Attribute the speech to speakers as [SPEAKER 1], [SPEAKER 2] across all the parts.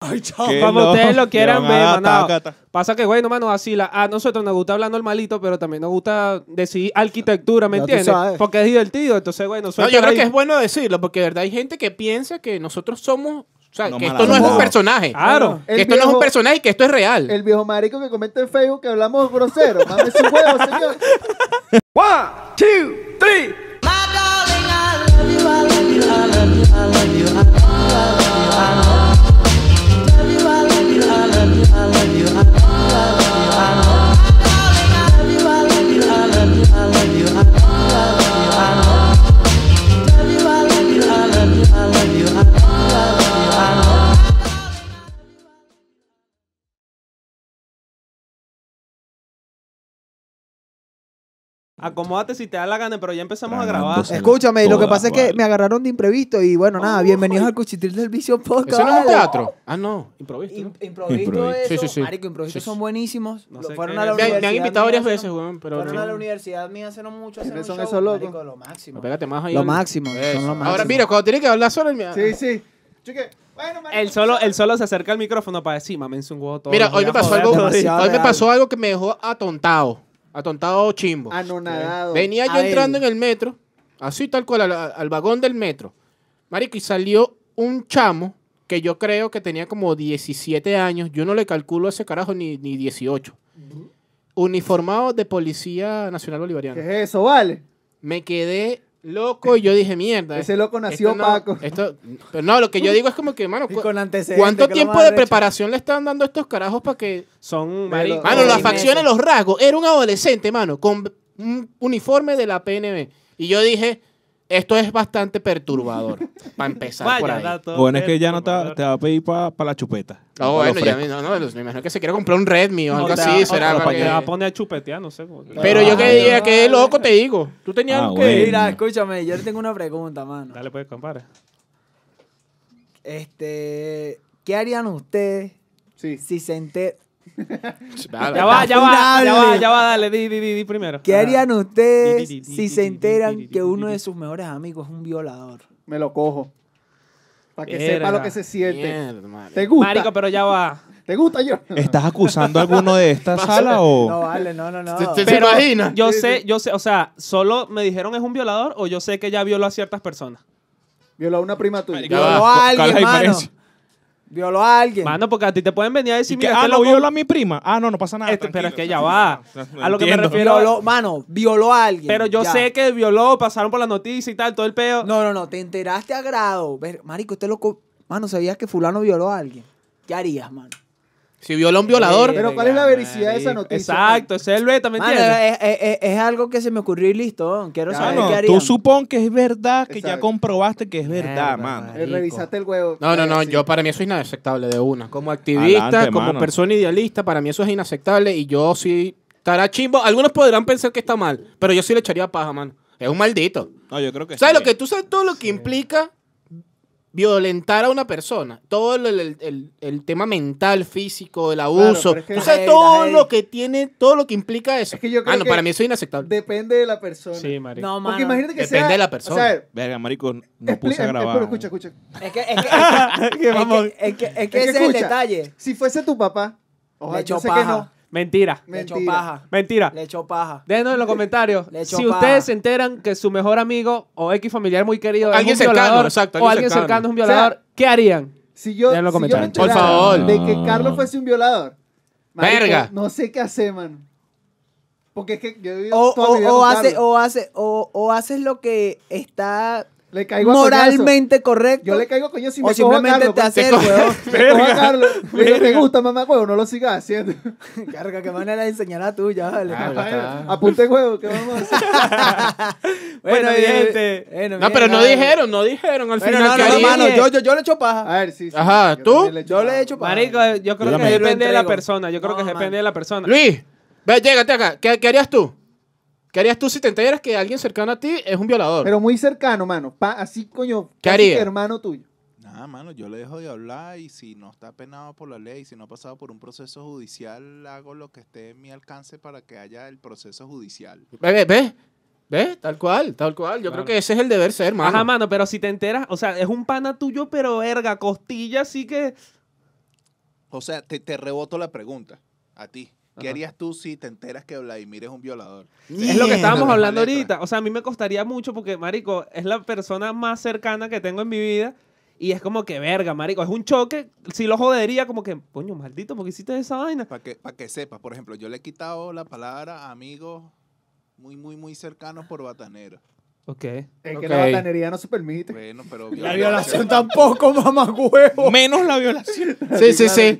[SPEAKER 1] Ay, chao.
[SPEAKER 2] Que
[SPEAKER 3] Como
[SPEAKER 2] no,
[SPEAKER 3] ustedes lo
[SPEAKER 2] le
[SPEAKER 3] quieran
[SPEAKER 2] van ah, a
[SPEAKER 3] ver,
[SPEAKER 2] dar
[SPEAKER 3] manao.
[SPEAKER 2] tacata.
[SPEAKER 3] Pasa que, güey, no mano, así la, a nosotros nos gusta hablar normalito, pero también nos gusta decir arquitectura, ¿me
[SPEAKER 1] Ya tú
[SPEAKER 3] entiendes?
[SPEAKER 1] sabes.
[SPEAKER 3] Porque es divertido, entonces, güey,
[SPEAKER 4] No,
[SPEAKER 3] nosotros...
[SPEAKER 4] yo creo que es bueno decirlo, porque de verdad hay gente que piensa que nosotros somos. O sea,
[SPEAKER 2] No,
[SPEAKER 4] que
[SPEAKER 2] mala
[SPEAKER 4] esto no es un
[SPEAKER 2] broma.
[SPEAKER 4] personaje.
[SPEAKER 3] Claro.
[SPEAKER 4] Que esto no es un personaje y que esto es real.
[SPEAKER 5] El viejo marico que comenta en Facebook que hablamos grosero. Mame su huevo, señor.
[SPEAKER 3] Acomódate si te da la gana, pero ya empezamos a
[SPEAKER 2] Tremendo
[SPEAKER 3] grabar.
[SPEAKER 2] ser.
[SPEAKER 1] Escúchame, lo que
[SPEAKER 2] Todas,
[SPEAKER 1] pasa es que
[SPEAKER 2] vale.
[SPEAKER 1] me agarraron de imprevisto y bueno, nada, bienvenidos al Cuchitril del Vicio Podcast.
[SPEAKER 4] ¿Eso no es un teatro? Ah, no. Improviso. ¿no?
[SPEAKER 1] Im- Improviso,
[SPEAKER 2] Improviso.
[SPEAKER 1] eso,
[SPEAKER 4] Sí, sí, sí.
[SPEAKER 1] marico, improvisos
[SPEAKER 4] Sí, sí.
[SPEAKER 1] son buenísimos.
[SPEAKER 3] No
[SPEAKER 1] Lo-
[SPEAKER 3] sé
[SPEAKER 1] fueron
[SPEAKER 3] qué
[SPEAKER 1] a la
[SPEAKER 3] es. Me- me han
[SPEAKER 4] Me, me
[SPEAKER 1] universidad
[SPEAKER 4] han
[SPEAKER 1] mía
[SPEAKER 4] invitado varias
[SPEAKER 1] hace no-
[SPEAKER 4] veces, weón, pero.
[SPEAKER 1] Fueron
[SPEAKER 4] no.
[SPEAKER 1] a la universidad mía hace no mucho, hace
[SPEAKER 5] ¿Quiénes
[SPEAKER 1] un
[SPEAKER 5] son
[SPEAKER 1] show,
[SPEAKER 5] esos locos?
[SPEAKER 1] marico, lo máximo.
[SPEAKER 4] Pégate más ahí.
[SPEAKER 1] Lo
[SPEAKER 4] al-
[SPEAKER 1] máximo,
[SPEAKER 4] Eso.
[SPEAKER 1] son lo máximo.
[SPEAKER 3] Ah,
[SPEAKER 4] Ahora, mira, cuando tiene que hablar solo, el mira.
[SPEAKER 5] Sí, sí. Chique, Bueno, marico,
[SPEAKER 3] El solo, el solo se acerca al micrófono para decir, mamense un huevo todo.
[SPEAKER 4] Mira,
[SPEAKER 3] Los voy
[SPEAKER 4] hoy me
[SPEAKER 3] a
[SPEAKER 4] pasó
[SPEAKER 3] joder
[SPEAKER 4] algo.
[SPEAKER 3] todito".
[SPEAKER 1] demasiado
[SPEAKER 4] Hoy me
[SPEAKER 1] real.
[SPEAKER 4] pasó algo que me dejó atontado. Atontado chimbo.
[SPEAKER 5] Anonadado.
[SPEAKER 4] Venía yo
[SPEAKER 1] A ver.
[SPEAKER 4] entrando en el metro, así tal cual, al, al vagón del metro. Marico, y salió un chamo que yo creo que tenía como 17 años. Yo no le calculo a ese carajo ni, ni 18. Uniformado de Policía Nacional
[SPEAKER 5] ¿Qué
[SPEAKER 4] Bolivariana.
[SPEAKER 5] es eso, vale?
[SPEAKER 4] Me quedé loco y yo dije, mierda.
[SPEAKER 5] Ese loco
[SPEAKER 4] esto
[SPEAKER 5] nació
[SPEAKER 4] no-
[SPEAKER 5] Paco.
[SPEAKER 4] esto- pero no, lo que yo digo es como que, mano,
[SPEAKER 1] Y
[SPEAKER 4] cu-
[SPEAKER 1] con antecedentes,
[SPEAKER 4] ¿cuánto
[SPEAKER 1] que lo
[SPEAKER 4] tiempo
[SPEAKER 1] más
[SPEAKER 4] de
[SPEAKER 1] arrecho.
[SPEAKER 4] preparación le están dando a estos carajos para que
[SPEAKER 3] Son, pues,
[SPEAKER 5] Pero-
[SPEAKER 3] marico...
[SPEAKER 4] Mano,
[SPEAKER 1] Seis
[SPEAKER 4] las
[SPEAKER 1] meses.
[SPEAKER 4] facciones, los rasgos. Era un adolescente, mano, con un uniforme de la PNB. Y yo dije, esto es bastante perturbador. para empezar por
[SPEAKER 3] Vaya,
[SPEAKER 4] ahí.
[SPEAKER 3] dato.
[SPEAKER 2] Bueno, es que ya no
[SPEAKER 3] perturbador.
[SPEAKER 2] te, te va a pedir para la chupeta.
[SPEAKER 4] No,
[SPEAKER 2] Pa' los
[SPEAKER 4] Ah, bueno, ya
[SPEAKER 2] frescos.
[SPEAKER 4] me, no, no, los- me imagino que se quiere comprar un Redmi o
[SPEAKER 3] O
[SPEAKER 4] algo
[SPEAKER 3] te-
[SPEAKER 4] así.
[SPEAKER 3] o-
[SPEAKER 4] será
[SPEAKER 3] o
[SPEAKER 4] para
[SPEAKER 3] te va a
[SPEAKER 4] que-
[SPEAKER 3] poner a chupetear, no sé. pues. güey.
[SPEAKER 4] Pero yo que
[SPEAKER 1] Ah,
[SPEAKER 4] diría
[SPEAKER 1] no,
[SPEAKER 4] que
[SPEAKER 1] vale.
[SPEAKER 4] loco, te digo. Tú tenías
[SPEAKER 2] Ah,
[SPEAKER 4] algo
[SPEAKER 2] bueno.
[SPEAKER 4] que...
[SPEAKER 1] Mira, escúchame, yo tengo una pregunta, mano.
[SPEAKER 3] Dale, pues, compadre.
[SPEAKER 1] Este, ¿qué harían ustedes
[SPEAKER 5] Sí.
[SPEAKER 1] si se enter...
[SPEAKER 4] Dale.
[SPEAKER 3] Ya va, ya va,
[SPEAKER 1] Dale.
[SPEAKER 3] ya va, ya va, dale, di, di, di, di primero.
[SPEAKER 1] ¿Qué harían ustedes
[SPEAKER 3] Ah. Di, di, di,
[SPEAKER 1] si
[SPEAKER 3] di,
[SPEAKER 1] se
[SPEAKER 3] di, di, di,
[SPEAKER 1] enteran
[SPEAKER 3] di,
[SPEAKER 1] que
[SPEAKER 3] di,
[SPEAKER 1] uno
[SPEAKER 3] di,
[SPEAKER 1] de
[SPEAKER 3] di.
[SPEAKER 1] sus mejores amigos es un violador?
[SPEAKER 5] Me lo cojo. Para que
[SPEAKER 3] Verga.
[SPEAKER 5] sepa lo que se siente.
[SPEAKER 4] Mierda, madre.
[SPEAKER 5] ¿Te gusta?
[SPEAKER 3] Marico, pero ya va.
[SPEAKER 5] ¿Te gusta yo?
[SPEAKER 2] ¿Estás acusando a alguno de esta sala
[SPEAKER 3] Oh.
[SPEAKER 1] No,
[SPEAKER 2] o...?
[SPEAKER 1] vale, no, no,
[SPEAKER 3] Este,
[SPEAKER 1] no.
[SPEAKER 4] ¿Te- te- se
[SPEAKER 3] Pero
[SPEAKER 4] imagina?
[SPEAKER 3] Yo sé, yo sé, o sea, solo me dijeron es un violador o yo sé que ya violó a ciertas personas.
[SPEAKER 5] Violó a una prima tuya.
[SPEAKER 2] Marico.
[SPEAKER 1] Violó
[SPEAKER 2] Ah,
[SPEAKER 1] a
[SPEAKER 2] ¿cuál
[SPEAKER 1] alguien,
[SPEAKER 2] es la
[SPEAKER 1] mano.
[SPEAKER 2] diferencia?
[SPEAKER 1] Violó a alguien.
[SPEAKER 3] Mano, porque a ti te pueden venir a decir,
[SPEAKER 2] Y que,
[SPEAKER 3] mira,
[SPEAKER 2] ah,
[SPEAKER 3] este
[SPEAKER 2] no
[SPEAKER 3] loco-
[SPEAKER 2] viola a mi prima. Ah, no, no pasa nada.
[SPEAKER 3] Este- pero es que
[SPEAKER 2] tranquilo.
[SPEAKER 3] ya va.
[SPEAKER 2] No
[SPEAKER 3] A lo que me
[SPEAKER 2] entiendo.
[SPEAKER 3] refiero-
[SPEAKER 1] Violó- mano, violó a alguien.
[SPEAKER 3] Pero yo
[SPEAKER 1] ya.
[SPEAKER 3] sé que violó, pasaron por la noticia y tal, todo el peo.
[SPEAKER 1] No, no, no, te enteraste a grado. Ver, marico, usted loco... Mano, ¿sabías que fulano violó a alguien? ¿Qué harías, mano?
[SPEAKER 4] Si viola un violador...
[SPEAKER 5] Pero ¿cuál es la veracidad de esa noticia?
[SPEAKER 3] Exacto, ese es el beta, ¿me
[SPEAKER 1] Mano, eh,
[SPEAKER 3] entiendes?
[SPEAKER 1] es, es- es- es algo que se me ocurrió y listo. ¿no? Quiero
[SPEAKER 5] Ya,
[SPEAKER 1] saber
[SPEAKER 2] Mano,
[SPEAKER 1] qué harían.
[SPEAKER 2] tú supón que es verdad, que ya
[SPEAKER 5] Exacto.
[SPEAKER 2] comprobaste que es
[SPEAKER 1] Mierda,
[SPEAKER 2] verdad, mano.
[SPEAKER 1] madre.
[SPEAKER 5] Eh, revisaste el huevo.
[SPEAKER 4] No, no, no,
[SPEAKER 5] Eh, Sí.
[SPEAKER 4] yo para mí eso es inaceptable de una. Como activista,
[SPEAKER 2] Adelante,
[SPEAKER 4] como
[SPEAKER 2] mano.
[SPEAKER 4] persona idealista, para mí eso es inaceptable y yo sí estará chimbo. Algunos podrán pensar que está mal, pero yo sí le echaría paja, mano. Es un maldito.
[SPEAKER 2] No, yo creo que
[SPEAKER 4] ¿Sabes
[SPEAKER 2] sí.
[SPEAKER 4] lo que tú sabes todo lo que implica violentar a una persona? Todo el, el- el- el tema mental, físico, el abuso.
[SPEAKER 5] pero es que-
[SPEAKER 4] tú sabes
[SPEAKER 1] Ey,
[SPEAKER 4] todo
[SPEAKER 1] ey.
[SPEAKER 4] lo que tiene, todo lo que implica eso.
[SPEAKER 5] Es que yo creo
[SPEAKER 4] Ah, no,
[SPEAKER 5] que-
[SPEAKER 4] para mí eso es inaceptable.
[SPEAKER 5] Depende de la persona.
[SPEAKER 3] Sí, marico.
[SPEAKER 1] No, mano.
[SPEAKER 5] Porque imagínate que
[SPEAKER 4] Depende
[SPEAKER 5] sea-
[SPEAKER 4] de la persona.
[SPEAKER 5] O sea,
[SPEAKER 2] Verga, marico, no
[SPEAKER 5] expli-
[SPEAKER 2] puse a
[SPEAKER 5] eh,
[SPEAKER 2] grabar.
[SPEAKER 5] Pero escucha, escucha.
[SPEAKER 1] Es que, es que, es que- es que- es que- es que ese es el
[SPEAKER 5] escucha,
[SPEAKER 1] detalle.
[SPEAKER 5] Si fuese tu papá, ojalá,
[SPEAKER 1] Le echó
[SPEAKER 5] yo sé que
[SPEAKER 1] paja.
[SPEAKER 5] no.
[SPEAKER 3] Mentira,
[SPEAKER 1] Le echó
[SPEAKER 5] Mentira.
[SPEAKER 1] paja.
[SPEAKER 3] mentira.
[SPEAKER 1] Le echó paja.
[SPEAKER 3] Denos en los comentarios
[SPEAKER 1] Le echó
[SPEAKER 3] si
[SPEAKER 1] paja.
[SPEAKER 3] ustedes se enteran que su mejor amigo o X familiar muy querido es
[SPEAKER 4] Alguien
[SPEAKER 3] un
[SPEAKER 4] cercano,
[SPEAKER 3] violador
[SPEAKER 4] exacto,
[SPEAKER 3] o
[SPEAKER 4] alguien
[SPEAKER 3] alguien cercano.
[SPEAKER 4] cercano
[SPEAKER 3] es un violador,
[SPEAKER 5] O
[SPEAKER 3] ¿qué harían?
[SPEAKER 5] Si yo,
[SPEAKER 3] Ya en los
[SPEAKER 5] si yo me
[SPEAKER 3] comentarios.
[SPEAKER 4] Por
[SPEAKER 5] enterara
[SPEAKER 4] favor.
[SPEAKER 5] de que Carlos fuese un violador. marico,
[SPEAKER 4] Verga.
[SPEAKER 5] No sé qué hacer, mano. Porque es que yo he vivido
[SPEAKER 1] O,
[SPEAKER 5] toda mi vida
[SPEAKER 1] o- o
[SPEAKER 5] con
[SPEAKER 1] hace-
[SPEAKER 5] Carlos.
[SPEAKER 1] o hace- o- o haces lo que está
[SPEAKER 5] Le caigo a
[SPEAKER 1] moralmente correcto.
[SPEAKER 5] coñazo. Yo le caigo a coñazo y
[SPEAKER 1] o
[SPEAKER 5] me cojo a
[SPEAKER 1] simplemente
[SPEAKER 5] Carlos.
[SPEAKER 1] te haces el
[SPEAKER 4] coge-
[SPEAKER 1] huevón.
[SPEAKER 5] Me cojo a Carlos. Le digo, te gusta, mamá, huevo, no lo sigas haciendo.
[SPEAKER 1] Carga, que manera de enseñar a tuya, vale.
[SPEAKER 4] Ah, está.
[SPEAKER 5] Apunte huevo, que vamos a hacer.
[SPEAKER 3] Bueno,
[SPEAKER 1] eh,
[SPEAKER 3] mi gente.
[SPEAKER 1] bueno,
[SPEAKER 4] No,
[SPEAKER 1] mi
[SPEAKER 4] pero
[SPEAKER 1] gente,
[SPEAKER 4] no
[SPEAKER 1] vale.
[SPEAKER 4] dijeron, no dijeron al
[SPEAKER 1] Bueno,
[SPEAKER 4] final
[SPEAKER 1] no,
[SPEAKER 4] que
[SPEAKER 1] no,
[SPEAKER 4] harían.
[SPEAKER 1] mano, yo, yo, yo le echo paja.
[SPEAKER 5] A ver, sí. sí
[SPEAKER 4] Ajá,
[SPEAKER 5] Yo
[SPEAKER 4] ¿tú?
[SPEAKER 5] también le echo
[SPEAKER 1] Yo le
[SPEAKER 5] paja.
[SPEAKER 1] he hecho paja.
[SPEAKER 3] Marico, yo creo que
[SPEAKER 2] también.
[SPEAKER 3] depende de la
[SPEAKER 1] Entrego.
[SPEAKER 3] persona. Yo creo
[SPEAKER 1] No,
[SPEAKER 3] que
[SPEAKER 1] mano.
[SPEAKER 3] depende de la persona.
[SPEAKER 4] Luis, ve, llégate acá. ¿Qué, qué harías tú? ¿Qué harías tú si te enteras que alguien cercano a ti es un violador?
[SPEAKER 5] Pero muy cercano, mano. Pa- así, coño.
[SPEAKER 4] ¿Qué
[SPEAKER 5] casi
[SPEAKER 4] haría?
[SPEAKER 5] que Hermano tuyo.
[SPEAKER 6] Nada, mano, yo le dejo de hablar y si no está penado por la ley, si no ha pasado por un proceso judicial, hago lo que esté en mi alcance para que haya el proceso judicial.
[SPEAKER 4] Ve, ve, ve. Ve, tal cual, tal cual. Yo
[SPEAKER 3] Claro.
[SPEAKER 4] creo que ese es el deber ser, mano.
[SPEAKER 3] Ajá, mano, pero si te enteras, o sea, es un pana tuyo, pero verga, costilla, así que.
[SPEAKER 6] O sea, te, te reboto la pregunta a ti. ¿Qué harías tú si te enteras que Vladimir es un violador?
[SPEAKER 3] Es lo que estábamos
[SPEAKER 6] Mierda.
[SPEAKER 3] hablando
[SPEAKER 6] Letra.
[SPEAKER 3] ahorita. O sea, a mí me costaría mucho porque, marico, es la persona más cercana que tengo en mi vida. Y es como que, verga, marico, es un choque. Si lo jodería, como que, coño, maldito, ¿por qué hiciste esa vaina?
[SPEAKER 6] Para que, pa' que sepas, por ejemplo, yo le he quitado la palabra a amigos muy, muy, muy cercanos por batanero.
[SPEAKER 3] Ok.
[SPEAKER 5] Es
[SPEAKER 4] Ok.
[SPEAKER 5] que la batanería no se permite.
[SPEAKER 6] Bueno, pero
[SPEAKER 1] La violación tampoco, mamá huevo.
[SPEAKER 2] Menos la violación.
[SPEAKER 4] Sí, sí, sí.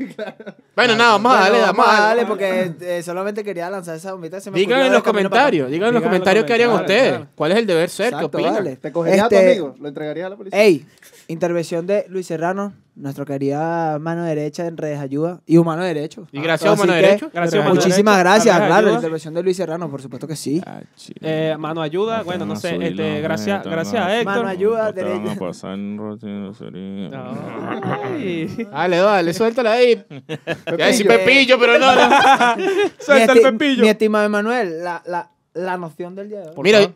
[SPEAKER 4] Bueno, nada, vamos a darle, vamos a
[SPEAKER 1] Dale,
[SPEAKER 4] darle.
[SPEAKER 1] porque eh, solamente quería lanzar esa bombita. se me
[SPEAKER 4] Digan
[SPEAKER 1] ocurrió
[SPEAKER 4] en
[SPEAKER 1] de
[SPEAKER 4] los
[SPEAKER 1] camino
[SPEAKER 4] comentarios, digan en los comentarios qué harían
[SPEAKER 3] Claro,
[SPEAKER 4] ustedes.
[SPEAKER 3] claro.
[SPEAKER 4] ¿Cuál es el deber ser? ¿Qué
[SPEAKER 1] Exacto,
[SPEAKER 4] opinan?
[SPEAKER 1] vale.
[SPEAKER 5] ¿Te cogerías a tu
[SPEAKER 1] Este-
[SPEAKER 5] amigo? ¿Lo entregarías a la
[SPEAKER 1] para
[SPEAKER 5] policía?
[SPEAKER 1] acá. Ey, intervención de Luis Serrano, nuestra querida mano derecha en redes ayuda y humano derecho.
[SPEAKER 4] Y gracias, mano
[SPEAKER 1] que,
[SPEAKER 4] derecho. Ah.
[SPEAKER 3] Gracias, mano
[SPEAKER 1] Muchísimas
[SPEAKER 3] derecha.
[SPEAKER 1] gracias,
[SPEAKER 3] Redes
[SPEAKER 1] claro. La
[SPEAKER 3] ayuda.
[SPEAKER 1] intervención de Luis Serrano, por supuesto que sí.
[SPEAKER 2] Ah,
[SPEAKER 3] Eh, mano ayuda, bueno, no sé, este, gracias, gracias a Héctor.
[SPEAKER 1] Mano ayuda, derecha.
[SPEAKER 3] Ay.
[SPEAKER 4] Dale, dale, suéltala ahí. Te iba a decir
[SPEAKER 1] Pepillo.
[SPEAKER 4] Pepillo, pero no, no.
[SPEAKER 3] Suelta
[SPEAKER 1] Mi
[SPEAKER 3] el
[SPEAKER 1] esti- Mi
[SPEAKER 3] pepillo.
[SPEAKER 1] estimado Emanuel, la, la, la noción del día de hoy.
[SPEAKER 4] Mira, va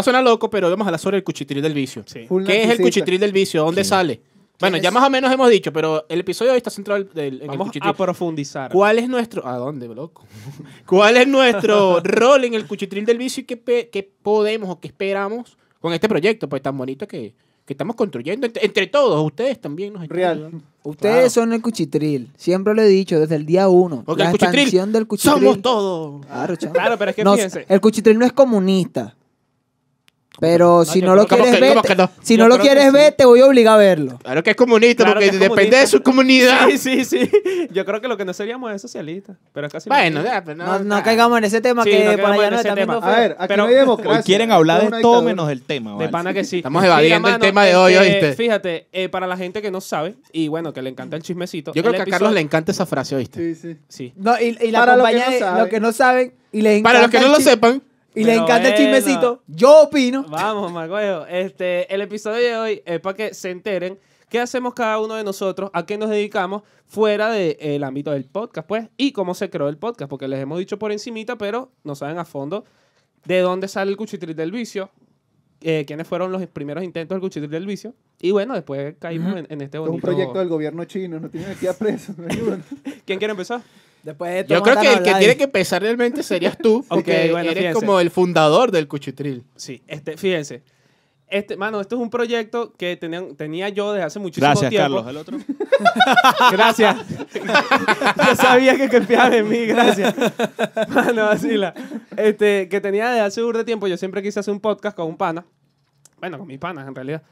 [SPEAKER 4] a sonar loco, pero vamos a hablar sobre el cuchitril del vicio.
[SPEAKER 5] Full
[SPEAKER 4] ¿Qué es el
[SPEAKER 5] narcisista.
[SPEAKER 4] cuchitril del vicio? ¿Dónde sale? Bueno, ya más o menos hemos dicho, pero el episodio de hoy está centrado del- del- en
[SPEAKER 3] Vamos
[SPEAKER 4] el cuchitril.
[SPEAKER 3] a profundizar.
[SPEAKER 4] ¿Cuál es nuestro... ¿A dónde, loco? ¿Cuál es nuestro rol en el cuchitril del vicio y qué, pe- qué podemos o qué esperamos con este proyecto? Pues tan bonito que, que estamos construyendo entre, entre todos. Ustedes también nos están
[SPEAKER 5] Real.
[SPEAKER 4] ayudando.
[SPEAKER 1] Ustedes son el cuchitril. Siempre lo he dicho desde el día uno.
[SPEAKER 4] Porque
[SPEAKER 1] la
[SPEAKER 4] el cuchitril
[SPEAKER 1] expansión del cuchitril.
[SPEAKER 4] Somos todos.
[SPEAKER 1] Claro, chamo.
[SPEAKER 3] Claro, pero es que
[SPEAKER 1] No,
[SPEAKER 3] fíjense.
[SPEAKER 1] El cuchitril no es comunista. Pero si
[SPEAKER 3] yo
[SPEAKER 1] no lo
[SPEAKER 4] creo que-
[SPEAKER 1] quieres
[SPEAKER 4] ¿cómo
[SPEAKER 1] ver,
[SPEAKER 4] que no?
[SPEAKER 1] te- si
[SPEAKER 3] Yo
[SPEAKER 1] no lo
[SPEAKER 3] creo que
[SPEAKER 1] quieres
[SPEAKER 3] sí.
[SPEAKER 1] ver, te voy a obligar a verlo.
[SPEAKER 4] Claro que es comunista,
[SPEAKER 3] Claro
[SPEAKER 4] porque
[SPEAKER 3] que es
[SPEAKER 4] depende
[SPEAKER 3] comunista.
[SPEAKER 4] de su comunidad.
[SPEAKER 3] Sí, sí, sí. Yo creo que lo que no seríamos es socialistas. Pero es casi. lo
[SPEAKER 4] Bueno,
[SPEAKER 3] mismo.
[SPEAKER 4] ya, pero
[SPEAKER 1] No,
[SPEAKER 4] no,
[SPEAKER 1] no caigamos en ese tema
[SPEAKER 3] Sí,
[SPEAKER 1] que
[SPEAKER 3] no
[SPEAKER 1] por
[SPEAKER 3] caigamos
[SPEAKER 1] allá
[SPEAKER 3] en
[SPEAKER 1] nos
[SPEAKER 3] ese
[SPEAKER 1] están
[SPEAKER 3] tema.
[SPEAKER 1] viendo
[SPEAKER 5] A
[SPEAKER 1] feo.
[SPEAKER 5] ver, aquí
[SPEAKER 3] Pero-
[SPEAKER 5] no hay democracia.
[SPEAKER 2] Hoy quieren
[SPEAKER 5] Esto
[SPEAKER 2] hablar
[SPEAKER 5] es una
[SPEAKER 2] de todo
[SPEAKER 5] dictadura.
[SPEAKER 2] menos del tema.
[SPEAKER 3] De
[SPEAKER 2] vale.
[SPEAKER 3] pana que sí. este,
[SPEAKER 4] Estamos evadiendo el tema de hoy, ¿oíste?
[SPEAKER 3] Fíjate, eh, para la gente que no sabe, y bueno, que le encanta el chismecito.
[SPEAKER 4] Yo creo
[SPEAKER 3] el
[SPEAKER 4] que a
[SPEAKER 3] episodio-
[SPEAKER 4] Carlos le encanta esa frase, ¿oíste?
[SPEAKER 5] Sí, sí.
[SPEAKER 3] Sí.
[SPEAKER 1] No, y, y la
[SPEAKER 5] Para los que
[SPEAKER 1] compañía
[SPEAKER 5] no
[SPEAKER 1] de-
[SPEAKER 5] saben.
[SPEAKER 1] los que no saben y les
[SPEAKER 4] Para los
[SPEAKER 1] encanta
[SPEAKER 4] que no
[SPEAKER 1] el
[SPEAKER 4] lo
[SPEAKER 1] chi-
[SPEAKER 4] sepan,
[SPEAKER 1] y les
[SPEAKER 3] Pero
[SPEAKER 1] encanta el
[SPEAKER 3] bueno.
[SPEAKER 1] chismecito, yo opino.
[SPEAKER 3] Vamos, Margüello. Este, el episodio de hoy es para que se enteren qué hacemos cada uno de nosotros, a qué nos dedicamos fuera del eh, ámbito del podcast, pues, y cómo se creó el podcast, porque les hemos dicho por encimita, pero no saben a fondo de dónde sale el cuchitril del vicio, eh, quiénes fueron los primeros intentos del cuchitril del vicio, y bueno, después caímos en, en este
[SPEAKER 5] Esto Es un
[SPEAKER 3] bonito...
[SPEAKER 5] proyecto del gobierno chino. No tienen aquí a presos. no ayudan.
[SPEAKER 3] ¿Quién quiere empezar?
[SPEAKER 1] Después de esto
[SPEAKER 4] yo creo
[SPEAKER 1] vamos a
[SPEAKER 4] que el que
[SPEAKER 1] hablar
[SPEAKER 4] tiene
[SPEAKER 1] de-
[SPEAKER 4] que empezar realmente serías tú, porque
[SPEAKER 3] bueno,
[SPEAKER 4] eres
[SPEAKER 3] fíjense.
[SPEAKER 4] como el fundador del cuchitril.
[SPEAKER 3] Sí, este, fíjense. Este, mano, esto es un proyecto que tenían- tenía yo desde hace muchísimo
[SPEAKER 2] Gracias,
[SPEAKER 3] tiempo.
[SPEAKER 2] Carlos. El otro.
[SPEAKER 3] Gracias. Yo sabía que confiaba en mí, gracias. Mano, vacila. Este, que tenía desde hace burda de tiempo, yo siempre quise hacer un podcast con un pana. Bueno, con mis panas, en realidad.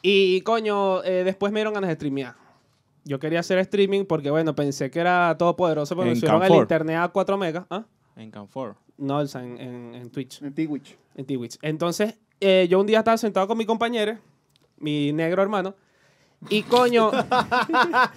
[SPEAKER 3] Y, coño, eh, después me dieron ganas de streamear. Yo quería hacer streaming porque, bueno, pensé que era todopoderoso porque
[SPEAKER 2] En
[SPEAKER 3] me subieron el
[SPEAKER 2] Canfor.
[SPEAKER 3] internet a 4 megas. ¿Ah?
[SPEAKER 2] En Canfor.
[SPEAKER 3] No, o sea, en, en- en Twitch,
[SPEAKER 5] En Tiwich.
[SPEAKER 3] en Twitch. Entonces, eh, yo un día estaba sentado con mi compañero, mi negro hermano, y, coño...
[SPEAKER 1] Ah,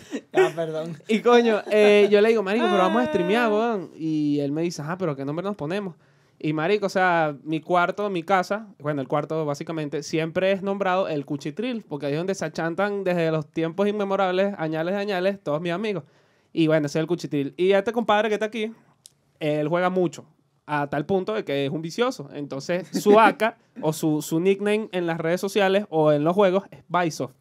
[SPEAKER 1] perdón.
[SPEAKER 3] Y coño, eh, yo le digo, marico, pero vamos a streamear, weón. Y él me dice, ajá, pero ¿qué nombre nos ponemos? Y marico, o sea, mi cuarto, mi casa, bueno, el cuarto básicamente, siempre es nombrado el cuchitril, porque ahí es donde se achantan desde los tiempos inmemorables, añales de añales, todos mis amigos. Y bueno, ese es el cuchitril. Y este compadre que está aquí, él juega mucho, a tal punto de que es un vicioso. Entonces, su AK o su, su nickname en las redes sociales o en los juegos es Bisoft.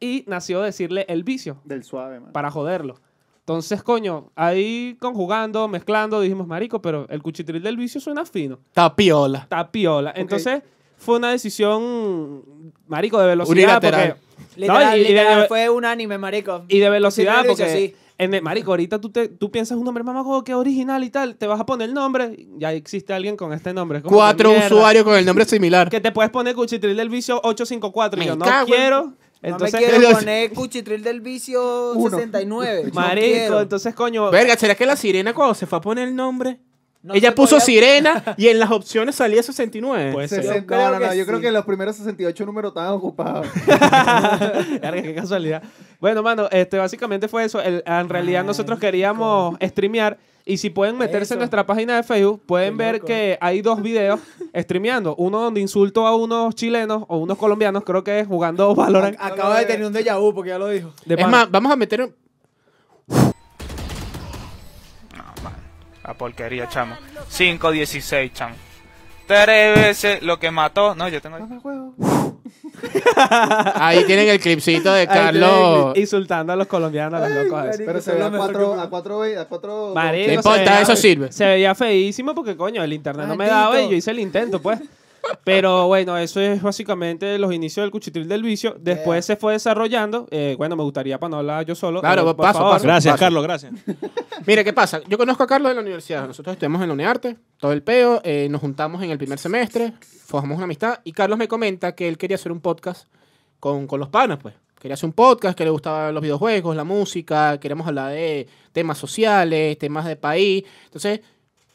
[SPEAKER 3] Y nació decirle el vicio,
[SPEAKER 5] Del suave, man.
[SPEAKER 3] para joderlo. Entonces, coño, ahí conjugando, mezclando, dijimos, marico, pero el cuchitril del vicio suena fino.
[SPEAKER 4] Tapiola.
[SPEAKER 3] Está piola. Entonces, fue una decisión, marico, de velocidad.
[SPEAKER 4] Unilateral.
[SPEAKER 3] porque- No,
[SPEAKER 1] Literal,
[SPEAKER 3] y- y de-
[SPEAKER 1] literal, fue un anime, marico.
[SPEAKER 3] y de velocidad,
[SPEAKER 1] Cuchitril del
[SPEAKER 3] porque
[SPEAKER 1] vicio,
[SPEAKER 3] en el- marico, ahorita tú, te, tú piensas un nombre mamago que original y tal, te vas a poner el nombre, ya existe alguien con este nombre. Es como que
[SPEAKER 4] Cuatro
[SPEAKER 3] mierda,
[SPEAKER 4] usuarios con el nombre similar.
[SPEAKER 3] Que te puedes poner cuchitril del vicio 854. y
[SPEAKER 4] Me
[SPEAKER 3] yo no
[SPEAKER 4] cago en-
[SPEAKER 3] quiero.
[SPEAKER 1] No
[SPEAKER 3] Entonces,
[SPEAKER 1] me quiero
[SPEAKER 4] Pero-
[SPEAKER 1] poner cuchitril del vicio
[SPEAKER 5] Uno.
[SPEAKER 1] 69. no
[SPEAKER 3] marico,
[SPEAKER 1] quiero.
[SPEAKER 3] entonces, coño.
[SPEAKER 4] Verga, ¿será que la sirena cuando se fue a poner el nombre?
[SPEAKER 1] No
[SPEAKER 4] ella
[SPEAKER 1] se
[SPEAKER 4] puso
[SPEAKER 1] podía-
[SPEAKER 4] sirena y en las opciones salía 69.
[SPEAKER 3] Puede ser.
[SPEAKER 5] Sesen-
[SPEAKER 1] Yo creo
[SPEAKER 5] no, no, no,
[SPEAKER 1] que
[SPEAKER 5] yo
[SPEAKER 1] sí.
[SPEAKER 5] creo que los primeros 68 números estaban ocupados.
[SPEAKER 3] Verga, qué casualidad. Bueno, mano, este, básicamente fue eso. El- en realidad nosotros queríamos streamear. Y si pueden meterse en
[SPEAKER 1] Eso.
[SPEAKER 3] nuestra página de Facebook, pueden
[SPEAKER 1] Qué
[SPEAKER 3] ver
[SPEAKER 1] loco.
[SPEAKER 3] que hay dos videos streameando. Uno donde insulto a unos chilenos o unos colombianos, creo que es jugando Valorant.
[SPEAKER 1] Ac- Acabo de tener un déjà vu porque ya lo dijo.
[SPEAKER 3] De
[SPEAKER 4] es
[SPEAKER 3] pana.
[SPEAKER 4] más, vamos a meter... un-
[SPEAKER 7] A porquería, chamo. 5-16, chamo. Tres veces lo que mató. No, yo tengo ahí.
[SPEAKER 4] Ahí tienen el clipcito de
[SPEAKER 3] Carlos.
[SPEAKER 4] Carlos.
[SPEAKER 3] Insultando a los colombianos, a los locos. esos.
[SPEAKER 5] Pero se ve a cuatro, a cuatro, ve- a cuatro.
[SPEAKER 3] Marico,
[SPEAKER 4] No
[SPEAKER 3] se
[SPEAKER 4] importa,
[SPEAKER 3] veía-
[SPEAKER 4] eso sirve.
[SPEAKER 3] Se veía feísimo porque, coño, el internet no me
[SPEAKER 1] Maldito.
[SPEAKER 3] daba y yo hice el intento, pues. Pero bueno, eso es básicamente los inicios del cuchitril del vicio. Después se fue desarrollando. Eh, bueno, me gustaría para no hablar yo solo.
[SPEAKER 4] Claro,
[SPEAKER 3] Eh, por
[SPEAKER 4] paso,
[SPEAKER 3] favor.
[SPEAKER 4] paso.
[SPEAKER 2] Gracias,
[SPEAKER 4] Paso.
[SPEAKER 2] Carlos, gracias.
[SPEAKER 4] Mire, ¿qué pasa? Yo conozco a Carlos de la universidad. Nosotros estuvimos en la UNEARTE, todo el peo. eh, nos juntamos en el primer semestre, forjamos una amistad. Y Carlos me comenta que él quería hacer un podcast con, con los panas, pues. Quería hacer un podcast, que le gustaban los videojuegos, la música, queríamos hablar de temas sociales, temas de país. Entonces,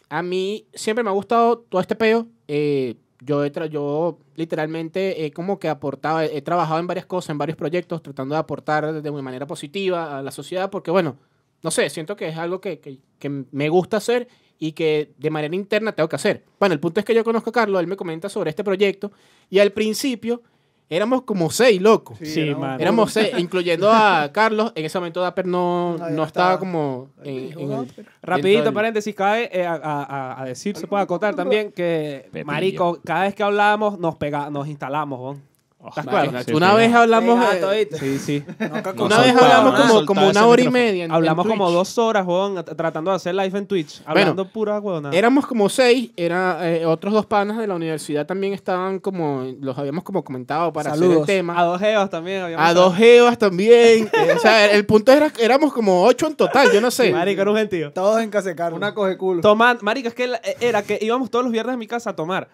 [SPEAKER 4] a mí siempre me ha gustado todo este peo. eh, yo, he tra- yo literalmente he como que aportado, he trabajado en varias cosas, en varios proyectos, tratando de aportar de una manera positiva a la sociedad, porque bueno, no sé, siento que es algo que, que- que me gusta hacer y que de manera interna tengo que hacer. Bueno, el punto es que yo conozco a Carlos, él me comenta sobre este proyecto y al principio éramos como seis locos.
[SPEAKER 3] Sí, mano.
[SPEAKER 4] Éramos seis, incluyendo a Carlos. En ese momento Dapper no,
[SPEAKER 5] No,
[SPEAKER 4] no,
[SPEAKER 5] ya
[SPEAKER 4] estaba
[SPEAKER 5] estaba.
[SPEAKER 4] como... en- en el-
[SPEAKER 3] Rapidito,
[SPEAKER 4] dentro del-
[SPEAKER 3] paréntesis, cabe eh, a, a- a- a decir, se puede acotar también que,
[SPEAKER 2] Pepillo.
[SPEAKER 3] marico, cada vez que hablábamos nos pega, nos instalamos, ¿bon. ¿Estás
[SPEAKER 4] Marico,
[SPEAKER 3] claro?
[SPEAKER 2] Sí,
[SPEAKER 4] una
[SPEAKER 2] sí.
[SPEAKER 4] vez hablamos...
[SPEAKER 1] Pegado,
[SPEAKER 4] eh,
[SPEAKER 1] ¿oíste?
[SPEAKER 3] Sí, sí.
[SPEAKER 2] No
[SPEAKER 4] una vez
[SPEAKER 2] soltaba,
[SPEAKER 4] hablamos
[SPEAKER 2] no
[SPEAKER 4] como,
[SPEAKER 2] soltaba
[SPEAKER 4] como
[SPEAKER 2] ese
[SPEAKER 4] una hora y
[SPEAKER 2] micrófono.
[SPEAKER 4] media. en- en
[SPEAKER 3] Hablamos como
[SPEAKER 4] Twitch.
[SPEAKER 3] dos horas, Juan, tratando de hacer live en Twitch. Hablando pura huevonada.
[SPEAKER 4] Éramos como seis, era, eh, otros dos panas de la universidad también estaban como, los habíamos como comentado para hacer el
[SPEAKER 1] Saludos.
[SPEAKER 4] tema.
[SPEAKER 3] A dos geos también. habíamos
[SPEAKER 4] A dos jevas también. Eh, o sea, el punto era que éramos como ocho en total, yo no sé.
[SPEAKER 3] Marico, era un gentío.
[SPEAKER 1] Todos en casa de Carlos.
[SPEAKER 5] Una coge culo.
[SPEAKER 3] Tomando, marico, es que la- eh, era que íbamos todos los viernes a mi casa a tomar.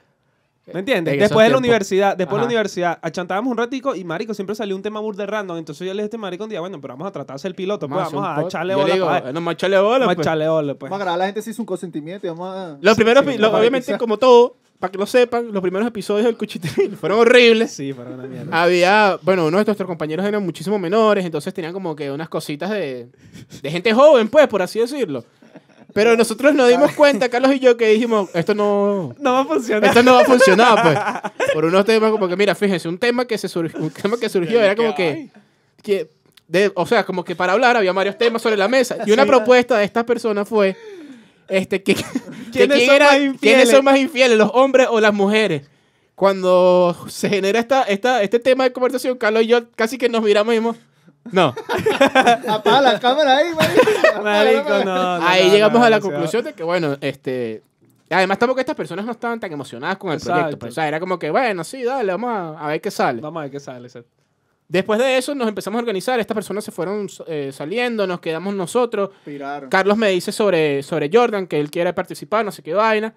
[SPEAKER 3] ¿Me entiendes?
[SPEAKER 4] En esos
[SPEAKER 3] Después de la
[SPEAKER 4] tiempos.
[SPEAKER 3] universidad, después de la
[SPEAKER 4] Ajá.
[SPEAKER 3] universidad, achantábamos un ratico y marico siempre salió un tema burde random. Entonces yo le dije a este marico un día, bueno, pero vamos a tratarse el piloto, pues
[SPEAKER 4] hacer
[SPEAKER 3] vamos
[SPEAKER 4] un
[SPEAKER 3] a
[SPEAKER 4] pod-
[SPEAKER 3] echarle
[SPEAKER 4] yo le
[SPEAKER 3] bola
[SPEAKER 4] digo,
[SPEAKER 3] para
[SPEAKER 4] eh, no, más echarle bola,
[SPEAKER 3] Vamos a
[SPEAKER 4] pues.
[SPEAKER 3] echarle bola, pues.
[SPEAKER 5] Vamos a grabar a la gente si es un consentimiento y vamos a.
[SPEAKER 4] Los primeros, pi- los-
[SPEAKER 5] para
[SPEAKER 4] obviamente,
[SPEAKER 5] quizás.
[SPEAKER 4] como todo, para que lo sepan, los primeros episodios del Cuchitril fueron horribles.
[SPEAKER 3] Sí, para una mierda.
[SPEAKER 4] Había, bueno, uno de nuestros compañeros eran muchísimo menores, entonces tenían como que unas cositas de, de gente joven, pues, por así decirlo. Pero nosotros nos dimos cuenta, Carlos y yo, que dijimos, esto no,
[SPEAKER 3] No va a funcionar.
[SPEAKER 4] esto no va a funcionar, pues. Por unos temas como que, mira, fíjense, un tema que, se surg- un tema que surgió era como que... que de- o sea, como que para hablar había varios temas sobre la mesa. Y una propuesta de estas personas fue... Este, que, que
[SPEAKER 3] ¿Quiénes
[SPEAKER 4] quién
[SPEAKER 3] son
[SPEAKER 4] era-
[SPEAKER 3] más infieles?
[SPEAKER 4] ¿Quiénes son más infieles, los hombres o las mujeres? Cuando se genera esta, esta, este tema de conversación, Carlos y yo casi que nos miramos y dijimos, no.
[SPEAKER 5] Apaga la cámara ahí, marico. Apaga la
[SPEAKER 3] Marico,
[SPEAKER 5] cámara.
[SPEAKER 3] no. no,
[SPEAKER 4] Ahí
[SPEAKER 3] no,
[SPEAKER 4] llegamos
[SPEAKER 3] no,
[SPEAKER 4] a
[SPEAKER 3] no,
[SPEAKER 4] la
[SPEAKER 3] o sea,
[SPEAKER 4] conclusión de que, bueno, este. Además, tampoco estas personas no estaban tan emocionadas con el proyecto.
[SPEAKER 3] Exacto.
[SPEAKER 4] pues, o sea, era como que, bueno, sí, dale, vamos a, a ver qué sale.
[SPEAKER 3] Vamos a ver qué sale. exacto.
[SPEAKER 4] Después de eso, nos empezamos a organizar. Estas personas se fueron eh, saliendo, nos quedamos nosotros.
[SPEAKER 5] Piraron.
[SPEAKER 4] Carlos me dice sobre, sobre Jordan, que él quiere participar, no sé qué vaina.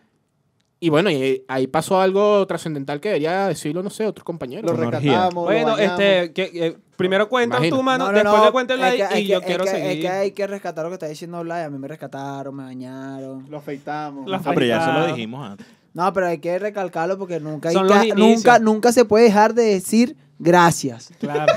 [SPEAKER 4] Y bueno, y ahí pasó algo trascendental que debería decirlo, no sé, otros compañeros.
[SPEAKER 5] Lo
[SPEAKER 2] Con orgía.
[SPEAKER 5] rescatamos. lo
[SPEAKER 3] Bueno,
[SPEAKER 5] bañamos.
[SPEAKER 3] este, que, que- primero cuentas
[SPEAKER 4] Imagino.
[SPEAKER 3] tú, mano,
[SPEAKER 1] No, no,
[SPEAKER 3] después
[SPEAKER 1] no,
[SPEAKER 3] le cuento el
[SPEAKER 1] es
[SPEAKER 3] like
[SPEAKER 1] que- es
[SPEAKER 3] y
[SPEAKER 1] que-
[SPEAKER 3] yo
[SPEAKER 1] es
[SPEAKER 3] quiero
[SPEAKER 1] que-
[SPEAKER 3] seguir.
[SPEAKER 1] Es que hay que rescatar lo que está diciendo Blay. A mí me rescataron, me dañaron.
[SPEAKER 5] Lo afeitamos.
[SPEAKER 3] Lo afe-
[SPEAKER 2] Ah, pero ya se lo dijimos antes.
[SPEAKER 1] No, pero hay que recalcarlo porque nunca, hay
[SPEAKER 3] Son
[SPEAKER 1] que-
[SPEAKER 3] los inicios.
[SPEAKER 1] nunca, nunca se puede dejar de decir gracias.
[SPEAKER 3] Claro.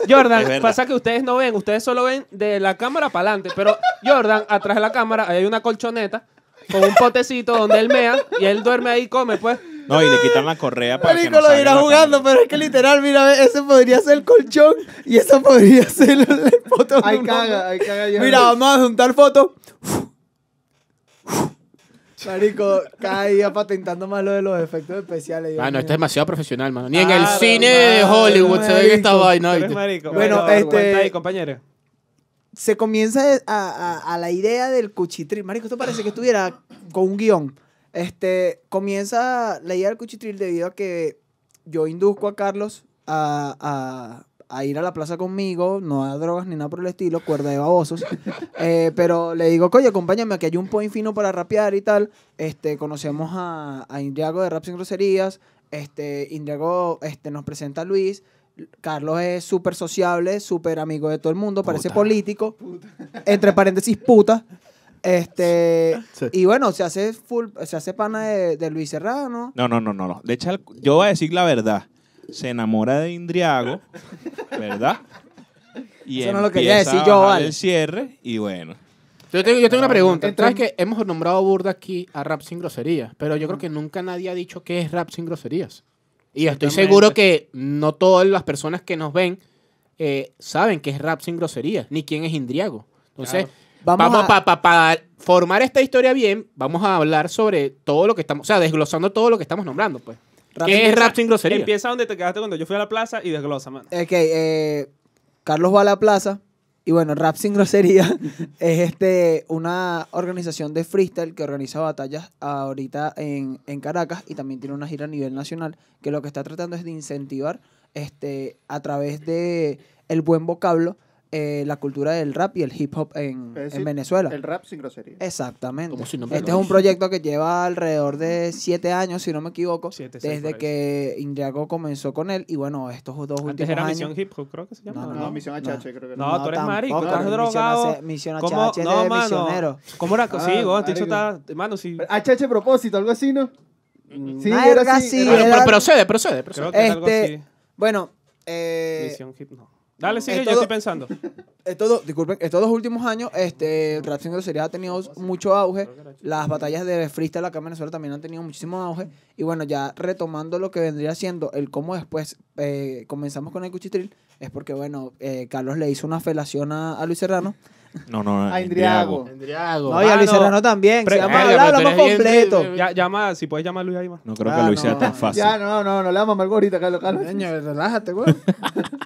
[SPEAKER 2] Es
[SPEAKER 3] Jordan,
[SPEAKER 2] verdad.
[SPEAKER 3] pasa que ustedes no ven, ustedes solo ven de la cámara para adelante, pero Jordan, atrás de la cámara hay una colchoneta con un potecito donde él mea y él duerme ahí y come, pues.
[SPEAKER 2] No, y le quitan la correa para que
[SPEAKER 1] Marico
[SPEAKER 2] no
[SPEAKER 1] lo
[SPEAKER 2] salga
[SPEAKER 1] irá
[SPEAKER 2] la
[SPEAKER 1] jugando,
[SPEAKER 2] cámara.
[SPEAKER 1] pero es que literal, mira, ese podría ser el colchón y esa podría ser el, el foto de
[SPEAKER 5] Ahí
[SPEAKER 1] un
[SPEAKER 5] caga,
[SPEAKER 1] hombre.
[SPEAKER 5] ahí caga. yo.
[SPEAKER 1] Mira, vamos a juntar fotos. Marico, cada día patentando más lo de los efectos especiales. Dios mío.
[SPEAKER 2] este
[SPEAKER 4] Mano, esto Ah, este es demasiado profesional, mano. Ni en el
[SPEAKER 3] Claro,
[SPEAKER 4] cine de
[SPEAKER 1] mano,
[SPEAKER 4] Hollywood se ve
[SPEAKER 1] marico.
[SPEAKER 4] esta vaina. ¿viste?
[SPEAKER 1] Bueno,
[SPEAKER 3] Bueno,
[SPEAKER 1] este-
[SPEAKER 3] este... Ahí, compañero.
[SPEAKER 1] se comienza a, a- a la idea del cuchitril. Marico, esto parece que estuviera con un guión. Este, comienza la idea del cuchitril debido a que yo induzco a Carlos a, a- a ir a la plaza conmigo, no a drogas ni nada por el estilo, cuerda de babosos. Eh, pero le digo, oye, acompáñame, aquí hay un point fino para rapear y tal. Este, conocemos a, a Indriago de Rap Sin Groserías. Este, Indriago este, nos presenta a Luis. Carlos es súper sociable, súper amigo de todo el mundo, parece
[SPEAKER 4] Puta.
[SPEAKER 1] político. Entre paréntesis, puta. Este, y bueno, se hace full, se hace pana de, de Luis Serrano.
[SPEAKER 2] No, no, no, no. no. Le echa el- yo voy a decir la verdad. Se enamora de Indriago, ¿verdad? Y
[SPEAKER 1] Eso no lo quería
[SPEAKER 2] empieza a
[SPEAKER 1] decir yo,
[SPEAKER 2] bajar
[SPEAKER 1] vale.
[SPEAKER 2] el cierre y bueno.
[SPEAKER 4] Yo tengo, yo tengo una pregunta.
[SPEAKER 5] Entra-
[SPEAKER 4] ¿Sabes que hemos nombrado burda aquí a rap sin groserías? Pero yo creo que nunca nadie ha dicho qué es rap sin groserías. Y estoy
[SPEAKER 3] Exactamente.
[SPEAKER 4] seguro que no todas las personas que nos ven eh, saben qué es rap sin groserías, ni quién es Indriago. Entonces,
[SPEAKER 1] Vamos,
[SPEAKER 4] Vamos
[SPEAKER 1] a...
[SPEAKER 4] para formar esta historia bien, vamos a hablar sobre todo lo que estamos, o sea, desglosando todo lo que estamos nombrando, pues.
[SPEAKER 1] Rap
[SPEAKER 4] ¿Qué es rap sin grosería?
[SPEAKER 3] Empieza donde te quedaste cuando yo fui a la plaza y desglosa, mano.
[SPEAKER 1] Ok, eh, Carlos va a la plaza. Y bueno, Rap Sin Grosería es este, una organización de freestyle que organiza batallas ahorita en, en Caracas y también tiene una gira a nivel nacional que lo que está tratando es de incentivar este, a través de el buen vocablo eh, la cultura del rap y el hip hop en,
[SPEAKER 5] Es decir,
[SPEAKER 1] en Venezuela.
[SPEAKER 5] El rap sin grosería.
[SPEAKER 1] Exactamente.
[SPEAKER 4] Como si no me
[SPEAKER 1] este es
[SPEAKER 4] lo
[SPEAKER 1] un
[SPEAKER 4] hizo.
[SPEAKER 1] proyecto que lleva alrededor de siete años, si no me equivoco,
[SPEAKER 3] Siete, seis, por
[SPEAKER 1] desde
[SPEAKER 3] ahí.
[SPEAKER 1] que Indiago comenzó con él. Y bueno, estos dos
[SPEAKER 3] Antes
[SPEAKER 1] últimos
[SPEAKER 3] era
[SPEAKER 1] años...
[SPEAKER 3] Misión Hip Hop, creo que se llama.
[SPEAKER 5] No,
[SPEAKER 1] No,
[SPEAKER 5] misión
[SPEAKER 1] no.
[SPEAKER 5] HH, creo que
[SPEAKER 3] No, tú eres marico,
[SPEAKER 1] tampoco,
[SPEAKER 3] estás
[SPEAKER 1] eres
[SPEAKER 3] drogado.
[SPEAKER 1] misionace- Misionache,
[SPEAKER 3] ¿Cómo?
[SPEAKER 1] eres
[SPEAKER 3] No,
[SPEAKER 1] misionero.
[SPEAKER 3] mano. ¿Cómo era? sí,
[SPEAKER 5] Ah,
[SPEAKER 3] Gonte, eso
[SPEAKER 5] marico. ah,
[SPEAKER 3] está. Mano, sí.
[SPEAKER 5] HH propósito, algo así, ¿no? Sí,
[SPEAKER 1] Verga,
[SPEAKER 5] era así,
[SPEAKER 1] sí,
[SPEAKER 5] era-
[SPEAKER 4] Bueno,
[SPEAKER 1] era-
[SPEAKER 4] pero procede, procede, procede.
[SPEAKER 3] Creo que es algo
[SPEAKER 1] Este,
[SPEAKER 3] así.
[SPEAKER 1] Bueno, eh,
[SPEAKER 3] Misión Hip No. Dale,
[SPEAKER 1] es
[SPEAKER 3] sigue, yo
[SPEAKER 1] todo-
[SPEAKER 3] estoy pensando.
[SPEAKER 1] estos dos, disculpen, estos dos últimos años, este, el Rap Sin Grosería ha tenido mucho auge. Las batallas de freestyle acá en Venezuela también han tenido muchísimo auge. Y bueno, ya retomando lo que vendría siendo el cómo después eh, comenzamos con el cuchitril, es porque, bueno, eh, Carlos le hizo una felación a, a Luis Serrano.
[SPEAKER 2] No, no, no.
[SPEAKER 5] A Indriago.
[SPEAKER 4] Endriago.
[SPEAKER 1] No, y a Luis
[SPEAKER 3] mano,
[SPEAKER 1] Serrano también.
[SPEAKER 3] pre-
[SPEAKER 1] Se llama
[SPEAKER 4] verga,
[SPEAKER 1] hablar
[SPEAKER 4] pero
[SPEAKER 1] lo
[SPEAKER 4] tú
[SPEAKER 1] más
[SPEAKER 4] eres bien-
[SPEAKER 1] completo.
[SPEAKER 4] bien-
[SPEAKER 3] Ya, llama, si puedes llamar a Luis ahí, mano.
[SPEAKER 2] No creo
[SPEAKER 1] Ah,
[SPEAKER 2] que Luis sea
[SPEAKER 1] no.
[SPEAKER 2] tan fácil.
[SPEAKER 5] Ya, no, no, no le vamos a gorita, Carlos. Carlos.
[SPEAKER 1] relájate, güey.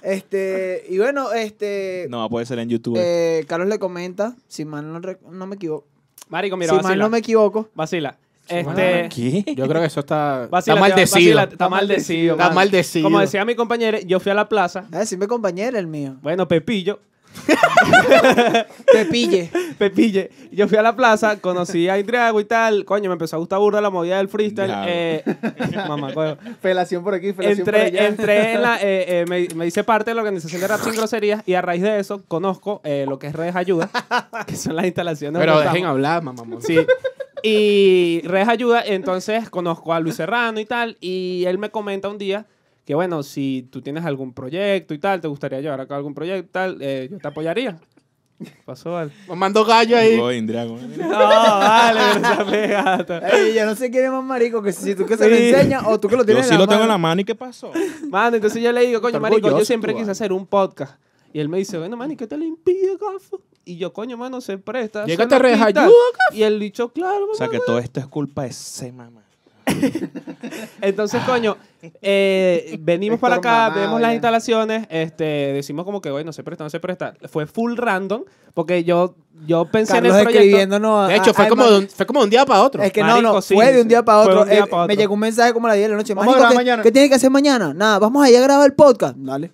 [SPEAKER 1] este, y bueno, este.
[SPEAKER 2] No, puede ser en YouTube.
[SPEAKER 1] eh, Carlos le comenta, si mal no, rec- no me equivoco.
[SPEAKER 3] Marico, mira,
[SPEAKER 1] si
[SPEAKER 3] vacila.
[SPEAKER 1] mal no me equivoco.
[SPEAKER 3] Vacila. Este.
[SPEAKER 4] mano,
[SPEAKER 2] ¿Qué?
[SPEAKER 4] Yo creo que eso está,
[SPEAKER 3] Vacila,
[SPEAKER 4] está
[SPEAKER 3] te-
[SPEAKER 4] maldecido.
[SPEAKER 3] vacila, Está maldecido.
[SPEAKER 4] Está
[SPEAKER 3] mano.
[SPEAKER 4] maldecido.
[SPEAKER 3] Como decía mi compañero, yo fui a la plaza.
[SPEAKER 1] A ver, si eh, me compañera el mío.
[SPEAKER 3] Bueno, Pepillo,
[SPEAKER 1] Te pille.
[SPEAKER 3] Pepille, yo fui a la plaza, conocí a Indriago y tal. Coño, me empezó a gustar burda la movida del freestyle.
[SPEAKER 2] Indriago.
[SPEAKER 3] Eh, mamá, coño.
[SPEAKER 5] Felación por aquí, felación por
[SPEAKER 3] entré,
[SPEAKER 5] allá.
[SPEAKER 3] entré en la. eh, eh, me, me hice parte de la organización de Rap Sin Groserías y a raíz de eso conozco eh, lo que es Redes Ayuda, que son las instalaciones.
[SPEAKER 4] Pero
[SPEAKER 3] donde
[SPEAKER 4] dejen
[SPEAKER 3] estamos.
[SPEAKER 4] hablar, mamá.
[SPEAKER 3] Sí. Y Redes Ayuda, entonces conozco a Luis Serrano y tal, y él me comenta un día que, bueno, si tú tienes algún proyecto y tal, te gustaría llevar a cabo algún proyecto y tal, eh, yo te apoyaría. Pasó, vale.
[SPEAKER 4] Mamando gallo ahí.
[SPEAKER 2] Llegó Indriago.
[SPEAKER 3] No, vale, pero esa pegata.
[SPEAKER 1] Ey, ya no sé quién es más marico que si tú que se lo
[SPEAKER 3] Sí.
[SPEAKER 1] enseñas o tú que lo
[SPEAKER 2] Yo
[SPEAKER 1] tienes
[SPEAKER 2] sí
[SPEAKER 1] en la
[SPEAKER 2] lo tengo en
[SPEAKER 1] mano.
[SPEAKER 2] la mano y ¿qué pasó?
[SPEAKER 3] Mano, entonces yo le digo, coño,
[SPEAKER 4] Está
[SPEAKER 3] marico, yo
[SPEAKER 4] orgulloso,
[SPEAKER 3] siempre
[SPEAKER 4] tú,
[SPEAKER 3] quise
[SPEAKER 4] vale.
[SPEAKER 3] hacer un podcast. Y él me dice, bueno, man, ¿y qué te lo impide, gafo? Y yo, coño, mano, se presta.
[SPEAKER 4] Llégate
[SPEAKER 3] suena
[SPEAKER 4] a Redes
[SPEAKER 3] pinta".
[SPEAKER 4] Ayuda,
[SPEAKER 3] Y él dicho, claro,
[SPEAKER 2] O
[SPEAKER 3] mamá.
[SPEAKER 2] sea que todo esto es culpa de ese mamá.
[SPEAKER 1] Ah.
[SPEAKER 3] Entonces, coño, eh, venimos para
[SPEAKER 5] Héctor
[SPEAKER 3] acá,
[SPEAKER 5] mamado,
[SPEAKER 3] vemos
[SPEAKER 1] eh.
[SPEAKER 3] las
[SPEAKER 5] ya.
[SPEAKER 3] instalaciones, este, decimos como que, bueno, se presta, no se presta. Fue full random, porque yo, yo pensé
[SPEAKER 1] Carlos
[SPEAKER 3] en el proyecto.
[SPEAKER 1] escribiénotnos.
[SPEAKER 4] De hecho,
[SPEAKER 1] a-
[SPEAKER 4] fue
[SPEAKER 1] a-
[SPEAKER 4] como, de un, fue como de un día para otro.
[SPEAKER 1] Es que no,
[SPEAKER 3] Marico,
[SPEAKER 1] no,
[SPEAKER 3] sí,
[SPEAKER 1] fue de un día para
[SPEAKER 3] fue de
[SPEAKER 1] otro.
[SPEAKER 3] un día
[SPEAKER 1] Eh,
[SPEAKER 3] pa'
[SPEAKER 1] Me
[SPEAKER 3] otro.
[SPEAKER 1] llegó un mensaje como a las 10 de la noche.
[SPEAKER 5] Vamos a
[SPEAKER 1] Marico,
[SPEAKER 5] grabar
[SPEAKER 1] ¿qué,
[SPEAKER 5] mañana.
[SPEAKER 1] ¿qué tienes que hacer mañana? Nada, vamos allá a grabar el podcast. Dale.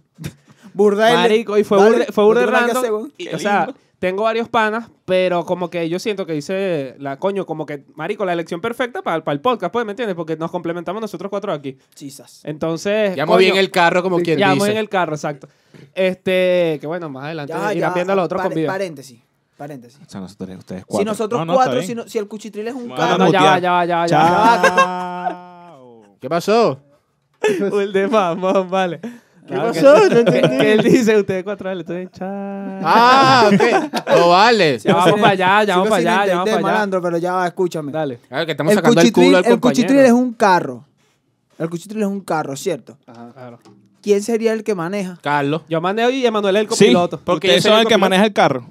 [SPEAKER 1] Burda de-
[SPEAKER 3] Marico, y fue
[SPEAKER 1] Dale,
[SPEAKER 3] burde, fue
[SPEAKER 1] no
[SPEAKER 3] burde
[SPEAKER 1] tengo nada que
[SPEAKER 3] random.
[SPEAKER 1] hacer, weón.
[SPEAKER 3] y, o sea, tengo varios panas, pero como que yo siento que hice la coño, como que, marico, la elección perfecta para, el podcast, pues, ¿me entiendes? Porque nos complementamos nosotros cuatro aquí. Eh,
[SPEAKER 1] Chisas.
[SPEAKER 3] Entonces.
[SPEAKER 4] Llamó
[SPEAKER 3] coño,
[SPEAKER 4] bien el carro, como quien
[SPEAKER 3] Ya, muy
[SPEAKER 4] dice.
[SPEAKER 3] en el carro, exacto. Este, que bueno, más adelante
[SPEAKER 1] Ya,
[SPEAKER 3] irán
[SPEAKER 1] ya,
[SPEAKER 3] viendo los otros
[SPEAKER 1] pare-
[SPEAKER 3] con video.
[SPEAKER 1] Paréntesis. Paréntesis.
[SPEAKER 2] O sea, nosotros ustedes cuatro.
[SPEAKER 1] Si nosotros
[SPEAKER 2] No, no, está
[SPEAKER 1] cuatro,
[SPEAKER 2] bien.
[SPEAKER 1] si, no- si el cuchitril es un
[SPEAKER 2] No,
[SPEAKER 3] No,
[SPEAKER 1] carro.
[SPEAKER 3] no, ya va,
[SPEAKER 2] mutear.
[SPEAKER 3] ya va, ya va, ya va.
[SPEAKER 2] Chao.
[SPEAKER 4] ¿Qué pasó?
[SPEAKER 3] El de mamón, vale.
[SPEAKER 4] ¿Qué
[SPEAKER 3] Claro que-
[SPEAKER 4] pasó? No
[SPEAKER 3] que,
[SPEAKER 4] entendí.
[SPEAKER 3] que él dice, ustedes cuatro, vale, estoy chao.
[SPEAKER 4] Ah, ok. No vale.
[SPEAKER 3] ya vamos para allá, ya
[SPEAKER 1] Sigo
[SPEAKER 3] vamos para
[SPEAKER 1] sin
[SPEAKER 3] allá, ya vamos
[SPEAKER 1] entender,
[SPEAKER 3] para allá.
[SPEAKER 1] malandro, pero ya va, escúchame.
[SPEAKER 3] Dale.
[SPEAKER 4] Claro que estamos
[SPEAKER 1] El
[SPEAKER 4] sacando el
[SPEAKER 1] cuchitril,
[SPEAKER 4] culo al
[SPEAKER 1] el cuchitril es
[SPEAKER 4] compañero.
[SPEAKER 1] un carro. El cuchitril es un carro, ¿cierto?
[SPEAKER 3] Claro.
[SPEAKER 1] ¿Quién sería el que maneja?
[SPEAKER 4] Carlos.
[SPEAKER 3] Yo manejo y Emanuel es el
[SPEAKER 2] Sí,
[SPEAKER 3] copiloto.
[SPEAKER 4] porque
[SPEAKER 2] porque
[SPEAKER 4] yo
[SPEAKER 2] ustedes
[SPEAKER 4] soy
[SPEAKER 2] son
[SPEAKER 4] el
[SPEAKER 2] el que
[SPEAKER 4] copiloto.
[SPEAKER 2] maneja el carro.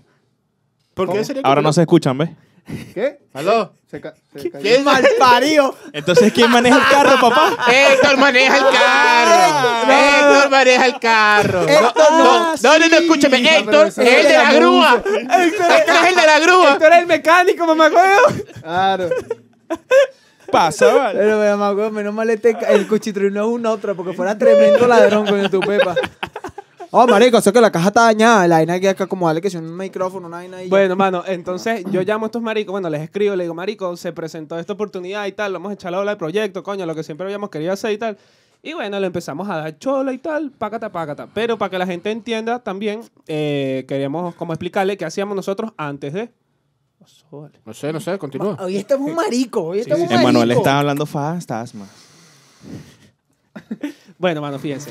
[SPEAKER 4] ¿Por qué sería
[SPEAKER 2] Ahora no se escuchan, ¿ves?
[SPEAKER 5] ¿Qué?
[SPEAKER 4] ¿Aló?
[SPEAKER 5] Se ca- se cayó.
[SPEAKER 4] ¿Quién
[SPEAKER 1] ¡Mal parido!
[SPEAKER 2] Entonces, ¿quién maneja el carro, papá?
[SPEAKER 4] Héctor maneja el carro.
[SPEAKER 1] No.
[SPEAKER 4] Héctor maneja el carro.
[SPEAKER 1] Héctor,
[SPEAKER 4] no, no, no, no, no, escúchame.
[SPEAKER 5] Ah,
[SPEAKER 4] Héctor
[SPEAKER 5] pero
[SPEAKER 4] es
[SPEAKER 5] eso
[SPEAKER 4] el
[SPEAKER 5] es
[SPEAKER 4] de
[SPEAKER 5] la
[SPEAKER 4] la grúa. Héctor es el de la grúa.
[SPEAKER 3] Tú eres el mecánico, mamá, coño.
[SPEAKER 5] Claro.
[SPEAKER 3] Pues
[SPEAKER 2] Pasa, vale.
[SPEAKER 1] Pero me llamaba, menos mal este, ca- el cuchitril no es un otro, porque fuera tremendo ladrón con tu pepa. Oh, marico, eso que la caja está dañada. La vaina que acá como dale que si un micrófono, una vaina ahí.
[SPEAKER 3] Bueno, mano, entonces yo llamo a estos maricos, bueno, les escribo, le digo, marico, se presentó esta oportunidad y tal, vamos a echar la ola del proyecto, coño, lo que siempre habíamos querido hacer y tal. Y bueno, le empezamos a dar chola y tal, pácata, pácata. Pero para que la gente entienda también, eh, queríamos como explicarle qué hacíamos nosotros antes de... Oso, vale.
[SPEAKER 4] No sé, no sé, continúa.
[SPEAKER 1] hoy estamos un marico, hoy estamos un
[SPEAKER 2] Emanuel
[SPEAKER 1] marico.
[SPEAKER 2] estaba hablando fantasma.
[SPEAKER 3] Bueno, mano, fíjense.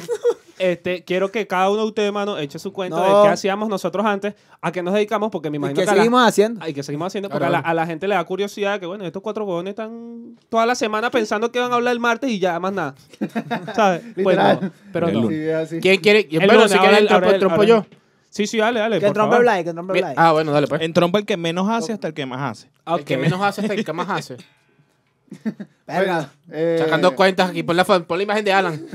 [SPEAKER 3] Este, quiero que cada uno de ustedes, mano, eche su cuenta
[SPEAKER 1] No.
[SPEAKER 3] de qué hacíamos nosotros antes, a qué nos dedicamos, porque me
[SPEAKER 1] ¿Y
[SPEAKER 3] imagino
[SPEAKER 1] qué
[SPEAKER 3] que a la-
[SPEAKER 1] seguimos haciendo?
[SPEAKER 3] Ay, que seguimos haciendo, porque
[SPEAKER 4] Claro,
[SPEAKER 3] a la,
[SPEAKER 4] claro.
[SPEAKER 3] a la gente le da curiosidad que, bueno, estos cuatro huevones están toda la semana pensando que van a hablar el martes y ya, más nada. ¿Sabes? Pues no,
[SPEAKER 5] Literal.
[SPEAKER 3] pero
[SPEAKER 2] El
[SPEAKER 3] no.
[SPEAKER 2] lunes.
[SPEAKER 5] Sí, es así.
[SPEAKER 4] ¿Quién quiere?
[SPEAKER 3] El
[SPEAKER 4] bueno,
[SPEAKER 3] lunes,
[SPEAKER 4] si
[SPEAKER 3] ahora
[SPEAKER 4] quiere
[SPEAKER 3] el-
[SPEAKER 4] el pues, trompo,
[SPEAKER 3] ahora el-
[SPEAKER 4] trompo
[SPEAKER 3] ahora
[SPEAKER 4] yo.
[SPEAKER 3] Sí, sí, dale, dale.
[SPEAKER 1] Que
[SPEAKER 3] por
[SPEAKER 1] Trump
[SPEAKER 3] favor.
[SPEAKER 1] habla, que Trump
[SPEAKER 2] Mi-
[SPEAKER 1] habla.
[SPEAKER 4] Ah, bueno, dale, pues.
[SPEAKER 2] En trompa el que menos hace hasta el que más hace.
[SPEAKER 4] El que menos hace hasta el que más hace.
[SPEAKER 1] Verga.
[SPEAKER 5] Eh,
[SPEAKER 4] Sacando cuentas aquí, por la, fa- pon la imagen de Alan.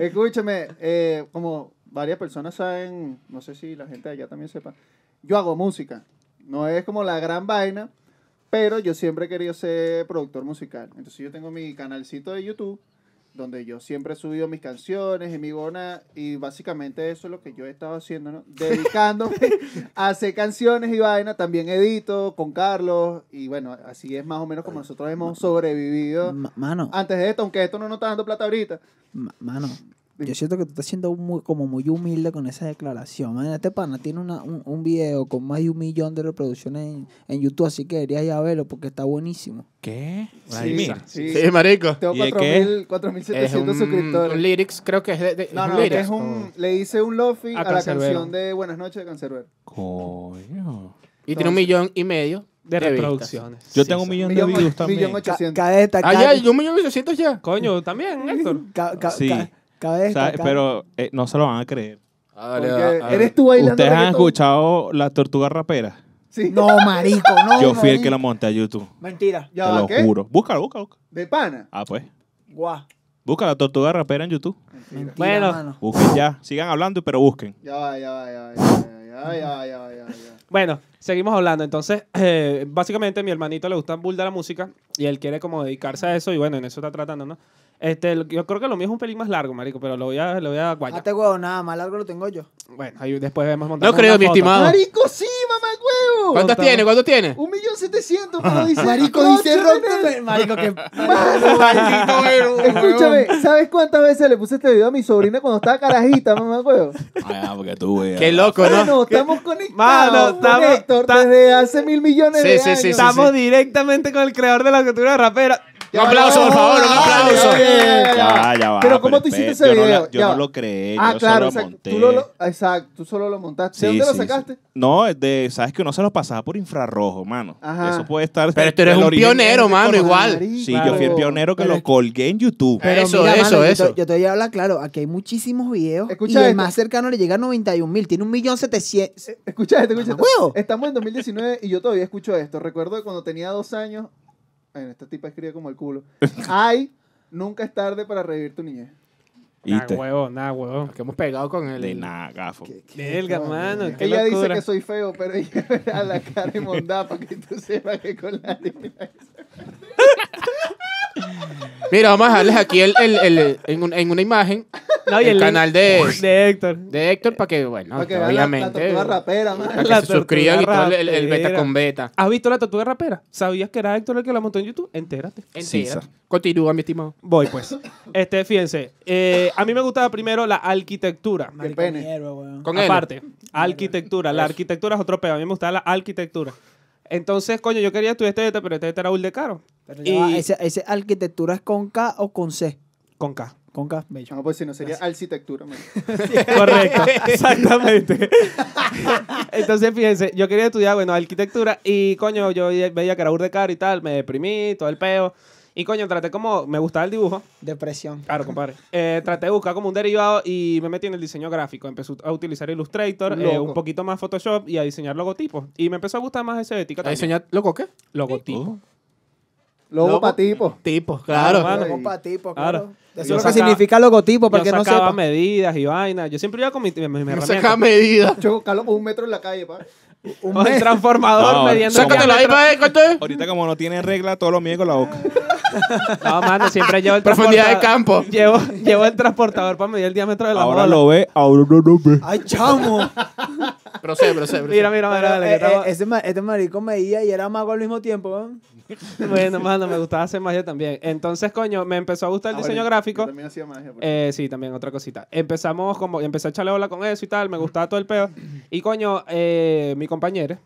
[SPEAKER 5] Escúchame, eh, como varias personas saben, no sé si la gente de allá también sepa, yo hago música. No es como la gran vaina, pero yo siempre he querido ser productor musical. Entonces yo tengo mi canalcito de YouTube, donde yo siempre he subido mis canciones y mi gona, y básicamente eso es lo que yo he estado haciendo, ¿no? Dedicándome a hacer canciones y vaina. También edito con Carlos, y bueno, así es más o menos como nosotros hemos sobrevivido.
[SPEAKER 1] Ma- Mano,
[SPEAKER 5] Antes de esto, aunque esto no nos está dando plata ahorita.
[SPEAKER 1] ma- mano. Yo siento que tú estás siendo muy, como muy humilde con esa declaración. Man, este pana tiene una- un, un video con más de un millón de reproducciones en, en YouTube, así que deberías ir a verlo porque está buenísimo.
[SPEAKER 2] ¿Qué?
[SPEAKER 5] Sí,
[SPEAKER 2] Vladimir.
[SPEAKER 5] sí.
[SPEAKER 4] marico.
[SPEAKER 5] Tengo
[SPEAKER 2] ¿Y de qué?
[SPEAKER 5] 4.000
[SPEAKER 4] Es
[SPEAKER 5] 4.700
[SPEAKER 4] un,
[SPEAKER 5] suscriptores.
[SPEAKER 4] un lyrics, creo que es de, de-
[SPEAKER 5] no,
[SPEAKER 4] un
[SPEAKER 5] no, que
[SPEAKER 4] lyrics.
[SPEAKER 5] es
[SPEAKER 2] Oh.
[SPEAKER 5] un, le hice un lofi
[SPEAKER 3] A
[SPEAKER 5] a, la
[SPEAKER 3] Canserbero.
[SPEAKER 5] canción de Buenas noches de Cancerbero.
[SPEAKER 2] Coño.
[SPEAKER 4] Y tiene un millón y medio
[SPEAKER 3] De
[SPEAKER 4] de reproducciones.
[SPEAKER 3] reproducciones.
[SPEAKER 2] Yo
[SPEAKER 3] Sí,
[SPEAKER 2] tengo
[SPEAKER 3] sí.
[SPEAKER 2] un millón,
[SPEAKER 5] Millón
[SPEAKER 2] de
[SPEAKER 5] och-
[SPEAKER 2] views también.
[SPEAKER 5] millón och-
[SPEAKER 1] Ca-
[SPEAKER 5] 800.
[SPEAKER 1] cabe destacar.
[SPEAKER 4] Ah, ya, y un millón ochocientos ya.
[SPEAKER 3] Coño, también, Héctor.
[SPEAKER 1] ca- ca-
[SPEAKER 2] Sí.
[SPEAKER 1] ca- cabe
[SPEAKER 2] O sea,
[SPEAKER 1] destacar.
[SPEAKER 2] Pero eh, no se lo van a creer.
[SPEAKER 5] Porque eres tú bailando.
[SPEAKER 2] ¿Ustedes han
[SPEAKER 5] reggaetón.
[SPEAKER 2] escuchado La Tortuga Rapera?
[SPEAKER 5] Sí.
[SPEAKER 1] No, marico, no.
[SPEAKER 2] Yo fui el
[SPEAKER 1] marico.
[SPEAKER 2] que la monté a YouTube.
[SPEAKER 1] Mentira.
[SPEAKER 5] ya
[SPEAKER 2] te
[SPEAKER 5] va,
[SPEAKER 2] lo
[SPEAKER 5] ¿qué?
[SPEAKER 2] juro. Búscalo, búscalo. búscalo.
[SPEAKER 5] De pana.
[SPEAKER 2] Ah, pues.
[SPEAKER 1] Guau.
[SPEAKER 2] Busca La Tortuga Rapera en YouTube.
[SPEAKER 1] Mentira,
[SPEAKER 3] Bueno.
[SPEAKER 1] mano.
[SPEAKER 2] Busquen ya. Sigan hablando, pero busquen.
[SPEAKER 5] Ya va, ya va, ya va, ya va, ya va, ya va, ya va, ya va, ya va.
[SPEAKER 3] Bueno, seguimos hablando. Entonces, eh, básicamente a mi hermanito le gusta burda la música y él quiere como dedicarse a eso y bueno, en eso está tratando, ¿no? Este, lo- yo creo que lo mío es un pelín más largo, marico, pero lo voy a, lo voy a guayar.
[SPEAKER 1] Ah, te huevo, nada, más largo lo tengo yo.
[SPEAKER 5] Ah.
[SPEAKER 3] Bueno, ahí después vemos
[SPEAKER 4] No creo, mi
[SPEAKER 2] Ah.
[SPEAKER 4] estimado.
[SPEAKER 5] Marico, sí, mamá huevo.
[SPEAKER 4] ¿Cuántas
[SPEAKER 3] Contamos.
[SPEAKER 4] tiene? ¿Cuántas tiene?
[SPEAKER 5] Un millón setecientos, pero dice.
[SPEAKER 1] Marico,
[SPEAKER 5] no,
[SPEAKER 1] dice
[SPEAKER 5] chale,
[SPEAKER 1] rock.
[SPEAKER 5] nene.
[SPEAKER 1] de- Marico, que.
[SPEAKER 5] Escúchame, ¿sabes cuántas veces le puse este video a mi sobrina cuando estaba carajita, mamá huevo?
[SPEAKER 2] Ah, porque tú, veas.
[SPEAKER 4] Qué loco, ¿no?
[SPEAKER 5] Mano, estamos conectados
[SPEAKER 3] Mano,
[SPEAKER 5] con
[SPEAKER 3] estamos-
[SPEAKER 5] Héctor
[SPEAKER 3] ta-
[SPEAKER 5] desde hace mil millones de
[SPEAKER 4] Sí,
[SPEAKER 5] años.
[SPEAKER 4] sí, sí, sí,
[SPEAKER 3] Estamos directamente con el creador de la cultura rapera. Ah,
[SPEAKER 4] Un aplauso, por favor, un aplauso.
[SPEAKER 2] Ya, ya va.
[SPEAKER 5] Pero ¿cómo tú
[SPEAKER 2] espera,
[SPEAKER 5] hiciste ese
[SPEAKER 2] Yo no, la-
[SPEAKER 5] video?
[SPEAKER 2] yo
[SPEAKER 5] Ya
[SPEAKER 2] no
[SPEAKER 5] va.
[SPEAKER 2] lo creé.
[SPEAKER 5] Ah,
[SPEAKER 2] yo
[SPEAKER 5] claro,
[SPEAKER 2] solo
[SPEAKER 5] exacto.
[SPEAKER 2] monté.
[SPEAKER 5] Tú, lo, lo- exacto. tú solo lo montaste. ¿De
[SPEAKER 2] Sí,
[SPEAKER 5] dónde
[SPEAKER 2] sí,
[SPEAKER 5] lo sacaste?
[SPEAKER 2] sí. No, es de, sabes que uno se los pasaba por infrarrojo, mano.
[SPEAKER 5] Ajá.
[SPEAKER 2] Eso puede estar.
[SPEAKER 4] Pero tú eres
[SPEAKER 2] el
[SPEAKER 4] un
[SPEAKER 2] origen-
[SPEAKER 4] pionero, mano, igual.
[SPEAKER 5] Marico.
[SPEAKER 2] Sí, yo fui el pionero que
[SPEAKER 1] Pero es-
[SPEAKER 2] lo colgué en YouTube.
[SPEAKER 1] Pero
[SPEAKER 4] Eso,
[SPEAKER 1] mira,
[SPEAKER 4] eso,
[SPEAKER 1] mano, yo
[SPEAKER 4] eso.
[SPEAKER 1] te- Yo te voy a hablar claro. Aquí hay muchísimos videos.
[SPEAKER 5] Escucha
[SPEAKER 1] y el
[SPEAKER 5] esto. Eh,
[SPEAKER 1] más cercano le llega a 91 mil. Tiene un millón setecientos.
[SPEAKER 5] Escucha esto,
[SPEAKER 4] Ah,
[SPEAKER 5] escucha esto.
[SPEAKER 1] Huevo.
[SPEAKER 5] Estamos en 2019 y yo todavía escucho esto. Recuerdo que cuando tenía dos años. Bueno, esta tipa escribe como el culo. Ay, nunca es tarde para revivir tu niñez.
[SPEAKER 3] Nah,
[SPEAKER 2] ¿Viste?
[SPEAKER 3] huevo, nah, huevo.
[SPEAKER 4] Que hemos pegado con el.
[SPEAKER 2] De nada, gafo.
[SPEAKER 3] Verga, mano, qué
[SPEAKER 5] ella dice
[SPEAKER 3] locura.
[SPEAKER 5] que soy feo, pero ella me da la cara de mondá para que tú sepas que con la niña.
[SPEAKER 4] Mira, vamos a dejarles aquí el, el- el- en, un- en una imagen
[SPEAKER 3] No, y
[SPEAKER 4] el, canal de,
[SPEAKER 3] de Héctor.
[SPEAKER 4] de Héctor para que, bueno,
[SPEAKER 5] Para que vean la, la
[SPEAKER 4] obviamente.
[SPEAKER 5] tortuga rapera,
[SPEAKER 4] para
[SPEAKER 5] mano.
[SPEAKER 4] que
[SPEAKER 3] La
[SPEAKER 4] se suscriban y
[SPEAKER 3] tortuga
[SPEAKER 4] todo el, el beta
[SPEAKER 3] rapera.
[SPEAKER 4] con beta.
[SPEAKER 3] ¿Has visto la tortuga rapera? ¿Sabías que era Héctor el que la montó en YouTube? Entérate.
[SPEAKER 2] Sí,
[SPEAKER 4] Entera.
[SPEAKER 2] sa.
[SPEAKER 4] Continúa, mi estimado.
[SPEAKER 3] Voy, pues. Este, fíjense. eh, a mí me gustaba primero la arquitectura.
[SPEAKER 5] De pene.
[SPEAKER 4] Con él.
[SPEAKER 3] Aparte, arquitectura. La arquitectura es otro pedo. A mí me gustaba la arquitectura. Entonces, coño, yo quería estudiar este, pero este era bull de caro. Y-
[SPEAKER 1] ese, ese arquitectura es con K o con C.
[SPEAKER 3] Con K.
[SPEAKER 1] Con K, bello.
[SPEAKER 5] No, pues si no sería arquitectura, mano.
[SPEAKER 3] Correcto, exactamente. Entonces, fíjense, yo quería estudiar, bueno, arquitectura y, coño, yo veía que era burda de caro y tal, me deprimí, todo el peo. Y, coño, traté como, me gustaba el dibujo,
[SPEAKER 1] Depresión.
[SPEAKER 3] claro, compadre. Eh, traté de buscar como un derivado y me metí en el diseño gráfico. Empecé a utilizar Illustrator, eh,
[SPEAKER 5] Loco.
[SPEAKER 3] un poquito más Photoshop y a diseñar logotipos. Y me empezó a gustar más ese ética
[SPEAKER 4] ¿A
[SPEAKER 3] también.
[SPEAKER 4] diseñar loco qué?
[SPEAKER 3] Logotipo.
[SPEAKER 5] Lobo
[SPEAKER 4] Lobo.
[SPEAKER 5] pa' tipo.
[SPEAKER 4] Tipos, claro.
[SPEAKER 3] Claro,
[SPEAKER 5] mano.
[SPEAKER 1] tipo,
[SPEAKER 3] Claro.
[SPEAKER 1] Eso
[SPEAKER 3] Yo
[SPEAKER 1] es lo que
[SPEAKER 3] sacaba-
[SPEAKER 1] significa logotipo, para
[SPEAKER 3] Yo
[SPEAKER 1] que no
[SPEAKER 3] sacaba
[SPEAKER 1] sepa.
[SPEAKER 3] medidas y vainas. Yo siempre iba con mi, mi, mi herramienta.
[SPEAKER 4] Saca medida.
[SPEAKER 5] Choco, Carlos, un metro en la calle, pa.
[SPEAKER 1] Un
[SPEAKER 3] O el
[SPEAKER 1] mes.
[SPEAKER 3] transformador
[SPEAKER 2] No,
[SPEAKER 3] mediendo
[SPEAKER 4] Sácatelo ahí
[SPEAKER 3] diámetro.
[SPEAKER 4] para ver cuánto es.
[SPEAKER 2] Ahorita, como no tiene regla, todo lo mío con la boca.
[SPEAKER 3] No, mano, siempre llevo el
[SPEAKER 4] Profundidad de
[SPEAKER 3] transportador.
[SPEAKER 4] campo.
[SPEAKER 3] Llevo, llevo el transportador para medir el diámetro de la
[SPEAKER 2] Ahora
[SPEAKER 3] bola.
[SPEAKER 2] lo ve, ahora no lo ve.
[SPEAKER 1] Ay, chamo.
[SPEAKER 4] Procede, procede.
[SPEAKER 3] Mira, mira, mira,
[SPEAKER 1] Pero,
[SPEAKER 3] dale,
[SPEAKER 1] eh,
[SPEAKER 3] que estaba-
[SPEAKER 1] eh, ese ma- este marico medía y era mago al mismo tiempo, ¿eh?
[SPEAKER 3] Bueno, mano, me gustaba hacer magia también. Entonces, coño, me empezó a gustar el
[SPEAKER 5] Ah,
[SPEAKER 3] diseño
[SPEAKER 5] bueno, yo
[SPEAKER 3] gráfico.
[SPEAKER 5] También hacía magia. pues. por-
[SPEAKER 3] Eh, sí, también otra cosita. Empezamos como, empecé a echarle bola con eso y tal, me gustaba todo el pedo. Y coño, eh, mi compañero,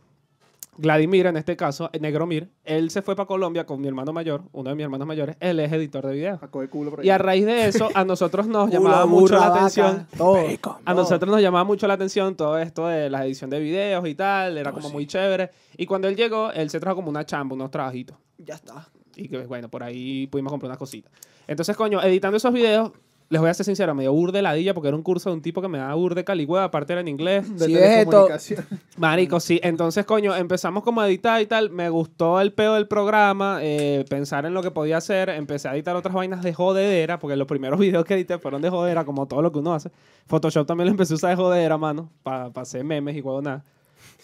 [SPEAKER 3] Vladimir en este caso, eh, Negromir, él se fue para Colombia con mi hermano mayor, uno de mis hermanos mayores, él es editor de video.
[SPEAKER 5] A coger culo por ahí.
[SPEAKER 3] Y a raíz de eso, a nosotros nos llamaba
[SPEAKER 1] Culo,
[SPEAKER 3] mucho
[SPEAKER 1] burra,
[SPEAKER 3] la
[SPEAKER 1] vaca,
[SPEAKER 3] atención
[SPEAKER 1] Todo.
[SPEAKER 3] A nosotros nos llamaba mucho la atención todo esto de la edición de videos y tal, era como muy chévere. Y cuando él llegó, él se trajo como una chamba, unos trabajitos.
[SPEAKER 1] Ya está.
[SPEAKER 3] Y que, bueno, por ahí pudimos comprar unas cositas. Entonces, coño, editando esos videos, les voy a ser sincero, me dio burde ladilla porque era un curso de un tipo que me daba burde caligüe, aparte era en inglés.
[SPEAKER 5] de
[SPEAKER 1] Si ves esto-
[SPEAKER 5] telecomunicación.
[SPEAKER 3] Marico, sí. Entonces, coño, empezamos como a editar y tal. Me gustó el pedo del programa, eh, pensar en lo que podía hacer. Empecé a editar otras vainas de jodedera, porque los primeros videos que edité fueron de jodedera, como todo lo que uno hace. Photoshop también lo empecé a usar de jodedera, mano, para hacer memes y nada.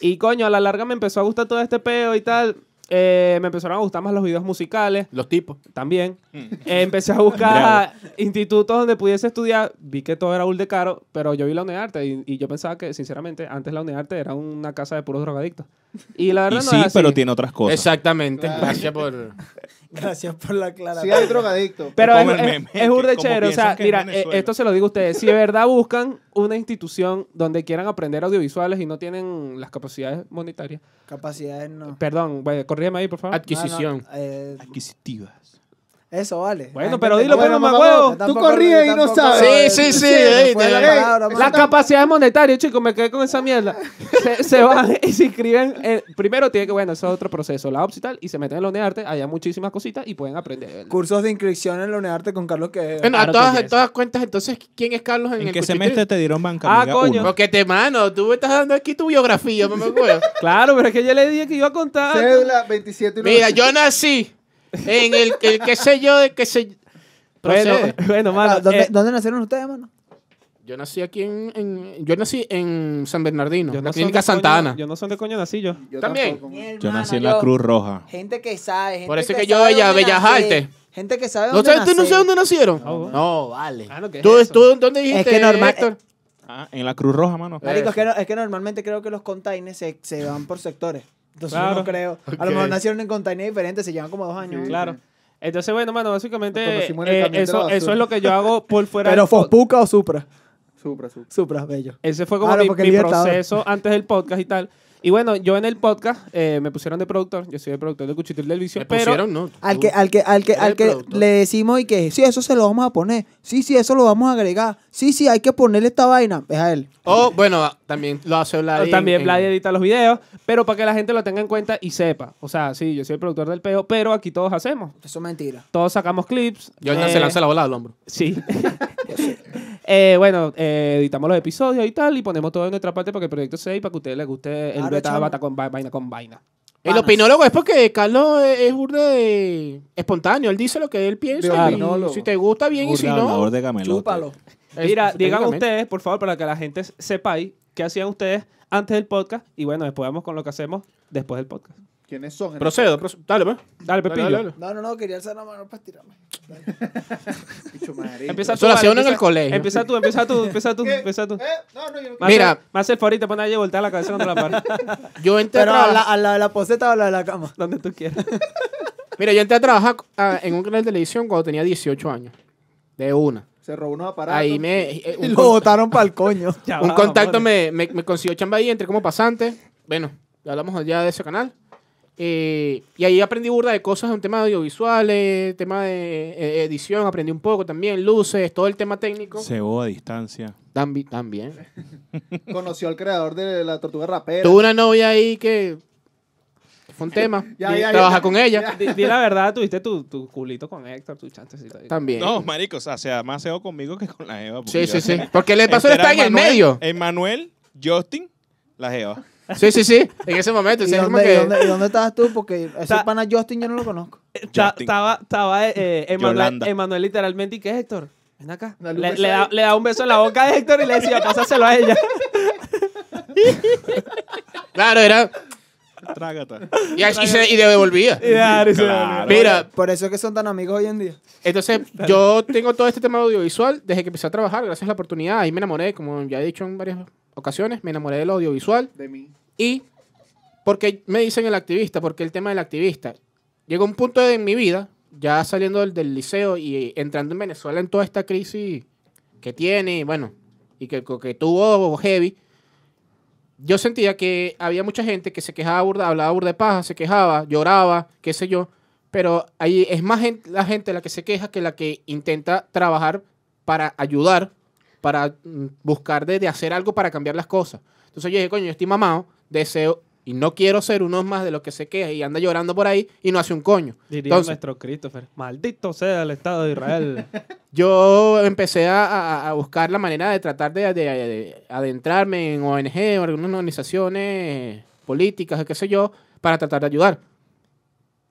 [SPEAKER 3] Y coño, a la larga me empezó a gustar todo este pedo y tal. Eh, me empezaron a gustar más los videos musicales
[SPEAKER 4] Los tipos.
[SPEAKER 3] también. Eh, empecé a buscar institutos donde pudiese estudiar. Vi que todo era de caro, pero yo vi la UNEARTE y, y yo pensaba que, sinceramente, antes la UNEARTE era una casa de puros drogadictos. Y la verdad
[SPEAKER 2] Y
[SPEAKER 3] no
[SPEAKER 2] sí,
[SPEAKER 3] era así.
[SPEAKER 2] pero tiene otras cosas.
[SPEAKER 4] Exactamente.
[SPEAKER 5] Claro.
[SPEAKER 4] Gracias por.
[SPEAKER 1] Gracias por la aclaración.
[SPEAKER 5] Si hay drogadicto.
[SPEAKER 3] Pero
[SPEAKER 2] Como
[SPEAKER 3] es,
[SPEAKER 2] el
[SPEAKER 3] es-
[SPEAKER 2] meme,
[SPEAKER 3] es burda de
[SPEAKER 2] como
[SPEAKER 3] chévere. O
[SPEAKER 2] piensan
[SPEAKER 3] sea,
[SPEAKER 2] que es
[SPEAKER 3] mira, eh,
[SPEAKER 2] Venezuela.
[SPEAKER 3] esto se lo digo a ustedes. Si de verdad buscan una institución donde quieran aprender audiovisuales y no tienen las capacidades monetarias.
[SPEAKER 1] Capacidades no.
[SPEAKER 3] Perdón, güey, corrígeme ahí, por favor.
[SPEAKER 4] Adquisición.
[SPEAKER 1] No, no, eh,
[SPEAKER 2] Adquisitivas.
[SPEAKER 1] eso vale.
[SPEAKER 3] Bueno,
[SPEAKER 1] La gente
[SPEAKER 3] pero
[SPEAKER 1] no-
[SPEAKER 3] dilo,
[SPEAKER 1] Bueno,
[SPEAKER 3] pues,
[SPEAKER 1] mamá,
[SPEAKER 3] mamá,
[SPEAKER 1] huevo,
[SPEAKER 3] tú
[SPEAKER 1] tampoco-
[SPEAKER 5] corrías y no
[SPEAKER 1] tampoco-
[SPEAKER 5] sabes.
[SPEAKER 4] Sí, sí, sí,
[SPEAKER 1] me fue
[SPEAKER 4] ey,
[SPEAKER 1] pues, la
[SPEAKER 4] te-
[SPEAKER 1] palabra, mamá.
[SPEAKER 3] La capacidad monetaria, chicos, me quedé con esa mierda. Se, se van y se inscriben. eh, primero tiene que, bueno, eso es otro proceso, la OPS y tal, y se meten en la UNEARTE, hay muchísimas cositas y pueden aprender.
[SPEAKER 1] Cursos de inscripción en la UNEARTE con Carlos que
[SPEAKER 4] Bueno, a
[SPEAKER 3] Claro,
[SPEAKER 4] todas,
[SPEAKER 3] coño.
[SPEAKER 4] a todas cuentas, entonces, ¿quién es Carlos en,
[SPEAKER 2] ¿En
[SPEAKER 4] el
[SPEAKER 2] qué
[SPEAKER 4] cuchitril?
[SPEAKER 2] semestre te dieron banca?
[SPEAKER 3] Ah,
[SPEAKER 2] amiga?
[SPEAKER 3] coño.
[SPEAKER 2] Uno.
[SPEAKER 4] Porque te mano, tú me estás dando aquí tu biografía, me acuerdo.
[SPEAKER 3] Claro, pero es que yo le dije que iba a contar.
[SPEAKER 5] Cédula 27 y
[SPEAKER 4] Mira, yo nací en el, el qué sé yo de qué sé.
[SPEAKER 3] bueno,
[SPEAKER 4] Procede.
[SPEAKER 3] bueno, mano.
[SPEAKER 1] Ah, ¿Dónde,
[SPEAKER 3] eh,
[SPEAKER 1] dónde nacieron ustedes, mano?
[SPEAKER 4] Yo nací aquí en, en- Yo nací en San Bernardino,
[SPEAKER 3] yo
[SPEAKER 4] la
[SPEAKER 3] no son
[SPEAKER 4] clínica
[SPEAKER 3] de
[SPEAKER 4] Santa
[SPEAKER 3] coño-
[SPEAKER 4] Ana.
[SPEAKER 3] Yo no son de coño nací yo.
[SPEAKER 5] Yo
[SPEAKER 4] También.
[SPEAKER 5] tampoco.
[SPEAKER 2] Yo nací en la Cruz Roja.
[SPEAKER 1] Gente que sabe. Gente
[SPEAKER 4] Por eso es que yo bella-
[SPEAKER 1] dónde
[SPEAKER 4] bellas
[SPEAKER 1] nací,
[SPEAKER 4] artes.
[SPEAKER 1] Gente que sabe.
[SPEAKER 4] ¿No
[SPEAKER 1] dónde
[SPEAKER 4] sabes tú no
[SPEAKER 1] nací.
[SPEAKER 4] sabes dónde nacieron?
[SPEAKER 3] No,
[SPEAKER 4] No, vale.
[SPEAKER 3] Ah, no, ¿qué es eh,
[SPEAKER 4] ¿Tú,
[SPEAKER 3] eso?
[SPEAKER 4] tú dónde dijiste?
[SPEAKER 1] que normal-
[SPEAKER 4] Héctor?
[SPEAKER 2] Ah, en la Cruz Roja, mano.
[SPEAKER 1] Marico, es que, no- es que normalmente creo que los containers se, se van por sectores. Entonces
[SPEAKER 3] Claro.
[SPEAKER 1] yo no creo. A
[SPEAKER 4] Ok.
[SPEAKER 1] lo mejor nacieron en containers diferentes, se llevan como dos años.
[SPEAKER 3] Claro. Entonces, bueno, mano,
[SPEAKER 5] Nos
[SPEAKER 3] básicamente
[SPEAKER 5] conocimos en el
[SPEAKER 3] eh,
[SPEAKER 5] camión de la
[SPEAKER 3] eso,
[SPEAKER 5] basura.
[SPEAKER 3] eso es lo que yo hago por fuera
[SPEAKER 1] Pero
[SPEAKER 3] del pod-
[SPEAKER 1] Fospuca o Supra.
[SPEAKER 5] Supra, supra.
[SPEAKER 1] Supra, bello.
[SPEAKER 3] Ese fue como
[SPEAKER 1] Claro,
[SPEAKER 3] mi,
[SPEAKER 1] porque
[SPEAKER 3] mi
[SPEAKER 1] el libertador.
[SPEAKER 3] proceso antes del podcast y tal. Y bueno, yo en el podcast eh, me pusieron de productor. Yo soy el productor de Cuchitril del Vicio.
[SPEAKER 4] Me
[SPEAKER 3] pero
[SPEAKER 4] pusieron, no.
[SPEAKER 1] Al
[SPEAKER 4] tú.
[SPEAKER 1] que, al que, al que,
[SPEAKER 4] Eres
[SPEAKER 1] al
[SPEAKER 4] el
[SPEAKER 1] que
[SPEAKER 4] productor.
[SPEAKER 1] le decimos y que sí, eso se lo vamos a poner. Sí, sí, eso lo vamos a agregar. Sí, sí, hay que ponerle esta vaina. Es a él.
[SPEAKER 4] O, Oh, bueno, ah, también lo hace Vlad. en-
[SPEAKER 3] Oh, También
[SPEAKER 4] en-
[SPEAKER 3] Vlad edita los videos, pero para que la gente lo tenga en cuenta y sepa. O sea, sí, yo soy el productor del peo, pero aquí todos hacemos.
[SPEAKER 1] Eso es mentira.
[SPEAKER 3] Todos sacamos clips.
[SPEAKER 4] Yo ahorita
[SPEAKER 3] eh,
[SPEAKER 4] se lanza la bola al hombro.
[SPEAKER 3] Sí. Eh, bueno, eh, editamos los episodios y tal, y ponemos todo de nuestra parte para que el proyecto sea y para que a ustedes les guste el
[SPEAKER 1] Claro,
[SPEAKER 3] beta
[SPEAKER 1] chamo.
[SPEAKER 3] bata con va- vaina con vaina.
[SPEAKER 4] El
[SPEAKER 1] Panas.
[SPEAKER 4] opinólogo es porque Carlos es es burda de espontáneo. Él dice lo que él
[SPEAKER 5] De
[SPEAKER 4] piensa. y
[SPEAKER 5] opinólogo.
[SPEAKER 4] si te gusta bien y si
[SPEAKER 2] Burda
[SPEAKER 4] no.
[SPEAKER 2] hablador de camelote.
[SPEAKER 1] Chúpalo.
[SPEAKER 4] es-
[SPEAKER 3] Mira, digan
[SPEAKER 4] técnicamente.
[SPEAKER 3] ustedes, por favor, para que la gente sepáis qué hacían ustedes antes del podcast y bueno, después vamos con lo que hacemos después del podcast.
[SPEAKER 5] ¿Quiénes son?
[SPEAKER 4] Procedo, procedo. Dale, pues.
[SPEAKER 3] Dale,
[SPEAKER 4] Dale,
[SPEAKER 3] Pepillo.
[SPEAKER 4] dale, dale.
[SPEAKER 1] No, no, no, quería alzar la mano para estirarme.
[SPEAKER 5] Bicho, este? marico.
[SPEAKER 3] Empieza
[SPEAKER 4] Eso
[SPEAKER 3] tú,
[SPEAKER 4] lo
[SPEAKER 3] vale,
[SPEAKER 4] hacía uno en el
[SPEAKER 3] empieza-
[SPEAKER 4] colegio.
[SPEAKER 3] Empieza tú, empieza tú, empieza tú,
[SPEAKER 5] ¿Qué?
[SPEAKER 3] empieza tú.
[SPEAKER 5] Eh, No, no, yo no
[SPEAKER 3] Me
[SPEAKER 4] Mira.
[SPEAKER 3] hace- me hace el favorito, pon allí y voltea la cabeza contra la pared.
[SPEAKER 4] Yo entré a
[SPEAKER 1] Pero a
[SPEAKER 4] trabajar-
[SPEAKER 1] la, a la de la poseta o a la de la cama.
[SPEAKER 3] Donde tú quieras.
[SPEAKER 4] Mira, yo entré a trabajar ah, en un canal de televisión cuando tenía 18 años. De una.
[SPEAKER 5] Se robó unos aparatos.
[SPEAKER 4] Ahí me. eh,
[SPEAKER 1] Y
[SPEAKER 4] Un,
[SPEAKER 1] lo
[SPEAKER 4] con-
[SPEAKER 1] botaron para el coño.
[SPEAKER 3] Ya
[SPEAKER 4] un
[SPEAKER 3] va,
[SPEAKER 4] contacto
[SPEAKER 3] vale.
[SPEAKER 4] me, me, me consiguió chamba ahí, entré como pasante. Bueno, ya hablamos ya de ese canal. Eh, y ahí aprendí burda de cosas, un tema de audiovisuales, tema de eh, edición, aprendí un poco también, luces, todo el tema técnico.
[SPEAKER 2] Se boda a distancia.
[SPEAKER 4] Tambi- También.
[SPEAKER 5] Conoció al creador de la tortuga rapera.
[SPEAKER 4] Tuve una novia ahí que que fue un tema.
[SPEAKER 5] Ya, ya,
[SPEAKER 4] Trabaja
[SPEAKER 5] ya.
[SPEAKER 4] con ella.
[SPEAKER 3] Di, di la verdad, tuviste tu, tu culito con Héctor, tu chancecito. ahí.
[SPEAKER 4] También.
[SPEAKER 2] No, marico, o sea, se amaseo conmigo que con la Eva.
[SPEAKER 4] sí, sí, sí. Porque el paso está en el medio.
[SPEAKER 2] Emanuel, Justin, la Eva.
[SPEAKER 4] Sí, sí, sí. En ese momento.
[SPEAKER 1] ¿Y
[SPEAKER 4] sí, es como
[SPEAKER 1] dónde,
[SPEAKER 4] que-
[SPEAKER 1] y dónde- y dónde estabas tú? Porque ese
[SPEAKER 3] Ta-
[SPEAKER 1] pana Justin yo no lo conozco.
[SPEAKER 3] Eh, Ta-
[SPEAKER 2] Justin.
[SPEAKER 3] Estaba estaba, eh, Emanuel,
[SPEAKER 2] Yolanda.
[SPEAKER 3] Emanuel literalmente y que Héctor, ven acá.
[SPEAKER 5] Dale
[SPEAKER 3] Le,
[SPEAKER 5] un beso
[SPEAKER 3] le da,
[SPEAKER 5] ahí.
[SPEAKER 3] le da un beso en la boca a Héctor y le decía, pásaselo a ella.
[SPEAKER 4] Claro, era.
[SPEAKER 2] Trágata.
[SPEAKER 4] Y, así se- y le devolvía.
[SPEAKER 3] Y ya, y se
[SPEAKER 2] Claro.
[SPEAKER 3] volvió.
[SPEAKER 4] Mira,
[SPEAKER 1] Por eso es que son tan amigos hoy en día.
[SPEAKER 4] entonces yo tengo todo este tema audiovisual desde que empecé a trabajar, gracias a la oportunidad. Ahí me enamoré, como ya he dicho en varias ocasiones, me enamoré del audiovisual.
[SPEAKER 5] De mí.
[SPEAKER 4] Y porque me dicen el activista, porque el tema del activista. Llegó un punto en mi vida, ya saliendo del, del liceo y entrando en Venezuela en toda esta crisis que tiene, y bueno, y que, que tuvo heavy, yo sentía que había mucha gente que se quejaba burda, hablaba burda de paja, se quejaba, lloraba, qué sé yo, pero ahí es más gen- la gente la que se queja que la que intenta trabajar para ayudar, para mm, buscar de, de hacer algo para cambiar las cosas. Entonces yo dije, coño, yo estoy mamado, deseo Y no quiero ser uno más de los que se queja y anda llorando por ahí y no hace un coño.
[SPEAKER 3] Diría
[SPEAKER 4] Entonces-
[SPEAKER 3] nuestro Christopher. Maldito sea el Estado de Israel.
[SPEAKER 4] Yo empecé a- a, a buscar la manera de tratar de, de- de adentrarme en ONG, o algunas organizaciones políticas, o qué sé yo, para tratar de ayudar.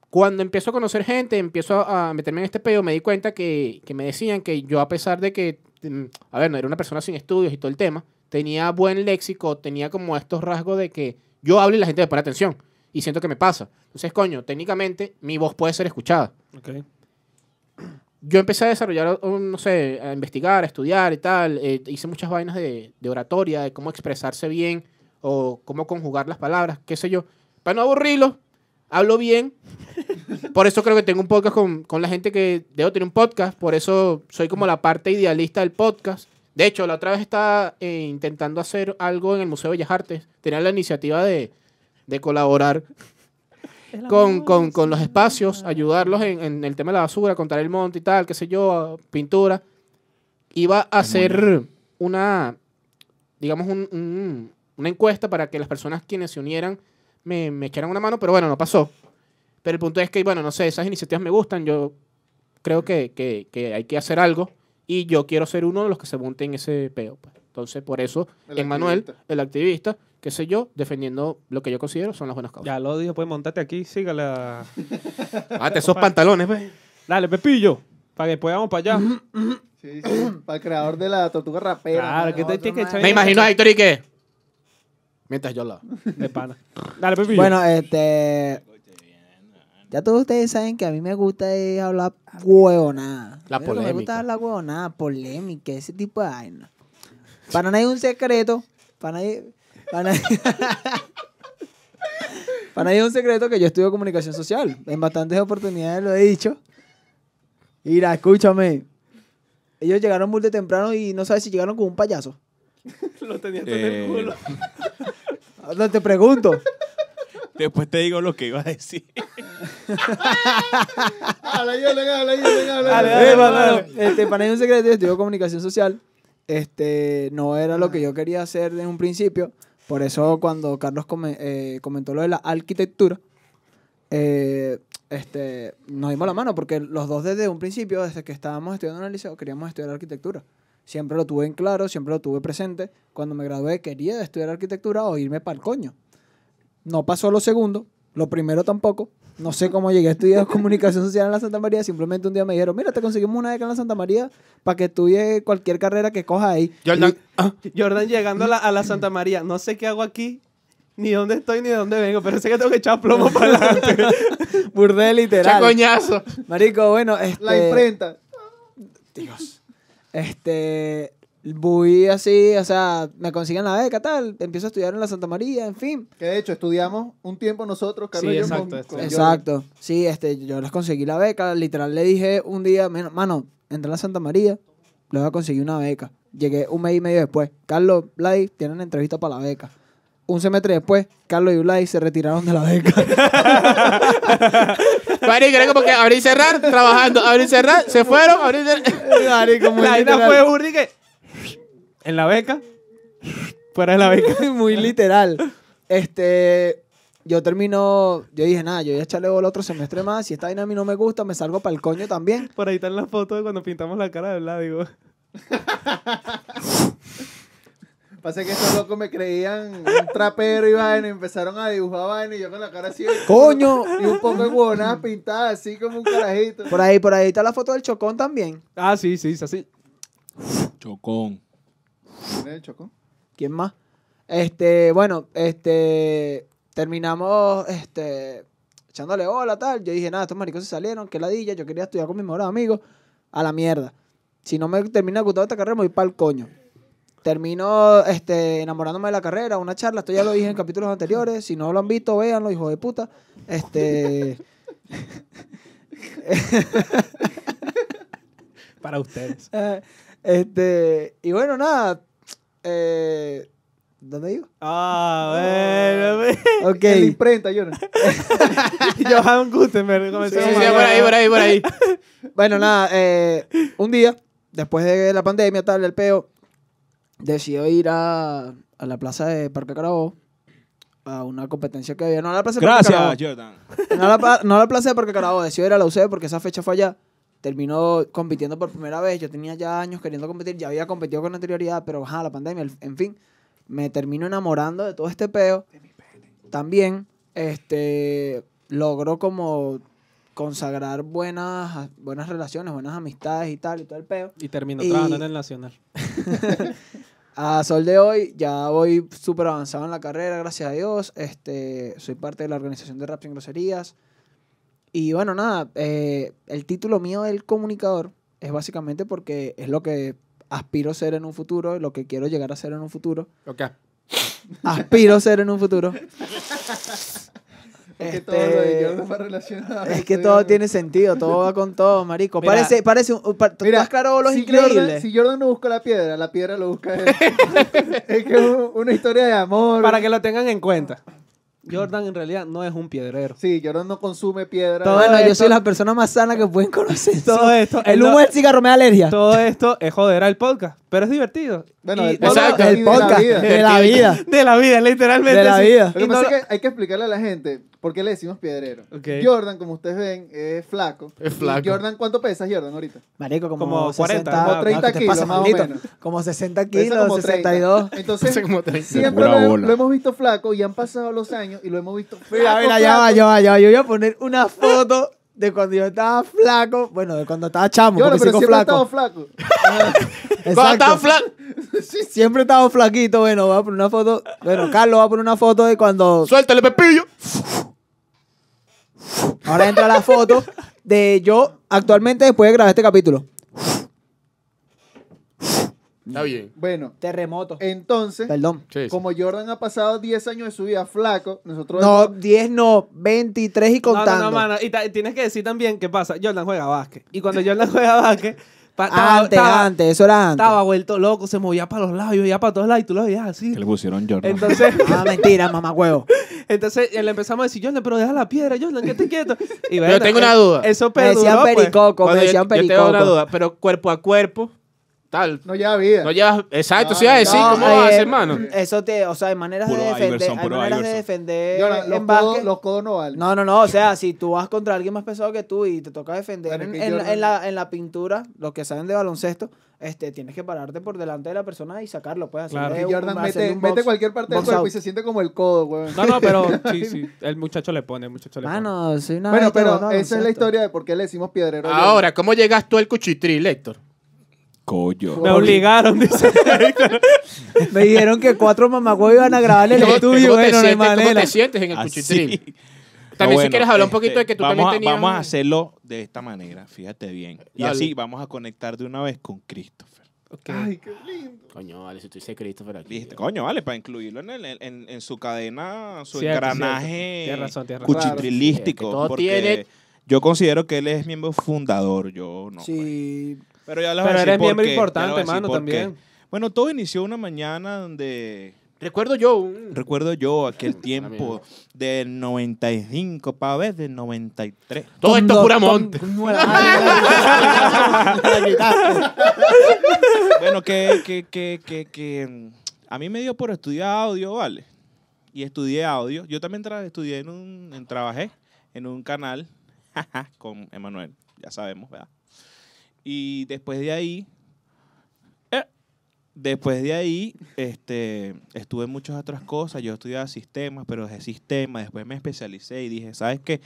[SPEAKER 4] Cuando empiezo a conocer gente, empiezo a, a meterme en este pedo, me di cuenta que, que me decían que yo, a pesar de que, mm, a ver, no era una persona sin estudios y todo el tema, tenía buen léxico, tenía como estos rasgos de que yo hablo y la gente me pone atención. Y siento que me pasa. Entonces, coño, técnicamente mi voz puede ser escuchada
[SPEAKER 3] Ok.
[SPEAKER 4] yo empecé a desarrollar, un- no sé, a investigar, a estudiar y tal. eh, hice muchas vainas de, de oratoria, de cómo expresarse bien o cómo conjugar las palabras, qué sé yo. Para no aburrirlo, hablo bien. Por eso creo que tengo un podcast con, con la gente que debo tener un podcast. Por eso soy como la parte idealista del podcast. De hecho, la otra vez estaba eh, intentando hacer algo en el Museo de Bellas Artes. Tenía la iniciativa de, de colaborar con, con- con los espacios, ayudarlos en, en el tema de la basura, contar el monte y tal, qué sé yo, pintura. Iba a hacer una, digamos, un- un- una encuesta para que las personas quienes se unieran me, me echaran una mano, pero bueno, no pasó. Pero el punto es que, bueno, no sé, esas iniciativas me gustan, yo creo que, que- que hay que hacer algo y yo quiero ser uno de los que se monte en ese peo. pues. Entonces, por eso,
[SPEAKER 5] El
[SPEAKER 4] Emmanuel,
[SPEAKER 5] activista.
[SPEAKER 4] el activista, qué sé yo, defendiendo lo que yo considero son las buenas causas.
[SPEAKER 3] Ya lo dijo, pues montate aquí, sígala.
[SPEAKER 4] Mate Ah, esos pantalones, pues.
[SPEAKER 3] Dale, Pepillo, para que podamos para allá.
[SPEAKER 5] Sí, sí. Para el creador de la tortuga rapera.
[SPEAKER 3] Claro,
[SPEAKER 5] ¿no?
[SPEAKER 3] que te
[SPEAKER 1] otro
[SPEAKER 3] tienes que
[SPEAKER 1] más.
[SPEAKER 3] echar
[SPEAKER 4] Me imagino a Héctor y qué. Mientras yo hablaba.
[SPEAKER 3] de pana. Dale, Pepillo.
[SPEAKER 1] Bueno, este. Ya todos ustedes saben que a mí me gusta es hablar huevonada.
[SPEAKER 4] La
[SPEAKER 1] A mí lo que Me
[SPEAKER 4] polémica.
[SPEAKER 1] gusta es hablar huevonada, polémica, ese tipo de vaina. Para nadie es un secreto. Para nadie. Para nadie, para nadie es un secreto que yo estudio comunicación social. En bastantes oportunidades lo he dicho. Mira, escúchame. Ellos llegaron muy de temprano y no sabes si llegaron con un payaso.
[SPEAKER 2] Eh,
[SPEAKER 1] No te pregunto.
[SPEAKER 2] después te digo lo que iba a decir.
[SPEAKER 5] Habla yo, le habla yo, le habla yo.
[SPEAKER 1] Eh, bueno, Este, para mí es un secreto, yo estudio comunicación social. Este, no era lo que yo quería hacer en un principio. Por eso cuando Carlos come- eh, comentó lo de la arquitectura, eh, este, nos dimos la mano porque los dos desde un principio, desde que estábamos estudiando en el liceo, queríamos estudiar arquitectura. Siempre lo tuve en claro, siempre lo tuve presente. Cuando me gradué quería estudiar arquitectura o irme para el coño. No pasó lo segundo, lo primero tampoco. No sé cómo llegué a estudiar comunicación social en la Santa María. Simplemente un día me dijeron, mira, te conseguimos una beca en la Santa María para que estudie cualquier carrera que cojas ahí.
[SPEAKER 4] Jordan,
[SPEAKER 3] Jordan llegando a la, a la Santa María. No sé qué hago aquí, ni dónde estoy, ni de dónde vengo, pero sé que tengo que echar plomo para adelante.
[SPEAKER 1] Burdel
[SPEAKER 4] ¡Qué
[SPEAKER 1] literal.
[SPEAKER 4] coñazo!
[SPEAKER 1] Marico, bueno, este...
[SPEAKER 5] La imprenta.
[SPEAKER 1] Este, voy así, o sea, me consiguen la beca, tal, empiezo a estudiar en la Santa María, en fin.
[SPEAKER 5] Que de hecho estudiamos un tiempo nosotros, Carlos
[SPEAKER 3] Sí,
[SPEAKER 5] y yo,
[SPEAKER 3] exacto,
[SPEAKER 5] con-
[SPEAKER 3] exacto.
[SPEAKER 5] con Jordan.
[SPEAKER 1] Exacto. Sí, este, yo les conseguí la beca, literal le dije un día, "Mira, mano, entré a la Santa María, le voy a conseguir una beca. Llegué un mes y medio después. Carlos, Blay, tienen entrevista para la beca. Un semestre después, Carlos y Blay se retiraron de la beca.
[SPEAKER 4] Marico, era como que abrir y cerrar, trabajando, abrir y cerrar, se fueron, abrir y cerrar.
[SPEAKER 1] Marico, muy
[SPEAKER 3] La vaina
[SPEAKER 1] literal.
[SPEAKER 3] fue burda y que... En la beca. Fuera de la beca.
[SPEAKER 1] muy literal. Este, yo termino, yo dije, nada, yo voy a echarle bola otro semestre más. Si esta vaina a mí no me gusta, me salgo para el coño también.
[SPEAKER 3] Por ahí están las fotos de cuando pintamos la cara de Vladigo.
[SPEAKER 5] Pasa que estos locos me creían un trapero y vaina, y empezaron a dibujar vaina y yo con la cara así.
[SPEAKER 1] ¡Coño!
[SPEAKER 5] Y un poco de huevonadas pintadas, así como un carajito.
[SPEAKER 1] Por ahí, por ahí está la foto del Chocón también.
[SPEAKER 3] Ah, sí, sí, es así.
[SPEAKER 2] Chocón.
[SPEAKER 5] Mira, chocó.
[SPEAKER 1] ¿Quién más? Este, bueno, este, terminamos, este, echándole bola, tal. Yo dije, nada, estos maricos se salieron, que ladilla, yo quería estudiar con mis mejores amigos, a la mierda. Si no me termina gustando esta carrera, me voy para el coño. Termino, este, enamorándome de la carrera, una charla, esto ya lo dije en capítulos anteriores, si no lo han visto, véanlo, hijos de puta. Este,
[SPEAKER 3] Para ustedes.
[SPEAKER 1] eh, este, y bueno, nada, eh, ¿dónde iba?
[SPEAKER 3] Ah, bueno.
[SPEAKER 1] Ok.
[SPEAKER 5] En la imprenta, Jordan.
[SPEAKER 3] Johan Gutenberg.
[SPEAKER 4] Sí,
[SPEAKER 3] comenzó
[SPEAKER 4] sí,
[SPEAKER 3] a
[SPEAKER 4] por
[SPEAKER 3] mandar-
[SPEAKER 4] ahí, por ahí, por ahí.
[SPEAKER 1] Bueno, nada, eh, un día, después de la pandemia, tal, el peo, decidió ir a, a la plaza de Parque Carabobo a una competencia que había. No a la plaza de Parque
[SPEAKER 2] Gracias,
[SPEAKER 1] Carabobo.
[SPEAKER 2] Jordan.
[SPEAKER 1] No a la, pa- no a la plaza de Parque Carabobo. Decidió ir a la UCB porque esa fecha fue allá. Terminó compitiendo por primera vez. Yo tenía ya años queriendo competir. Ya había competido con anterioridad, pero ajá, la pandemia, el- en fin. Me termino enamorando de todo este peo. También, este, logró como consagrar buenas, buenas relaciones, buenas amistades y tal, y todo el peo.
[SPEAKER 3] Y terminó
[SPEAKER 1] Y-
[SPEAKER 3] trabajando en el Nacional.
[SPEAKER 1] A sol de hoy ya voy súper avanzado en la carrera, gracias a Dios. Este, soy parte de la organización de Rap Sin Groserías. Y bueno, nada, eh, el título mío del comunicador es básicamente porque es lo que aspiro ser en un futuro, lo que quiero llegar a ser en un futuro.
[SPEAKER 4] Ok.
[SPEAKER 1] Aspiro ser en un futuro.
[SPEAKER 5] Es que
[SPEAKER 1] Este,
[SPEAKER 5] todo lo de Jordan va relacionado.
[SPEAKER 1] es que todo tiene sentido, todo va con todo, marico.
[SPEAKER 3] Mira.
[SPEAKER 1] parece, parece un, pa- ¿tú
[SPEAKER 5] Mira,
[SPEAKER 1] has claro los
[SPEAKER 5] si
[SPEAKER 1] increíbles?
[SPEAKER 5] Jordan, si Jordan no busca la piedra, la piedra lo busca él. es que es un- una historia de amor.
[SPEAKER 3] Para que lo tengan en cuenta. Jordan en realidad no es un piedrero.
[SPEAKER 5] Sí, Jordan no consume piedra.
[SPEAKER 1] Todo bueno, yo
[SPEAKER 5] esto-
[SPEAKER 1] soy la persona más sana que pueden conocer.
[SPEAKER 3] Todo
[SPEAKER 1] Sí.
[SPEAKER 3] esto-
[SPEAKER 1] El
[SPEAKER 3] no-
[SPEAKER 1] humo del cigarro me da alergia.
[SPEAKER 3] Todo esto es joder al podcast, pero es divertido.
[SPEAKER 5] Bueno,
[SPEAKER 3] Y-
[SPEAKER 5] del podcast
[SPEAKER 4] Exacto.
[SPEAKER 5] y
[SPEAKER 1] el
[SPEAKER 5] de la
[SPEAKER 1] podcast
[SPEAKER 5] vida.
[SPEAKER 1] de la vida.
[SPEAKER 3] De la vida, literalmente.
[SPEAKER 1] De la
[SPEAKER 3] sí.
[SPEAKER 1] vida.
[SPEAKER 5] Lo
[SPEAKER 3] Y
[SPEAKER 5] que
[SPEAKER 3] no
[SPEAKER 5] pasa
[SPEAKER 3] lo-
[SPEAKER 5] es que hay que explicarle a la gente por qué le decimos piedrero.
[SPEAKER 3] Ok.
[SPEAKER 5] Jordan, como ustedes ven, es flaco.
[SPEAKER 4] Es
[SPEAKER 5] Y
[SPEAKER 4] flaco.
[SPEAKER 5] Jordan, ¿cuánto pesas, Jordan, ahorita?
[SPEAKER 1] Marico, como,
[SPEAKER 3] Como 40,
[SPEAKER 1] 60,
[SPEAKER 3] como
[SPEAKER 5] 30
[SPEAKER 1] ¿qué te pasa,
[SPEAKER 5] kilos, más o
[SPEAKER 1] maldito?
[SPEAKER 5] menos.
[SPEAKER 1] Como 60
[SPEAKER 5] Pesa
[SPEAKER 1] kilos,
[SPEAKER 5] como 30.
[SPEAKER 1] 62.
[SPEAKER 5] Entonces,
[SPEAKER 4] como 30.
[SPEAKER 5] siempre
[SPEAKER 2] Pura
[SPEAKER 5] lo,
[SPEAKER 2] bola.
[SPEAKER 5] lo hemos visto flaco y han pasado los años y lo hemos visto flaco.
[SPEAKER 1] Mira, mira, ya
[SPEAKER 5] flaco.
[SPEAKER 1] va, ya va, ya va. Yo voy a poner una foto de cuando yo estaba flaco. Bueno, de cuando estaba chamo,
[SPEAKER 5] Jordan,
[SPEAKER 1] porque sigo
[SPEAKER 5] pero siempre he estado
[SPEAKER 1] flaco.
[SPEAKER 5] flaco.
[SPEAKER 4] Cuando
[SPEAKER 1] Exacto.
[SPEAKER 4] estaba flaco.
[SPEAKER 1] Siempre he estado flaquito. Bueno, voy a poner una foto. Bueno, Carlos va a poner una foto de cuando
[SPEAKER 4] Suéltale, Pepillo.
[SPEAKER 1] Ahora entra la foto de yo actualmente después de grabar este capítulo.
[SPEAKER 4] Está bien.
[SPEAKER 5] Bueno,
[SPEAKER 1] Terremoto.
[SPEAKER 5] entonces,
[SPEAKER 1] Perdón.
[SPEAKER 4] Sí, sí.
[SPEAKER 5] como Jordan ha pasado 10 años de su vida flaco, nosotros
[SPEAKER 1] No, 10 no, 23 y
[SPEAKER 3] No, no,
[SPEAKER 1] contando.
[SPEAKER 3] No, mano. Y ta- tienes que decir también qué pasa. Jordan juega básquet. Y cuando Jordan juega básquet, pa- estaba-
[SPEAKER 1] Antes,
[SPEAKER 3] estaba-
[SPEAKER 1] antes, eso era antes.
[SPEAKER 3] estaba vuelto loco, se movía para los lados, y veía para todos lados y tú lo veías así.
[SPEAKER 2] Que le pusieron Jordan.
[SPEAKER 3] Entonces,
[SPEAKER 1] Ah, mentira, mamá huevo.
[SPEAKER 3] entonces eh, le empezamos a decir, Jordan, pero deja la piedra, Jordan, quédate quieto. Y bueno,
[SPEAKER 4] tengo una
[SPEAKER 3] eh,
[SPEAKER 4] duda.
[SPEAKER 3] Eso
[SPEAKER 1] Me
[SPEAKER 3] perduró,
[SPEAKER 1] decían
[SPEAKER 3] pues.
[SPEAKER 1] pericoco,
[SPEAKER 4] Cuando
[SPEAKER 1] me
[SPEAKER 4] yo-
[SPEAKER 1] decían
[SPEAKER 4] yo, tengo una
[SPEAKER 1] pericoco.
[SPEAKER 4] duda, pero cuerpo a cuerpo, tal.
[SPEAKER 5] no lleva vida.
[SPEAKER 4] No llevas. Exacto,
[SPEAKER 5] No,
[SPEAKER 4] sí, iba a decir,
[SPEAKER 5] no,
[SPEAKER 4] ¿cómo vas a
[SPEAKER 1] eh,
[SPEAKER 4] hacer, hermano?
[SPEAKER 1] Eso te, o sea, hay maneras
[SPEAKER 2] Puro
[SPEAKER 1] de defender,
[SPEAKER 2] Iverson,
[SPEAKER 1] hay
[SPEAKER 2] puro
[SPEAKER 1] maneras de
[SPEAKER 2] Iverson.
[SPEAKER 1] defender
[SPEAKER 5] Jordan, los,
[SPEAKER 1] en básquet.
[SPEAKER 5] codos, los codos no valen.
[SPEAKER 1] No, no, no, o sea, si tú vas contra alguien más pesado que tú y te toca defender
[SPEAKER 5] Bueno,
[SPEAKER 1] en,
[SPEAKER 5] que
[SPEAKER 1] en la-
[SPEAKER 5] Jordan-
[SPEAKER 1] en la, en la pintura, los que saben de baloncesto, este, tienes que pararte por delante de la persona y sacarlo, puedes
[SPEAKER 3] Claro.
[SPEAKER 1] hacerle un-
[SPEAKER 5] Y Jordan
[SPEAKER 1] eh, hacerle
[SPEAKER 5] mete,
[SPEAKER 1] un
[SPEAKER 5] mete
[SPEAKER 1] box.
[SPEAKER 5] cualquier parte del
[SPEAKER 1] box
[SPEAKER 5] cuerpo
[SPEAKER 1] out.
[SPEAKER 5] y se siente como el codo, weón.
[SPEAKER 3] No, no, pero sí, sí. El muchacho le pone, el muchacho le pone.
[SPEAKER 1] Mano,
[SPEAKER 4] pues.
[SPEAKER 1] soy una
[SPEAKER 5] Bueno,
[SPEAKER 1] bestia
[SPEAKER 5] pero
[SPEAKER 1] jugando
[SPEAKER 5] esa es la
[SPEAKER 1] baloncesto.
[SPEAKER 5] historia de por qué le decimos piedrero. a Jordan.
[SPEAKER 4] Ahora, ¿cómo llegas tú al cuchitril, Héctor?
[SPEAKER 2] Coño.
[SPEAKER 3] Me obligaron, dice.
[SPEAKER 1] Me dijeron que cuatro mamagüeyos iban a grabar en el
[SPEAKER 4] ¿Cómo-
[SPEAKER 1] estudio,
[SPEAKER 4] cómo te
[SPEAKER 1] bueno, no hay
[SPEAKER 4] sientes- ¿Cómo
[SPEAKER 1] manera.
[SPEAKER 4] te sientes en el
[SPEAKER 2] Así.
[SPEAKER 4] cuchitril?
[SPEAKER 2] Ah, No,
[SPEAKER 4] También si
[SPEAKER 2] bueno,
[SPEAKER 4] quieres hablar un
[SPEAKER 2] este,
[SPEAKER 4] poquito de que tú
[SPEAKER 2] vamos
[SPEAKER 4] también
[SPEAKER 2] a-
[SPEAKER 4] tenías...
[SPEAKER 2] Vamos a hacerlo de esta manera, fíjate bien. Y
[SPEAKER 4] Dale.
[SPEAKER 2] así vamos a conectar de una vez con Christopher.
[SPEAKER 5] Ay, qué lindo.
[SPEAKER 4] Coño, vale, si tú dices Christopher aquí.
[SPEAKER 2] Dijiste, coño, vale, para incluirlo en, el- en- en su cadena, su
[SPEAKER 3] Cierto,
[SPEAKER 2] engranaje
[SPEAKER 3] cierto. Tienes razón, tienes razón.
[SPEAKER 2] cuchitrilístico.
[SPEAKER 4] Claro, sí, es que todo
[SPEAKER 2] porque
[SPEAKER 4] tiene-
[SPEAKER 2] yo considero que él es miembro fundador, yo no. pues.
[SPEAKER 1] Sí,
[SPEAKER 2] Pero ya les voy a
[SPEAKER 3] Pero
[SPEAKER 2] decir
[SPEAKER 3] eres
[SPEAKER 2] por
[SPEAKER 3] miembro
[SPEAKER 2] qué, ya les voy a
[SPEAKER 3] importante,
[SPEAKER 2] decir
[SPEAKER 3] mano,
[SPEAKER 2] por qué.
[SPEAKER 3] también.
[SPEAKER 2] Bueno, todo inició una mañana donde
[SPEAKER 4] Recuerdo yo un...
[SPEAKER 2] recuerdo yo aquel
[SPEAKER 4] mierda.
[SPEAKER 2] tiempo del 95 para ver del 93.
[SPEAKER 4] Todo esto es
[SPEAKER 1] Con-
[SPEAKER 4] pura
[SPEAKER 1] con-
[SPEAKER 4] monte.
[SPEAKER 1] con- Ay,
[SPEAKER 2] Bueno, que, que, que, que, que, mm, a mí me dio por estudiar audio, ¿vale? Y estudié audio. Yo también tra- estudié en un, en- trabajé en un canal con Emanuel, ya sabemos, ¿verdad? Y después de ahí, eh, después de ahí, este, estuve en muchas otras cosas. Yo estudiaba sistemas, pero dejé sistemas. Después me especialicé y dije, ¿sabes qué?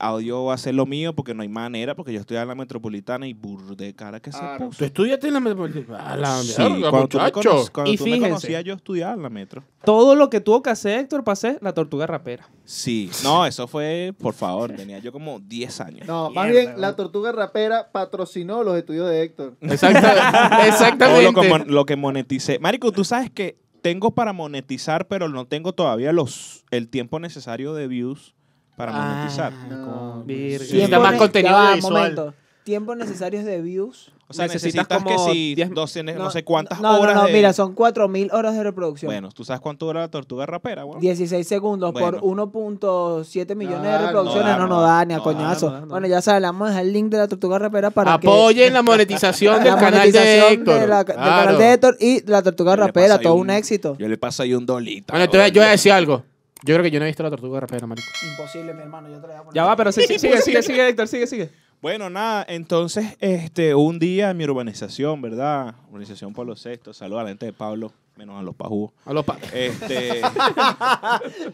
[SPEAKER 2] Audio va a ser lo mío porque no hay manera, porque yo estudiaba en la metropolitana y burde cara que se
[SPEAKER 5] Claro.
[SPEAKER 2] puso.
[SPEAKER 4] Tú estudiaste en la... A Ah, la
[SPEAKER 2] Sí,
[SPEAKER 4] mierda,
[SPEAKER 2] cuando tú me,
[SPEAKER 4] muchacho.
[SPEAKER 2] conoc- cuando
[SPEAKER 3] Y
[SPEAKER 2] tú me
[SPEAKER 3] fíjense.
[SPEAKER 2] conocías, yo estudiaba en la metro.
[SPEAKER 3] Todo lo que tuvo que hacer Héctor pasé la tortuga rapera.
[SPEAKER 2] Sí. No, eso fue, por favor, tenía yo como 10 años.
[SPEAKER 5] No, más bien, la tortuga rapera patrocinó los estudios de Héctor.
[SPEAKER 4] Exacta-
[SPEAKER 2] Todo lo que,
[SPEAKER 4] Exactamente.
[SPEAKER 2] mon- lo que moneticé. Marico, tú sabes que tengo para monetizar, pero no tengo todavía los el tiempo necesario de views para monetizar.
[SPEAKER 5] No.
[SPEAKER 3] Virga.
[SPEAKER 4] Sí, Necesitas más
[SPEAKER 1] ne-
[SPEAKER 4] contenido
[SPEAKER 1] ya va,
[SPEAKER 4] visual.
[SPEAKER 1] momento. Tiempos necesarios de views.
[SPEAKER 2] O sea,
[SPEAKER 3] necesitas
[SPEAKER 2] necesitas,
[SPEAKER 3] como
[SPEAKER 2] que si
[SPEAKER 3] 10
[SPEAKER 2] 12, no, sé cuántas
[SPEAKER 1] no, no,
[SPEAKER 2] horas
[SPEAKER 1] No,
[SPEAKER 2] de-
[SPEAKER 1] mira, son 4.000 horas de reproducción.
[SPEAKER 2] Bueno, ¿tú sabes cuánto dura la tortuga rapera? Bueno,
[SPEAKER 1] 16 segundos
[SPEAKER 2] Bueno.
[SPEAKER 1] por 1.7 millones
[SPEAKER 5] No
[SPEAKER 1] de
[SPEAKER 5] da,
[SPEAKER 1] reproducciones.
[SPEAKER 2] no
[SPEAKER 1] No,
[SPEAKER 2] da,
[SPEAKER 1] no,
[SPEAKER 2] no
[SPEAKER 1] da, ni a
[SPEAKER 2] no da,
[SPEAKER 1] coñazo.
[SPEAKER 3] no da, no da.
[SPEAKER 1] Bueno, ya sabes, le vamos a dejar el link de la tortuga rapera para que.
[SPEAKER 4] Apoyen la monetización del
[SPEAKER 1] la
[SPEAKER 4] canal de
[SPEAKER 1] monetización
[SPEAKER 4] Héctor.
[SPEAKER 1] de la- del
[SPEAKER 4] Claro.
[SPEAKER 1] canal de Héctor y la tortuga
[SPEAKER 2] yo le paso
[SPEAKER 1] rapera,
[SPEAKER 2] ahí
[SPEAKER 1] todo un éxito.
[SPEAKER 2] Yo le paso ahí un dolita.
[SPEAKER 4] Bueno, entonces yo voy a decir algo. Yo creo que yo no he visto la tortuga rapera, marico.
[SPEAKER 1] Imposible, mi hermano. Yo te la voy a poner.
[SPEAKER 3] Ya va, pero sí, sí, sigue, sigue, sigue, Héctor, sigue, sigue.
[SPEAKER 2] Bueno, nada, entonces, este, un día en mi urbanización, ¿verdad? Urbanización Pablo VI, saludos a la gente de Pablo, menos a los pajugos.
[SPEAKER 4] A los pa-
[SPEAKER 2] Este,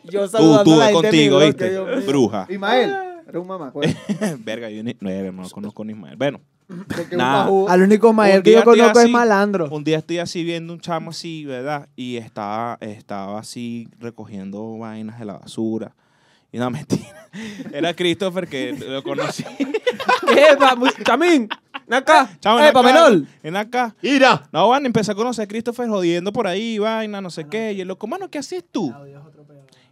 [SPEAKER 1] Yo
[SPEAKER 2] tú,
[SPEAKER 1] saludando
[SPEAKER 2] tú,
[SPEAKER 1] a la gente de mi
[SPEAKER 2] contigo,
[SPEAKER 1] bloque,
[SPEAKER 2] ¿viste?
[SPEAKER 1] Dios mío.
[SPEAKER 2] Bruja.
[SPEAKER 5] Ismael, eres un mamá. güey.
[SPEAKER 2] Verga, yo ni- no, no conozco ni Ismael. Bueno,
[SPEAKER 5] Porque
[SPEAKER 2] Nah.
[SPEAKER 5] un bajú-
[SPEAKER 1] Al único Mael
[SPEAKER 2] Un
[SPEAKER 1] que
[SPEAKER 2] día
[SPEAKER 1] yo conozco
[SPEAKER 2] estoy
[SPEAKER 1] es
[SPEAKER 2] así,
[SPEAKER 1] malandro.
[SPEAKER 2] Un día estoy así viendo un chamo así, ¿verdad? Y estaba, estaba así recogiendo vainas de la basura. Y no, mentira. Era Christopher que lo conocí.
[SPEAKER 1] ¡Eh,
[SPEAKER 3] Epa, mu- Chamín, ven acá. Eh,
[SPEAKER 2] Chamo, en
[SPEAKER 1] ¡Epa,
[SPEAKER 2] acá,
[SPEAKER 1] menor!
[SPEAKER 2] En acá.
[SPEAKER 4] ¡Ira!
[SPEAKER 2] No, van, empecé a conocer a Christopher jodiendo por ahí, vaina, no sé qué. Y el loco, mano, ¿qué haces tú?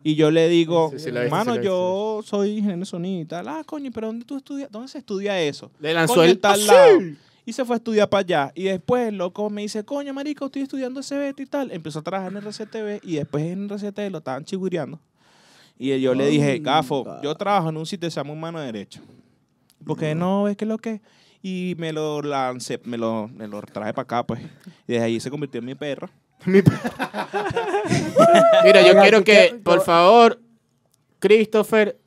[SPEAKER 2] Y yo le digo,
[SPEAKER 4] Sí, sí, la vi, sí,
[SPEAKER 2] mano,
[SPEAKER 4] la vi,
[SPEAKER 2] yo soy ingeniero de sonido y tal. Ah, coño, pero ¿dónde tú estudias? ¿Dónde se estudia eso?
[SPEAKER 4] Le lanzó
[SPEAKER 2] Coño,
[SPEAKER 4] el-
[SPEAKER 2] en tal
[SPEAKER 4] ¡Ah,
[SPEAKER 2] lado.
[SPEAKER 4] sí!
[SPEAKER 2] Y se fue a estudiar para allá. Y después el loco me dice, coño, marico, estoy estudiando ese y tal. Empezó a trabajar en RCTV y después en RCTV lo estaban chigureando. Y yo le dije, gafo, yo trabajo en un sitio que se llama Humano Derecho. Porque no, ves que lo que... Y me lo lancé, me lo, me lo traje para acá, pues. Y desde ahí se convirtió en mi perro.
[SPEAKER 4] Mira, yo
[SPEAKER 1] Oiga,
[SPEAKER 4] quiero
[SPEAKER 1] tú
[SPEAKER 4] que,
[SPEAKER 1] quieres-
[SPEAKER 4] por
[SPEAKER 1] yo-
[SPEAKER 4] favor, Christopher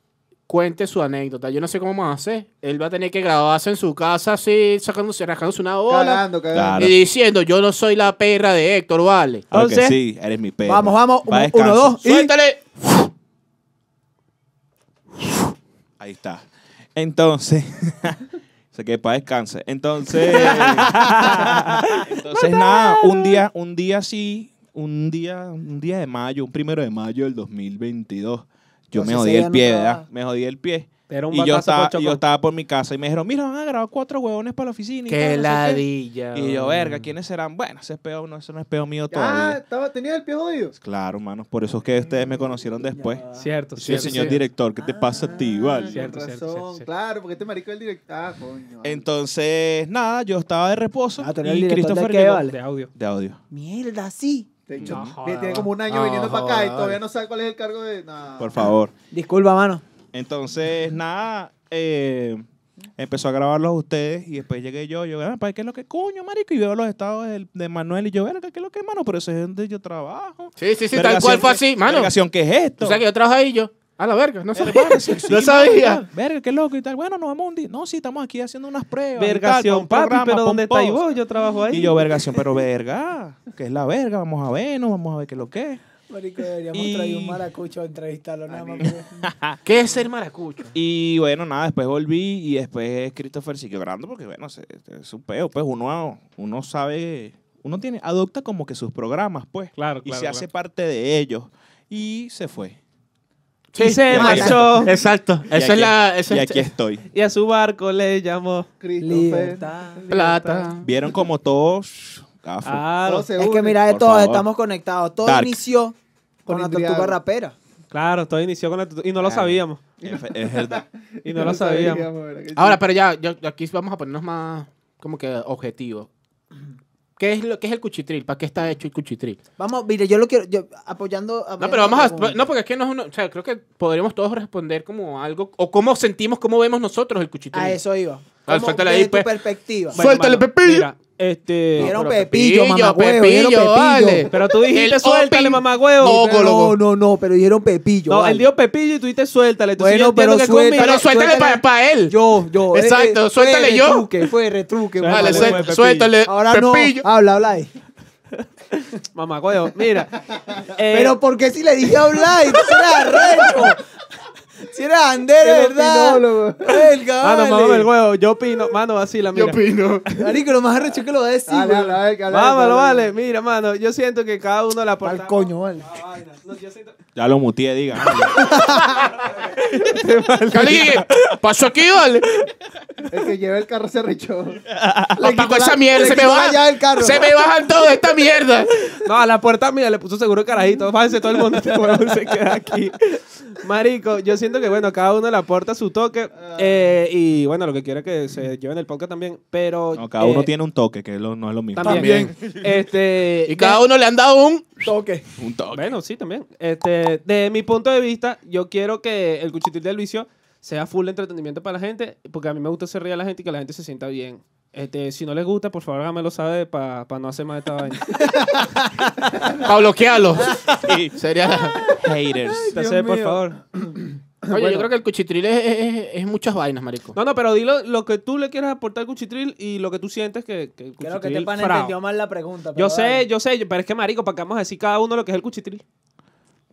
[SPEAKER 4] cuente su anécdota. Yo no sé cómo vamos a hacer. Él va a tener que grabarse en su casa así, sacándose, rascándose una bola
[SPEAKER 5] Cagando, cagando.
[SPEAKER 2] Claro.
[SPEAKER 4] y diciendo, yo no soy la perra de Héctor, vale.
[SPEAKER 2] Claro que
[SPEAKER 1] Entonces,
[SPEAKER 2] sí, eres mi perro.
[SPEAKER 1] Ah, Vamos, vamos. uno,
[SPEAKER 2] Va,
[SPEAKER 1] uno,
[SPEAKER 2] descansa.
[SPEAKER 1] dos. Y...
[SPEAKER 4] ¡Suéltale!
[SPEAKER 2] Ahí está. Entonces, se que para descanse. Entonces, entonces nada, un día, un día sí, un día, un día de mayo, un primero de mayo del 2022, yo
[SPEAKER 1] Entonces,
[SPEAKER 2] me
[SPEAKER 1] ese
[SPEAKER 2] jodí
[SPEAKER 1] día
[SPEAKER 2] el
[SPEAKER 1] no
[SPEAKER 2] pie,
[SPEAKER 1] trabaja.
[SPEAKER 2] ¿verdad? Me jodí el pie.
[SPEAKER 3] Era un
[SPEAKER 2] Y yo
[SPEAKER 3] batazo
[SPEAKER 2] estaba,
[SPEAKER 3] por
[SPEAKER 2] y yo
[SPEAKER 3] Chocó.
[SPEAKER 2] estaba por mi casa y me dijeron, mira, van a grabar cuatro huevones para la oficina. Y,
[SPEAKER 4] ¡Qué
[SPEAKER 2] tal, no sé qué".
[SPEAKER 4] ladilla!
[SPEAKER 2] y yo,
[SPEAKER 4] weón.
[SPEAKER 2] verga, ¿quiénes serán? Bueno, ese es peo, no, eso no es peo mío
[SPEAKER 5] Ah,
[SPEAKER 2] todavía.
[SPEAKER 5] estaba, tenía el pie jodido.
[SPEAKER 2] Claro, manos, por eso es que ustedes me conocieron después.
[SPEAKER 3] Cierto,
[SPEAKER 2] Sí,
[SPEAKER 3] cierto.
[SPEAKER 2] señor director, ¿qué te pasa a ti, vale?
[SPEAKER 5] Ah, Con
[SPEAKER 3] Cierto, cierto,
[SPEAKER 5] razón,
[SPEAKER 3] cierto, cierto.
[SPEAKER 5] Claro, porque este marico es el director. Ah, coño. vale.
[SPEAKER 2] Entonces, nada, yo estaba de reposo
[SPEAKER 1] Ah, tú eres el
[SPEAKER 2] y
[SPEAKER 1] director de
[SPEAKER 2] Christopher
[SPEAKER 1] qué,
[SPEAKER 2] llegó-
[SPEAKER 1] vale?
[SPEAKER 3] De audio.
[SPEAKER 2] de audio.
[SPEAKER 1] Mierda, sí.
[SPEAKER 5] De hecho,
[SPEAKER 4] No
[SPEAKER 5] que
[SPEAKER 4] joda,
[SPEAKER 5] tiene como un año
[SPEAKER 4] no
[SPEAKER 5] viniendo para acá y
[SPEAKER 4] joda,
[SPEAKER 5] todavía
[SPEAKER 4] vale.
[SPEAKER 5] no sabe cuál es el cargo de. No.
[SPEAKER 2] Por favor.
[SPEAKER 1] Disculpa, mano.
[SPEAKER 2] Entonces, nada, eh, empezó a grabarlos ustedes y después llegué yo, yo, ah, ¿para qué es lo que coño, marico? Y veo los estados del- de Manuel y yo, verga, ¿qué es lo que, mano? Pero eso es donde yo trabajo.
[SPEAKER 4] Sí, sí, sí, tal cual fue así, mano.
[SPEAKER 2] Vergación, ¿qué es esto?
[SPEAKER 4] O sea que yo trabajo ahí y yo. A la verga, no sé.
[SPEAKER 2] Hermano, sí, sí,
[SPEAKER 4] No
[SPEAKER 2] mano,
[SPEAKER 4] sabía.
[SPEAKER 2] tal. Verga, qué loco y tal. Bueno, nos vamos un día. No, sí, estamos aquí haciendo unas pruebas. y tal, para
[SPEAKER 3] Vergación,
[SPEAKER 2] un
[SPEAKER 3] papi,
[SPEAKER 2] programa,
[SPEAKER 3] pero
[SPEAKER 2] para un
[SPEAKER 3] ¿dónde está
[SPEAKER 2] post.
[SPEAKER 3] y vos? Yo trabajo ahí.
[SPEAKER 2] Y yo, vergación, pero verga, ¿qué es la verga? Vamos a vernos, vamos a ver qué es lo que es.
[SPEAKER 1] Marico, deberíamos
[SPEAKER 2] Y- traer un
[SPEAKER 1] maracucho a entrevistarlo nada más.
[SPEAKER 4] ¿Qué es ser maracucho?
[SPEAKER 2] Y bueno, nada, después volví y después Christopher siguió grabando porque, bueno, se- se- es un peo. Pues uno, uno sabe, uno tiene, adopta como que sus programas, pues.
[SPEAKER 3] Claro,
[SPEAKER 2] y
[SPEAKER 3] claro,
[SPEAKER 2] se
[SPEAKER 3] claro.
[SPEAKER 2] hace parte de ellos. Y se fue.
[SPEAKER 3] Sí,
[SPEAKER 2] y
[SPEAKER 3] se
[SPEAKER 2] aquí-
[SPEAKER 3] marchó.
[SPEAKER 4] Exacto.
[SPEAKER 2] Y
[SPEAKER 4] Esa
[SPEAKER 2] aquí-
[SPEAKER 4] es la. Esa
[SPEAKER 2] y
[SPEAKER 4] es
[SPEAKER 2] aquí estoy.
[SPEAKER 3] Y a su barco le llamó.
[SPEAKER 5] Christopher.
[SPEAKER 1] Libertad.
[SPEAKER 4] plata.
[SPEAKER 2] Vieron como todos. gafo.
[SPEAKER 3] Claro,
[SPEAKER 5] Todo se
[SPEAKER 1] Es
[SPEAKER 5] une.
[SPEAKER 1] que mira, de
[SPEAKER 2] Por
[SPEAKER 1] todos
[SPEAKER 2] favor.
[SPEAKER 1] estamos conectados. Todo
[SPEAKER 2] Dark.
[SPEAKER 1] inició con
[SPEAKER 5] Con
[SPEAKER 1] la
[SPEAKER 5] Indriago.
[SPEAKER 1] tortuga rapera.
[SPEAKER 3] claro, todo inició con la tutu- Y no lo
[SPEAKER 2] Claro.
[SPEAKER 3] sabíamos.
[SPEAKER 2] Es, es verdad.
[SPEAKER 3] Y no lo sabíamos.
[SPEAKER 5] ¿verdad que sí?
[SPEAKER 4] Ahora, pues, pero ya, ya- aquí vamos a ponernos más como que objetivos. ¿Qué es lo que es el cuchitril? ¿Para qué está hecho el cuchitril?
[SPEAKER 1] Vamos, mire, yo lo quiero. yo- apoyando,
[SPEAKER 4] No,
[SPEAKER 1] apoyando
[SPEAKER 4] pero vamos
[SPEAKER 1] la
[SPEAKER 4] a.
[SPEAKER 1] pregunta.
[SPEAKER 4] No, pues, porque es que no es uno. O sea, creo que podremos todos responder como algo. O cómo sentimos, cómo vemos nosotros el cuchitril.
[SPEAKER 1] A eso iba.
[SPEAKER 4] Ah,
[SPEAKER 1] Como
[SPEAKER 4] suéltala
[SPEAKER 1] desde
[SPEAKER 4] ahí, pues.
[SPEAKER 1] tu perspectiva.
[SPEAKER 3] Bueno,
[SPEAKER 4] ¡Suéltale,
[SPEAKER 3] mano,
[SPEAKER 4] Pepillo!
[SPEAKER 3] Mira, este.
[SPEAKER 1] Vieron Pepillo, mamagüevo, vieron Pepillo.
[SPEAKER 3] Pero tú dijiste
[SPEAKER 4] El
[SPEAKER 3] suéltale,
[SPEAKER 4] open-
[SPEAKER 3] mamá
[SPEAKER 4] No,
[SPEAKER 3] huevo.
[SPEAKER 1] Pero no,
[SPEAKER 4] Ocólogo.
[SPEAKER 1] no, no, pero dijeron Pepillo.
[SPEAKER 3] No,
[SPEAKER 1] vale.
[SPEAKER 3] él dijo Pepillo y tú dijiste suéltale. Entonces
[SPEAKER 1] Bueno,
[SPEAKER 3] yo entiendo
[SPEAKER 1] pero
[SPEAKER 3] que
[SPEAKER 1] suéltale-
[SPEAKER 4] Pero
[SPEAKER 3] conmigo-
[SPEAKER 4] suéltale para él.
[SPEAKER 1] Yo, yo. eh,
[SPEAKER 4] Exacto,
[SPEAKER 1] fue
[SPEAKER 4] suéltale yo.
[SPEAKER 1] Retruque, fue retruque. vale.
[SPEAKER 3] Suéltale,
[SPEAKER 4] Dale,
[SPEAKER 3] suéltale,
[SPEAKER 4] suel-
[SPEAKER 3] Pepillo.
[SPEAKER 4] suéltale.
[SPEAKER 1] Ahora
[SPEAKER 4] Pepillo. Eh.
[SPEAKER 1] no. Habla, habla ahí.
[SPEAKER 3] Mamá huevo, mira. eh,
[SPEAKER 1] Pero ¿por qué si le dije hablar? Y tú eras recho. Si eras bandera,
[SPEAKER 5] Era
[SPEAKER 1] ¿verdad?
[SPEAKER 5] opinólogo.
[SPEAKER 1] Verga,
[SPEAKER 4] Ah,
[SPEAKER 3] Mano,
[SPEAKER 1] vale.
[SPEAKER 3] mamá el huevo. Yo opino. Mano, vacila, mira.
[SPEAKER 4] opino.
[SPEAKER 1] Marico, lo más arrecho es que lo va a decir,
[SPEAKER 4] pues,
[SPEAKER 5] Dale,
[SPEAKER 1] güey.
[SPEAKER 5] dale, dale, dale,
[SPEAKER 3] Vámonos,
[SPEAKER 5] dale.
[SPEAKER 3] vale. Mira, mano, yo siento que cada uno la aporta.
[SPEAKER 1] Al coño, vale.
[SPEAKER 2] Ya lo muteé, diga.
[SPEAKER 4] Pasó aquí, vale.
[SPEAKER 5] El que lleva el carro se arrechó.
[SPEAKER 4] Apago esa mierda.
[SPEAKER 5] le
[SPEAKER 4] Se me
[SPEAKER 5] quitó la llave del
[SPEAKER 4] baja.
[SPEAKER 5] carro.
[SPEAKER 4] Se me bajan todos de esta mierda.
[SPEAKER 3] No, a la puerta, mira, le puso seguro carajito. Fájense todo el mundo, este huevón se queda aquí. Marico, yo siento que, bueno, cada uno le aporta su toque.
[SPEAKER 5] Ah.
[SPEAKER 3] eh, y, bueno, lo que quiera que se lleven el podcast también. Pero.
[SPEAKER 2] No, cada
[SPEAKER 3] eh,
[SPEAKER 2] uno tiene un toque, que lo- no es lo mismo.
[SPEAKER 3] También. Este,
[SPEAKER 4] Y cada uno le han dado un.
[SPEAKER 1] Toque.
[SPEAKER 2] Un toque.
[SPEAKER 3] Bueno, sí, también. Este, de mi punto de vista, yo quiero que el cuchitil de Luisio sea full de entretenimiento para la gente, porque a mí me gusta hacer reír a la gente y que la gente se sienta bien Este, si no les gusta, por favor, háganmelo saber para no hacer más esta vaina.
[SPEAKER 4] Para bloquearlo. Sería.
[SPEAKER 2] Haters.
[SPEAKER 3] Entonces, por
[SPEAKER 1] mío.
[SPEAKER 3] favor.
[SPEAKER 4] Oye, yo creo que el cuchitril es, es- es- es muchas vainas, marico.
[SPEAKER 3] No, no, pero dilo lo que tú le quieras aportar al cuchitril y lo que tú sientes que, que el
[SPEAKER 1] Creo que
[SPEAKER 3] cuchitril
[SPEAKER 1] este pana
[SPEAKER 3] frao.
[SPEAKER 1] entendió mal la pregunta.
[SPEAKER 3] Yo
[SPEAKER 1] pero
[SPEAKER 3] sé,
[SPEAKER 1] dale.
[SPEAKER 3] yo sé, pero es que marico, ¿para qué vamos a decir cada uno lo que es el cuchitril?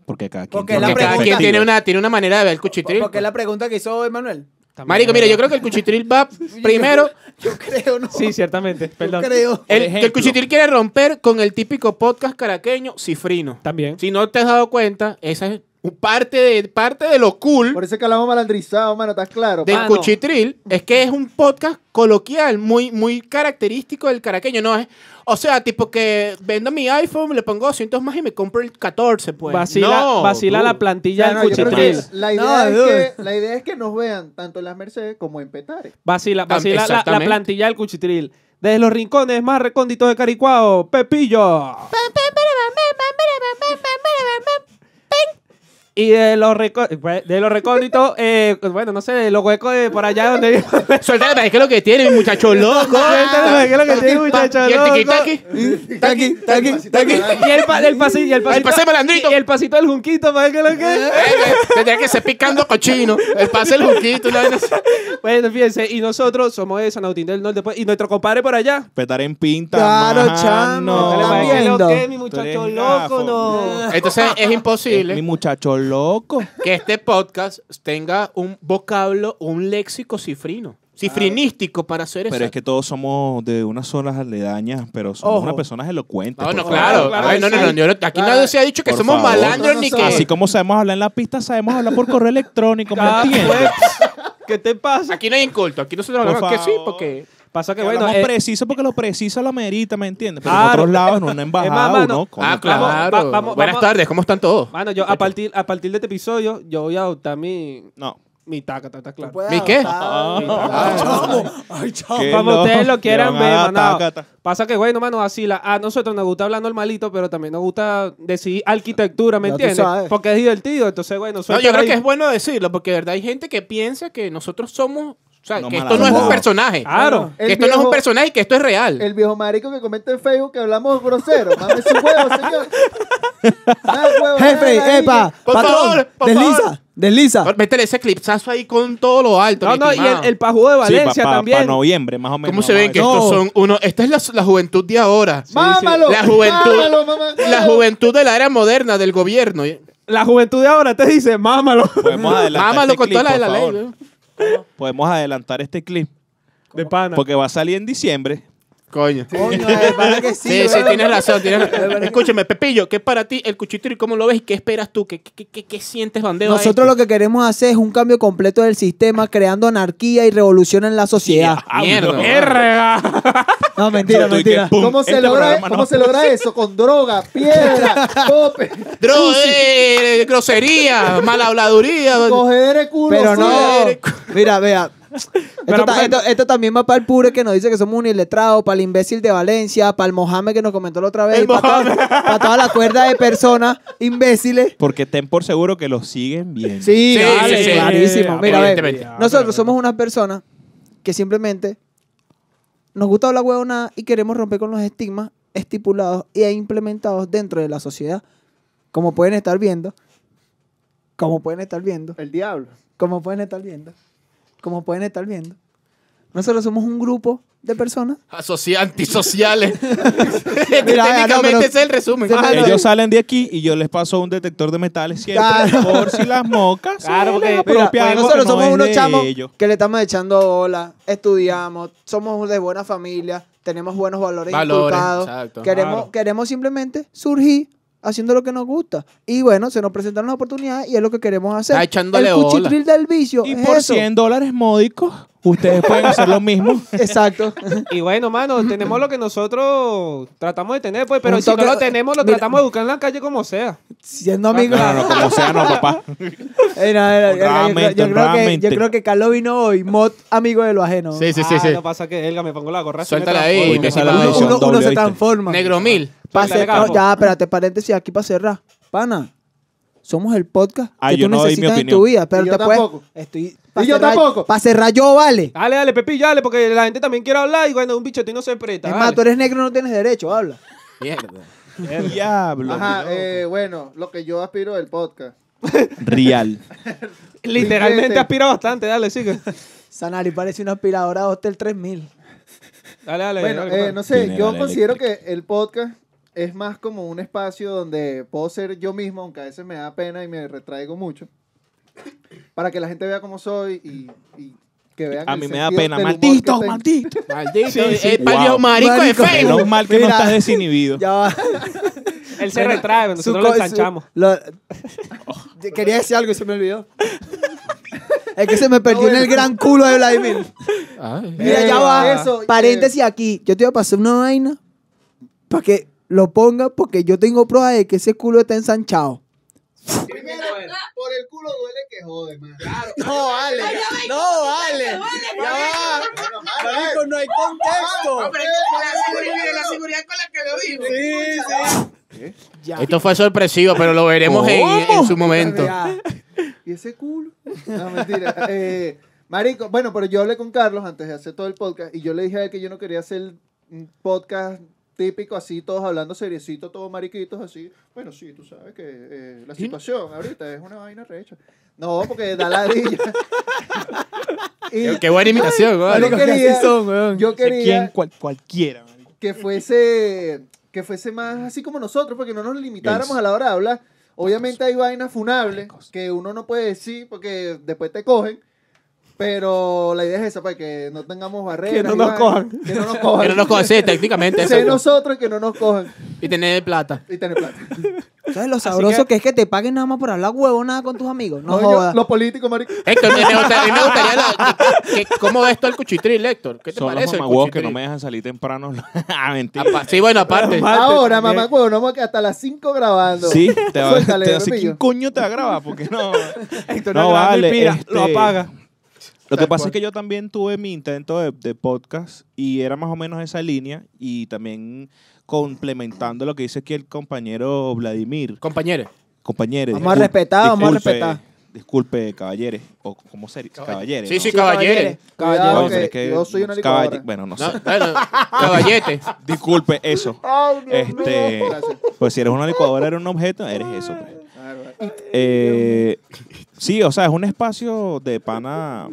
[SPEAKER 2] Porque cada quien,
[SPEAKER 1] Porque la
[SPEAKER 4] Porque cada
[SPEAKER 1] pregunta-
[SPEAKER 4] quien tiene una, tiene una manera de ver el cuchitril.
[SPEAKER 1] Porque es la pregunta que hizo Emanuel.
[SPEAKER 4] Marico, mira, yo creo que el cuchitril va primero.
[SPEAKER 1] Yo creo, ¿no?
[SPEAKER 3] Sí, ciertamente, perdón.
[SPEAKER 1] Yo creo.
[SPEAKER 4] El,
[SPEAKER 2] ejemplo.
[SPEAKER 4] que el cuchitril quiere romper con el típico podcast caraqueño cifrino.
[SPEAKER 3] También.
[SPEAKER 4] Si no te has dado cuenta, esa es un parte de, parte de lo cool
[SPEAKER 5] Por ah, eso es que hablamos malandrizado, mano, ¿estás claro?
[SPEAKER 4] del
[SPEAKER 5] Mano,
[SPEAKER 4] cuchitril. Es que es un podcast coloquial, muy, muy característico del caraqueño. No es, o sea, tipo que vendo mi iPhone, le pongo 200 más y me compro el 14, pues.
[SPEAKER 3] vacila
[SPEAKER 4] No,
[SPEAKER 3] vacila
[SPEAKER 4] tú.
[SPEAKER 3] la plantilla
[SPEAKER 5] no,
[SPEAKER 3] del
[SPEAKER 5] yo creo que
[SPEAKER 3] cuchitril.
[SPEAKER 5] la,
[SPEAKER 1] No,
[SPEAKER 5] idea es
[SPEAKER 1] dude.
[SPEAKER 5] que, la idea es que nos vean tanto en las Mercedes como en Petare.
[SPEAKER 3] Vacila, vacila la- la,
[SPEAKER 4] Exactamente.
[SPEAKER 3] plantilla del cuchitril. Desde los rincones más recónditos de Caricuao, Pepillo. Y de los, reco- pues, de los recónditos, eh, bueno, no sé, de los huecos de por allá donde vive.
[SPEAKER 4] Suéltale, es que lo que tiene, muchacho loco.
[SPEAKER 3] Suéltale, ¿qué es lo que tiene, muchacho
[SPEAKER 4] Y el Eh,
[SPEAKER 3] loco?
[SPEAKER 4] tiquitaqui.
[SPEAKER 1] Taqui, taqui, taqui.
[SPEAKER 3] Y el, pa- el pasi- y el pasito,
[SPEAKER 4] pase malandrito.
[SPEAKER 3] Y el pasito del junquito, ¿para qué es lo que es?
[SPEAKER 4] eh, Tendría que ser picando cochino. El pase el juquito. una vaina así.
[SPEAKER 3] Bueno, fíjense, y nosotros somos de San Agustín del Norte, pues, y nuestro compadre por allá.
[SPEAKER 2] Petar en pinta.
[SPEAKER 1] Claro,
[SPEAKER 2] mano.
[SPEAKER 4] Ah,
[SPEAKER 1] chamo,
[SPEAKER 3] Dale,
[SPEAKER 1] están
[SPEAKER 3] pues, ¿qué es lo
[SPEAKER 1] viendo.
[SPEAKER 3] que es, mi
[SPEAKER 2] Tú eres
[SPEAKER 3] muchacho
[SPEAKER 2] gafo.
[SPEAKER 3] loco, no.
[SPEAKER 4] Entonces es
[SPEAKER 2] Es mi
[SPEAKER 4] imposible
[SPEAKER 2] muchacho loco.
[SPEAKER 4] que este podcast tenga un vocablo o un léxico cifrino. Cifrinístico para hacer eso.
[SPEAKER 2] Pero es que todos somos de unas zonas aledañas, pero somos
[SPEAKER 1] Ojo.
[SPEAKER 2] unas personas elocuentes.
[SPEAKER 4] No,
[SPEAKER 2] por
[SPEAKER 4] no,
[SPEAKER 2] favor.
[SPEAKER 4] claro.
[SPEAKER 3] claro,
[SPEAKER 4] Ay, no, no, no, yo no- aquí nadie se ha dicho que
[SPEAKER 2] Por
[SPEAKER 4] somos
[SPEAKER 2] favor.
[SPEAKER 4] malandros
[SPEAKER 5] No, no
[SPEAKER 4] ni que.
[SPEAKER 5] somos.
[SPEAKER 2] Así como sabemos hablar en la pista, sabemos hablar por correo electrónico, ¿me
[SPEAKER 3] Ah,
[SPEAKER 2] entiendes?
[SPEAKER 3] pues, ¿Qué te pasa?
[SPEAKER 4] Aquí no hay inculto. Aquí nosotros
[SPEAKER 2] Por
[SPEAKER 4] hablamos que sí,
[SPEAKER 2] favor.
[SPEAKER 4] porque.
[SPEAKER 3] Pasa que,
[SPEAKER 2] Que
[SPEAKER 3] bueno,
[SPEAKER 2] hablamos
[SPEAKER 3] eh,
[SPEAKER 2] preciso porque lo preciso lo merita, ¿me entiendes? Pero
[SPEAKER 3] Claro.
[SPEAKER 2] en otros lados, en una embajada,
[SPEAKER 3] Es más,
[SPEAKER 2] uno,
[SPEAKER 3] mano.
[SPEAKER 2] coño,
[SPEAKER 4] ah,
[SPEAKER 3] claro.
[SPEAKER 4] claro.
[SPEAKER 3] Va- vamos-
[SPEAKER 4] Buenas
[SPEAKER 3] vamos-
[SPEAKER 4] tardes, ¿cómo están todos?
[SPEAKER 3] mano, yo a partir, a partir de este episodio, yo voy a adoptar mi,
[SPEAKER 2] No.
[SPEAKER 3] mi tácata, está claro.
[SPEAKER 1] Puedes
[SPEAKER 4] ¿Mi qué?
[SPEAKER 1] adoptar-
[SPEAKER 3] Ah.
[SPEAKER 1] Chamo, Ay, chamo.
[SPEAKER 2] Qué
[SPEAKER 3] Como ustedes lo
[SPEAKER 2] loco,
[SPEAKER 3] quieran
[SPEAKER 2] que
[SPEAKER 3] ver,
[SPEAKER 2] van a
[SPEAKER 3] manao.
[SPEAKER 2] atacar.
[SPEAKER 3] Pasa que, bueno, mano, así la, a nosotros nos gusta hablar normalito, pero también nos gusta decir arquitectura,
[SPEAKER 1] Ya
[SPEAKER 3] ¿me
[SPEAKER 1] tú
[SPEAKER 3] entiendes?
[SPEAKER 1] sabes.
[SPEAKER 3] Porque es divertido, entonces, bueno,
[SPEAKER 4] No,
[SPEAKER 3] suelta
[SPEAKER 4] yo creo
[SPEAKER 3] ahí.
[SPEAKER 4] que es bueno decirlo, porque de verdad hay gente que piensa que nosotros somos. O sea,
[SPEAKER 2] No,
[SPEAKER 4] que esto no es un
[SPEAKER 2] malandros. Ah,
[SPEAKER 4] personaje.
[SPEAKER 3] Claro.
[SPEAKER 4] Que esto no es un personaje y que esto es real.
[SPEAKER 5] El viejo marico que comenta en Facebook que hablamos grosero. Mames su huevo, señor. Nada, huevo, nada,
[SPEAKER 1] Jefe, epa,
[SPEAKER 4] Por
[SPEAKER 1] patrón,
[SPEAKER 4] favor, por favor.
[SPEAKER 1] desliza, desliza.
[SPEAKER 4] Métele ese clipsazo ahí con todo lo alto.
[SPEAKER 3] No,
[SPEAKER 4] mi
[SPEAKER 3] no, y
[SPEAKER 4] estimado.
[SPEAKER 3] el, el pajú de Valencia
[SPEAKER 2] para
[SPEAKER 3] también.
[SPEAKER 2] noviembre, más o menos.
[SPEAKER 4] ¿Cómo se
[SPEAKER 2] vamos a
[SPEAKER 4] ven que
[SPEAKER 2] ver.
[SPEAKER 4] estos son uno? Esta es la, la juventud de ahora.
[SPEAKER 5] ¡Mámalo!
[SPEAKER 4] La juventud-
[SPEAKER 5] mámalo, mamá,
[SPEAKER 4] La juventud de la era moderna del gobierno.
[SPEAKER 3] La juventud de ahora te dice, mámalo.
[SPEAKER 2] Podemos adelantar
[SPEAKER 4] Mámalo
[SPEAKER 2] este
[SPEAKER 4] con
[SPEAKER 2] clip,
[SPEAKER 4] toda la de
[SPEAKER 2] por
[SPEAKER 4] la ley.
[SPEAKER 2] favor.
[SPEAKER 4] weón.
[SPEAKER 2] Podemos adelantar este clip
[SPEAKER 3] De pana.
[SPEAKER 2] porque va a salir en diciembre.
[SPEAKER 4] Coño.
[SPEAKER 5] Oh,
[SPEAKER 4] Sí,
[SPEAKER 1] Coño, de verdad que sí.
[SPEAKER 4] sí,
[SPEAKER 1] weón.
[SPEAKER 4] tienes razón. tienes razón. Escúchame, Pepillo, ¿qué es para ti el cuchitril? ¿Cómo lo ves y qué esperas tú? ¿Qué, qué, qué, qué sientes, bandeo?
[SPEAKER 1] Nosotros lo que queremos hacer es un cambio completo del sistema, creando anarquía y revolución en la sociedad.
[SPEAKER 4] Mierda.
[SPEAKER 1] No, mentira,
[SPEAKER 2] Tú y que
[SPEAKER 1] mentira.
[SPEAKER 2] pum,
[SPEAKER 5] ¿Cómo, se
[SPEAKER 2] este
[SPEAKER 5] logra,
[SPEAKER 2] programa no.
[SPEAKER 5] ¿cómo se logra eso? Con droga, piedra, tope,
[SPEAKER 4] Droga, eh, grosería, mala habladuría.
[SPEAKER 5] cogedera de culo.
[SPEAKER 1] Pero no.
[SPEAKER 5] sudadera.
[SPEAKER 1] Mira, vea.
[SPEAKER 3] Pero
[SPEAKER 1] Esto, ta-
[SPEAKER 3] bueno.
[SPEAKER 1] esto- esto también va para el pure que nos dice que somos uniletrados, para el imbécil de Valencia, para el Mohamed que nos comentó la otra vez,
[SPEAKER 4] El
[SPEAKER 1] y para toda, pa' toda la cuerda de personas imbéciles.
[SPEAKER 2] Porque ten por seguro que lo siguen viendo.
[SPEAKER 1] Sí,
[SPEAKER 4] Sí,
[SPEAKER 1] vale,
[SPEAKER 4] sí, sí.
[SPEAKER 1] clarísimo. Mira, a ver,
[SPEAKER 4] Evidentemente.
[SPEAKER 1] nosotros somos unas personas que simplemente nos gusta hablar huevonada y queremos romper con los estigmas estipulados e implementados dentro de la sociedad. Como pueden estar viendo, como pueden estar viendo,
[SPEAKER 5] El diablo.
[SPEAKER 1] como pueden estar viendo, como pueden estar viendo. Nosotros somos un grupo de personas.
[SPEAKER 2] Ah,
[SPEAKER 4] Asocia- antisociales.
[SPEAKER 1] ya,
[SPEAKER 4] Técnicamente
[SPEAKER 1] no, pero-
[SPEAKER 4] ese es el resumen.
[SPEAKER 1] Se me-
[SPEAKER 2] Ellos
[SPEAKER 1] sí.
[SPEAKER 2] salen de aquí y yo les paso un detector de metales siempre
[SPEAKER 1] Claro.
[SPEAKER 2] por si las mocas. se
[SPEAKER 3] Claro, porque-
[SPEAKER 2] les
[SPEAKER 3] mira,
[SPEAKER 2] apropia
[SPEAKER 1] Porque
[SPEAKER 2] algo
[SPEAKER 1] nosotros
[SPEAKER 2] que no
[SPEAKER 1] somos
[SPEAKER 2] es
[SPEAKER 1] unos
[SPEAKER 2] de
[SPEAKER 1] chamos
[SPEAKER 2] ellos.
[SPEAKER 1] que le estamos echando bola, estudiamos, somos de buena familia, tenemos buenos valores,
[SPEAKER 4] Valores,
[SPEAKER 1] inculcados.
[SPEAKER 4] exacto.
[SPEAKER 1] queremos,
[SPEAKER 3] Claro.
[SPEAKER 1] queremos simplemente surgir haciendo lo que nos gusta. Y bueno, se nos presentaron las oportunidades y es lo que queremos hacer.
[SPEAKER 4] Está echándole
[SPEAKER 1] El
[SPEAKER 4] bola.
[SPEAKER 1] cuchitril del vicio.
[SPEAKER 2] Y
[SPEAKER 1] es
[SPEAKER 2] por
[SPEAKER 1] eso.
[SPEAKER 2] 100 dólares módicos, ustedes pueden hacer lo mismo.
[SPEAKER 1] Exacto.
[SPEAKER 3] Y bueno, mano, tenemos lo que nosotros tratamos de tener, pues, pero
[SPEAKER 1] Un
[SPEAKER 3] si
[SPEAKER 1] toque-
[SPEAKER 3] no lo tenemos, lo
[SPEAKER 1] Mira.
[SPEAKER 3] tratamos de buscar en la calle como sea.
[SPEAKER 1] Siendo
[SPEAKER 2] No,
[SPEAKER 1] amigos.
[SPEAKER 2] Ah, no, no, como sea, no, papá.
[SPEAKER 1] Eh, no, eh, no, yo creo- yo, creo que,
[SPEAKER 2] Honradamente.
[SPEAKER 1] yo creo que Carlos vino hoy, mod amigo de lo ajeno.
[SPEAKER 4] Sí, sí, sí.
[SPEAKER 3] Ah,
[SPEAKER 4] sí.
[SPEAKER 3] No pasa que, Elga, me pongo la gorra.
[SPEAKER 4] Suéltala
[SPEAKER 3] me
[SPEAKER 4] ahí,
[SPEAKER 3] transformo.
[SPEAKER 2] Uy, pasa
[SPEAKER 4] la
[SPEAKER 2] la
[SPEAKER 1] Uno,
[SPEAKER 2] edición
[SPEAKER 1] uno- uno
[SPEAKER 2] doble,
[SPEAKER 1] se
[SPEAKER 2] ¿oíste?
[SPEAKER 1] transforma.
[SPEAKER 4] Negro mil.
[SPEAKER 1] Pase-
[SPEAKER 3] Suéltale,
[SPEAKER 1] no,
[SPEAKER 3] capo.
[SPEAKER 1] ya, espérate, paréntesis aquí para cerrar. Pana, Somos el podcast
[SPEAKER 2] Ah,
[SPEAKER 1] que
[SPEAKER 2] yo
[SPEAKER 1] tú
[SPEAKER 2] no doy mi
[SPEAKER 1] necesitas en tu
[SPEAKER 2] opinión.
[SPEAKER 1] vida. Pero
[SPEAKER 5] Y yo
[SPEAKER 1] te puedes-
[SPEAKER 5] tampoco.
[SPEAKER 1] Estoy,
[SPEAKER 5] Y yo tampoco. Ah,
[SPEAKER 1] Para cerrar yo, vale.
[SPEAKER 3] Dale, dale, Pepillo, dale, porque la gente también quiere hablar y bueno, un bichotín no se presta.
[SPEAKER 1] Es
[SPEAKER 3] dale.
[SPEAKER 1] más, tú eres negro, no tienes derecho, habla.
[SPEAKER 4] Mierda.
[SPEAKER 2] Diablo.
[SPEAKER 5] Ajá, eh, bueno, lo que yo aspiro del podcast.
[SPEAKER 2] Real.
[SPEAKER 3] Literalmente
[SPEAKER 5] Billete.
[SPEAKER 3] aspira bastante, dale, sigue.
[SPEAKER 1] Sanari parece una aspiradora Hostel 3000.
[SPEAKER 3] Dale, dale.
[SPEAKER 5] Bueno,
[SPEAKER 3] dale,
[SPEAKER 5] eh,
[SPEAKER 3] compadre.
[SPEAKER 5] no sé,
[SPEAKER 2] General
[SPEAKER 5] yo considero que
[SPEAKER 2] Electric.
[SPEAKER 5] el podcast es más como un espacio donde puedo ser yo mismo, aunque a veces me da pena y me retraigo mucho, para que la gente vea cómo soy y, y que vean
[SPEAKER 2] A
[SPEAKER 5] el
[SPEAKER 2] mí me da
[SPEAKER 5] sentido
[SPEAKER 2] pena.
[SPEAKER 5] del humor
[SPEAKER 2] Maldito,
[SPEAKER 5] que tengo.
[SPEAKER 2] maldito.
[SPEAKER 4] Maldito.
[SPEAKER 3] Sí, sí.
[SPEAKER 4] eh, pa'l
[SPEAKER 2] Wow.
[SPEAKER 4] marico, de
[SPEAKER 1] Marico.
[SPEAKER 4] Facebook.
[SPEAKER 2] Menos mal que no
[SPEAKER 1] Mira.
[SPEAKER 2] estás desinhibido.
[SPEAKER 1] Ya va.
[SPEAKER 3] Él se
[SPEAKER 1] Mira,
[SPEAKER 3] retrae,
[SPEAKER 1] Su
[SPEAKER 3] nosotros lo
[SPEAKER 1] co- su-
[SPEAKER 3] ensanchamos.
[SPEAKER 1] lo- Quería decir algo y se me olvidó. es que se me perdió en el gran culo de Vladimir.
[SPEAKER 4] Ay.
[SPEAKER 1] Mira, ya
[SPEAKER 5] Eh,
[SPEAKER 1] va.
[SPEAKER 5] eso,
[SPEAKER 1] Paréntesis aquí. Yo te voy a pasar una vaina para que lo ponga porque yo tengo prueba de que ese culo está ensanchado.
[SPEAKER 5] Primero, por el culo duele que jode, man. No, vale.
[SPEAKER 1] No, vale. Ya va. Marico, no hay contexto.
[SPEAKER 5] la seguridad con la que lo digo.
[SPEAKER 1] Ya.
[SPEAKER 4] eh, Esto fue sorpresivo, pero lo veremos en, en su momento.
[SPEAKER 1] Ya.
[SPEAKER 5] ¿Y ese culo? No, mentira. Eh, marico, bueno, pero yo hablé con Carlos antes de hacer todo el podcast y yo le dije a él que yo no quería hacer un podcast típico así, todos hablando seriecito, todos mariquitos así. Bueno, sí, tú sabes que eh, la situación ahorita es una vaina recha. No, porque da ladilla. y
[SPEAKER 4] Qué buena imitación,
[SPEAKER 5] Yo
[SPEAKER 4] güey.
[SPEAKER 1] Marico, ¿qué
[SPEAKER 5] quería-
[SPEAKER 1] así son, weón?
[SPEAKER 5] yo
[SPEAKER 2] ¿Quién?
[SPEAKER 5] quería
[SPEAKER 2] Cual- cualquiera. marico.
[SPEAKER 5] que fuese, que fuese más así como nosotros, porque no nos limitáramos
[SPEAKER 2] Gays.
[SPEAKER 5] a la hora de hablar. Obviamente hay vainas funables que uno no puede decir porque después te cogen. Pero la idea es esa, para que no tengamos barreras.
[SPEAKER 3] Que no
[SPEAKER 5] y
[SPEAKER 3] nos
[SPEAKER 5] vainas,
[SPEAKER 3] cojan.
[SPEAKER 5] Que no nos cojan.
[SPEAKER 4] Pero no conocí técnicamente.
[SPEAKER 5] Sé
[SPEAKER 4] eso,
[SPEAKER 5] nosotros que no nos cojan
[SPEAKER 4] Y tener plata.
[SPEAKER 5] y tener plata.
[SPEAKER 1] ¿Sabes lo sabroso que... es que te paguen nada más por hablar huevo nada con tus amigos? No
[SPEAKER 5] Coño,
[SPEAKER 1] jodas.
[SPEAKER 5] los políticos, marico.
[SPEAKER 4] Héctor, me, me gustaría, a mí me gustaría la- que- que- ¿cómo ves tú el cuchitril, Héctor? ¿Qué te
[SPEAKER 2] Son los
[SPEAKER 4] parece? el
[SPEAKER 2] mamagüeos que no
[SPEAKER 4] cuchitril?
[SPEAKER 2] me dejan salir temprano. ah, mentira.
[SPEAKER 4] Apa- sí, bueno, aparte.
[SPEAKER 5] Ahora, mamá, bueno, vamos a- hasta las 5 grabando.
[SPEAKER 2] Sí, te va,
[SPEAKER 5] Suéltale,
[SPEAKER 2] te va a decir,
[SPEAKER 5] Pepillo.
[SPEAKER 2] ¿quién coño te va a grabar? Porque no.
[SPEAKER 3] Héctor
[SPEAKER 2] no
[SPEAKER 3] no graba ni
[SPEAKER 2] vale,
[SPEAKER 3] pira, lo
[SPEAKER 2] este-
[SPEAKER 3] apaga.
[SPEAKER 2] Lo que
[SPEAKER 5] Tal
[SPEAKER 2] pasa
[SPEAKER 5] cual.
[SPEAKER 2] es que yo también tuve mi intento de, de podcast y era más o menos esa línea y también complementando lo que dice aquí el compañero Vladimir.
[SPEAKER 4] Compañeros.
[SPEAKER 2] Compañeros.
[SPEAKER 1] Vamos a respetar, vamos a respetar.
[SPEAKER 2] Disculpe, caballeres. O como ser, caballeres.
[SPEAKER 4] Sí,
[SPEAKER 2] ¿no?
[SPEAKER 4] sí, caballeres.
[SPEAKER 5] Cuidado,
[SPEAKER 2] Coño,
[SPEAKER 5] que
[SPEAKER 2] pero es que
[SPEAKER 5] yo soy una
[SPEAKER 2] caballe-
[SPEAKER 5] licuadora.
[SPEAKER 2] Bueno, no sé.
[SPEAKER 4] No, bueno, caballete.
[SPEAKER 2] Disculpe, eso.
[SPEAKER 5] Ay, Dios mío.
[SPEAKER 2] Este,
[SPEAKER 5] Gracias.
[SPEAKER 2] Pues si eres una licuadora, eres un objeto, eres eso. pues.
[SPEAKER 5] Claro, claro.
[SPEAKER 2] Eh, sí, o sea, es un espacio de pana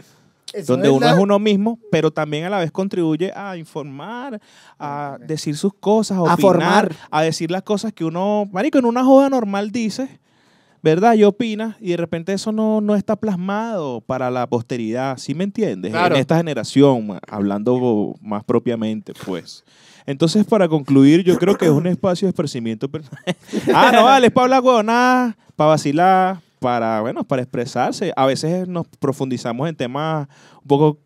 [SPEAKER 2] donde uno es uno mismo, pero también a la vez contribuye a informar, a decir sus cosas, a,
[SPEAKER 1] A
[SPEAKER 2] opinar,
[SPEAKER 1] formar.
[SPEAKER 2] a decir las cosas que uno, marico, en una joda normal dice, ¿verdad? Y opinas, y de repente eso no, no está plasmado para la posteridad, ¿sí me entiendes?
[SPEAKER 4] Claro.
[SPEAKER 2] En esta generación, ma- hablando más propiamente, pues. Entonces, para concluir, yo creo que es un espacio de esparcimiento. per- ah, no, vale, es para hablar huevonadas, para vacilar, para, bueno, para expresarse. A veces nos profundizamos en temas un poco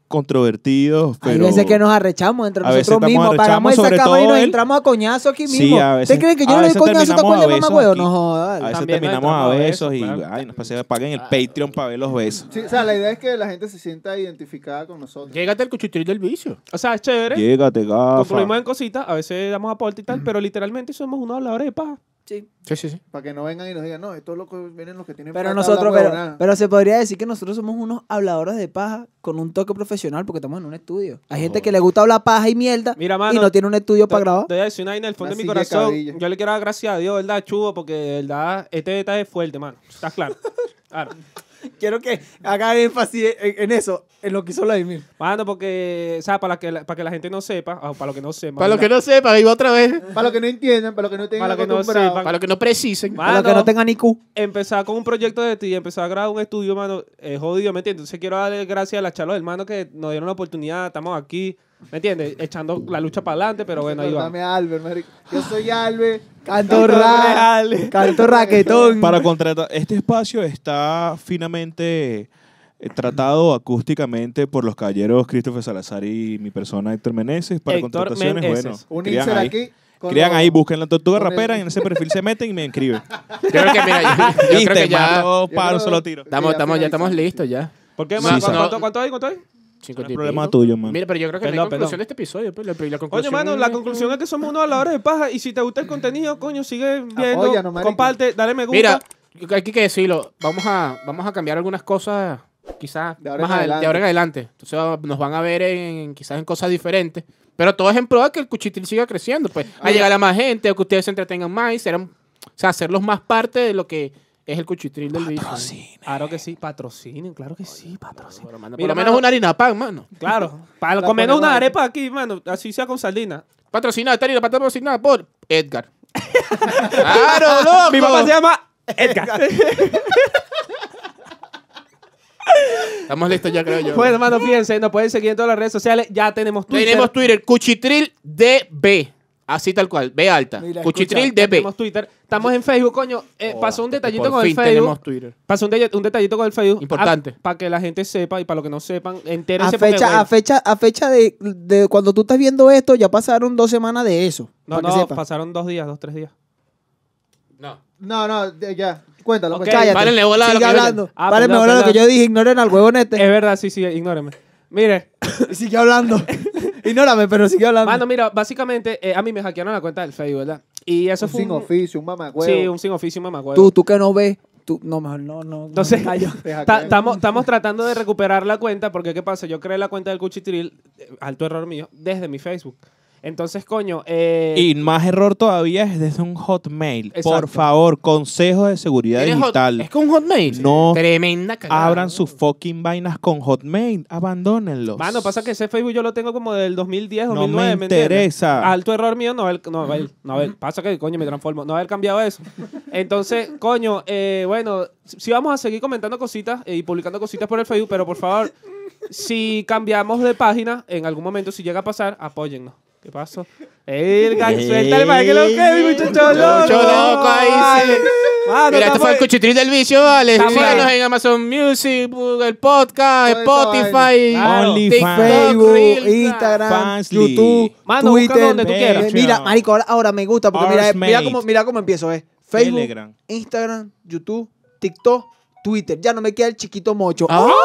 [SPEAKER 2] controvertidos,
[SPEAKER 1] Hay
[SPEAKER 2] pero...
[SPEAKER 1] veces que nos arrechamos entre
[SPEAKER 2] A veces
[SPEAKER 1] nosotros
[SPEAKER 2] estamos
[SPEAKER 1] mismos, pagamos
[SPEAKER 2] arrechamos,
[SPEAKER 1] esa
[SPEAKER 2] sobre
[SPEAKER 1] cama y
[SPEAKER 2] todo
[SPEAKER 1] nos
[SPEAKER 2] él.
[SPEAKER 1] entramos a coñazo aquí
[SPEAKER 2] Sí,
[SPEAKER 1] mismo.
[SPEAKER 2] a
[SPEAKER 1] ¿Ustedes
[SPEAKER 2] veces-
[SPEAKER 1] creen que
[SPEAKER 2] a
[SPEAKER 1] yo no le
[SPEAKER 2] veces
[SPEAKER 1] doy coñazo a
[SPEAKER 2] terminamos
[SPEAKER 1] cuál
[SPEAKER 2] a
[SPEAKER 1] de mamá
[SPEAKER 2] besos
[SPEAKER 1] huevo?
[SPEAKER 2] aquí.
[SPEAKER 1] No jodas.
[SPEAKER 2] A veces
[SPEAKER 3] También nos
[SPEAKER 2] terminamos a
[SPEAKER 3] entramos a
[SPEAKER 2] besos
[SPEAKER 3] besos,
[SPEAKER 2] y,
[SPEAKER 3] claro. Ah.
[SPEAKER 2] ay, no, para que paguen el Patreon para ver los besos.
[SPEAKER 5] Sí, o sea, la idea es que la gente se sienta identificada con nosotros.
[SPEAKER 4] Llégate el cuchitril del vicio.
[SPEAKER 3] O sea, es chévere.
[SPEAKER 2] Llégate,
[SPEAKER 3] Concluimos
[SPEAKER 2] gafa.
[SPEAKER 3] en cositas, a veces damos aporte y tal, pero literalmente somos unos habladores de paja.
[SPEAKER 4] Sí, sí, sí.
[SPEAKER 5] Para que no vengan y nos digan, no, esto es lo que vienen los que tienen
[SPEAKER 1] Pero
[SPEAKER 5] plata,
[SPEAKER 1] nosotros,
[SPEAKER 5] hablan
[SPEAKER 1] pero,
[SPEAKER 5] huevonadas".
[SPEAKER 1] pero se podría decir que nosotros somos unos habladores de paja con un toque profesional porque estamos en un estudio. Hay gente que le gusta hablar paja y mierda
[SPEAKER 3] Mira,
[SPEAKER 1] y
[SPEAKER 3] mano,
[SPEAKER 1] no tiene un estudio para
[SPEAKER 3] Te-
[SPEAKER 1] grabar.
[SPEAKER 3] Te voy a decir una vaina del fondo
[SPEAKER 5] Una
[SPEAKER 3] de mi
[SPEAKER 5] silla
[SPEAKER 3] corazón.
[SPEAKER 5] cabilla.
[SPEAKER 3] Yo le quiero dar gracias a Dios, ¿verdad, Chubo? Porque de verdad, este detalle es fuerte, mano. ¿Estás claro? Claro.
[SPEAKER 1] Quiero que haga énfasis en, eso, en lo que hizo Vladimir.
[SPEAKER 3] Mano, porque, o sea, para que, la- para que la gente no sepa, o para lo que no sepa.
[SPEAKER 4] Para los que no sepan, ahí va otra vez.
[SPEAKER 5] Para los que no entiendan, para los que no tengan
[SPEAKER 3] Para los que no
[SPEAKER 5] acostumbrado.
[SPEAKER 3] sepan.
[SPEAKER 4] Para los que no precisen.
[SPEAKER 1] Para los que no tengan IQ.
[SPEAKER 3] empezar con un proyecto de ti, empezar a grabar un estudio, mano, es jodido, ¿me entiendes? Entonces quiero darle gracias a las chalos hermanos que nos dieron la oportunidad, estamos aquí, ¿me entiendes? Echando la lucha para adelante, pero bueno, ahí vamos.
[SPEAKER 5] Dame a Albert, marico. Yo soy Albert.
[SPEAKER 1] Canto ra, canto raquetón.
[SPEAKER 2] Para contratar, este espacio está finamente eh, tratado acústicamente por los caballeros Christopher Salazar y mi persona Héctor Meneses para
[SPEAKER 3] Héctor
[SPEAKER 2] contrataciones. Bueno,
[SPEAKER 3] Meneses.
[SPEAKER 5] Un
[SPEAKER 2] crean
[SPEAKER 5] Inser
[SPEAKER 2] ahí,
[SPEAKER 5] aquí. con
[SPEAKER 2] crean
[SPEAKER 5] los-
[SPEAKER 2] ahí, busquen la tortuga
[SPEAKER 5] con el-
[SPEAKER 2] rapera y en ese perfil se meten y me escriben.
[SPEAKER 4] Yo creo que, mira, yo, yo creo
[SPEAKER 2] Viste,
[SPEAKER 4] que ya.
[SPEAKER 2] mato,
[SPEAKER 5] yo
[SPEAKER 2] paro,
[SPEAKER 5] creo-
[SPEAKER 2] solo tiro.
[SPEAKER 4] Estamos, estamos, ya estamos listos ya.
[SPEAKER 3] ¿Por qué,
[SPEAKER 2] Sí,
[SPEAKER 3] mano?
[SPEAKER 2] sí.
[SPEAKER 3] ¿Cuánto, cuánto, cuánto hay? ¿Cuánto hay?
[SPEAKER 4] Cinco
[SPEAKER 2] No es
[SPEAKER 4] y
[SPEAKER 2] problema
[SPEAKER 4] pico.
[SPEAKER 2] tuyo, man.
[SPEAKER 4] Mira, pero yo creo que no
[SPEAKER 3] Perdón,
[SPEAKER 4] hay conclusión
[SPEAKER 3] perdón.
[SPEAKER 4] de este episodio. Pues, la, la conclusión
[SPEAKER 3] Oye, mano, la conclusión es que somos unos habladores de paja y si te gusta el contenido, coño, sigue viendo,
[SPEAKER 5] Apóyanos, marico.
[SPEAKER 3] comparte, dale me gusta.
[SPEAKER 4] Mira, hay que decirlo, vamos a, vamos a cambiar algunas cosas quizás
[SPEAKER 5] De ahora
[SPEAKER 4] más
[SPEAKER 5] en
[SPEAKER 4] adel- de ahora en adelante. Entonces va- nos van a ver en, quizás en cosas diferentes. Pero todo es en pro de que el cuchitril siga creciendo. Pues a llegar a más gente, o que ustedes se entretengan más y serán, o sea, hacerlos más parte de lo que es el cuchitril del bicho.
[SPEAKER 3] Claro que sí, patrocinen, claro que sí, patrocinen.
[SPEAKER 4] Pero, mano, Por
[SPEAKER 3] Mira,
[SPEAKER 4] lo menos
[SPEAKER 3] mano.
[SPEAKER 4] una harina pan, mano.
[SPEAKER 3] Claro, para
[SPEAKER 5] La
[SPEAKER 3] comer
[SPEAKER 5] ponemos
[SPEAKER 3] una
[SPEAKER 5] ahí.
[SPEAKER 3] arepa aquí, mano, así sea con sardina.
[SPEAKER 4] Patrocinada, esta harina pan está patrocinada por Edgar. ¡Claro, loco!
[SPEAKER 3] Mi papá se llama Edgar.
[SPEAKER 4] Estamos listos ya, creo yo.
[SPEAKER 3] bueno, hermano, fíjense, nos pueden seguir en todas las redes sociales. Ya tenemos Twitter.
[SPEAKER 4] Tenemos Twitter, Cuchitril DB. Así tal cual, B alta.
[SPEAKER 1] Mira,
[SPEAKER 4] Cuchitril
[SPEAKER 3] Ya tenemos
[SPEAKER 4] DB.
[SPEAKER 3] Twitter. Estamos en Facebook, coño. Eh, pasó un detallito
[SPEAKER 4] Oh, Por
[SPEAKER 3] con el
[SPEAKER 4] fin tenemos
[SPEAKER 3] Facebook.
[SPEAKER 4] Twitter.
[SPEAKER 3] Pasó un, de- un detallito con el Facebook. Ah,
[SPEAKER 4] Importante.
[SPEAKER 3] Para que la gente sepa y para los que no sepan,
[SPEAKER 1] A
[SPEAKER 3] entérense. porque,
[SPEAKER 1] fecha,
[SPEAKER 3] bueno,
[SPEAKER 1] a fecha, a fecha de, de cuando tú estás viendo esto, ya pasaron dos semanas de eso.
[SPEAKER 3] No,
[SPEAKER 1] para que
[SPEAKER 3] no,
[SPEAKER 1] sepa.
[SPEAKER 3] pasaron dos días, dos, tres días.
[SPEAKER 4] No.
[SPEAKER 5] No, no, de- ya. Cuéntalo.
[SPEAKER 3] Ok,
[SPEAKER 5] pues.
[SPEAKER 1] Cállate.
[SPEAKER 4] párenle bola a lo
[SPEAKER 1] Sigue
[SPEAKER 4] que yo-
[SPEAKER 1] hablando.
[SPEAKER 3] Ah,
[SPEAKER 1] párenle
[SPEAKER 3] perdón,
[SPEAKER 1] bola a lo que
[SPEAKER 3] perdón.
[SPEAKER 1] yo dije. Ignoren al huevón este.
[SPEAKER 3] Es verdad, sí, sí, ignóreme. Mire,
[SPEAKER 1] Sigue hablando. Ignórame, pero sigue hablando.
[SPEAKER 3] Eh, mano, mira, básicamente eh, a mí me hackearon la cuenta del Facebook, ¿verdad? Y eso
[SPEAKER 5] Un
[SPEAKER 3] fue
[SPEAKER 5] sin
[SPEAKER 3] un,
[SPEAKER 5] oficio, un mamagüevo.
[SPEAKER 3] Sí, un sin oficio, mamá.
[SPEAKER 1] tú, tú que no ves. Tú, no, mejor no, no. no
[SPEAKER 3] Entonces,
[SPEAKER 1] me callo.
[SPEAKER 5] Te hackean.
[SPEAKER 3] Estamos tratando de recuperar la cuenta porque, ¿qué pasa? Yo creé la cuenta del Cuchitril, eh, alto error mío, desde mi Facebook. Entonces, coño, eh,
[SPEAKER 2] Y más error todavía es desde un Hotmail.
[SPEAKER 3] Exacto.
[SPEAKER 2] Por favor, consejos de seguridad
[SPEAKER 4] Tienes hot-
[SPEAKER 2] digital.
[SPEAKER 4] Es con Hotmail.
[SPEAKER 2] No
[SPEAKER 4] Tremenda cagada.
[SPEAKER 2] abran sus fucking vainas con Hotmail. Abandónenlos.
[SPEAKER 3] Mano, pasa que ese Facebook yo lo tengo como del 2010,
[SPEAKER 2] No me
[SPEAKER 3] 2009. entiendes?
[SPEAKER 2] interesa.
[SPEAKER 3] Alto error mío, no haber, no, haber- no haber- pasa que coño me transformo, no haber cambiado eso. Entonces, coño, eh, bueno, si vamos a seguir comentando cositas eh, y publicando cositas por el Facebook, pero por favor, si cambiamos de página en algún momento, si llega a pasar, apóyennos. ¿Qué pasó? El gang, suelta el man, que lo que, mi muchacho loco.
[SPEAKER 4] Muchacho loco, ahí sí.
[SPEAKER 3] Vale. Mano,
[SPEAKER 4] Mira, esto
[SPEAKER 3] estamos-
[SPEAKER 4] fue el Cuchitril del Vicio, vale.
[SPEAKER 3] Está
[SPEAKER 4] Síganos
[SPEAKER 3] bueno.
[SPEAKER 4] en Amazon Music, Google Podcast,
[SPEAKER 5] Toda esa
[SPEAKER 4] Spotify,
[SPEAKER 3] vaina.
[SPEAKER 2] Only
[SPEAKER 4] TikTok,
[SPEAKER 2] fans.
[SPEAKER 1] Facebook,
[SPEAKER 4] Reels,
[SPEAKER 1] Instagram,
[SPEAKER 2] Fansly.
[SPEAKER 1] YouTube,
[SPEAKER 3] Mano,
[SPEAKER 1] Twitter.
[SPEAKER 3] busca donde tú quieras.
[SPEAKER 1] Mira, marico, ahora, ahora me gusta porque mira, eh,
[SPEAKER 2] Arsmate.
[SPEAKER 1] mira cómo, mira cómo empiezo, ¿eh? Facebook,
[SPEAKER 2] Telegram.
[SPEAKER 1] Instagram, YouTube, TikTok, Twitter. Ya no me queda el chiquito mocho.
[SPEAKER 4] Ah.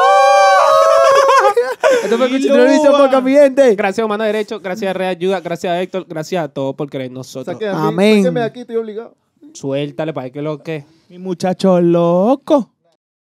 [SPEAKER 1] Esto fue
[SPEAKER 2] Y
[SPEAKER 1] Cuchillo de Luis,
[SPEAKER 2] lo va.
[SPEAKER 1] Boca, mi gente.
[SPEAKER 3] Gracias, Humano Derecho. Gracias, Red Ayuda. Gracias, Héctor. Gracias a todos por creer en nosotros.
[SPEAKER 5] Sáquenme-
[SPEAKER 1] Amén.
[SPEAKER 5] sáquenme de aquí, estoy obligado.
[SPEAKER 3] Suéltale para que lo que.
[SPEAKER 2] Mi muchacho loco.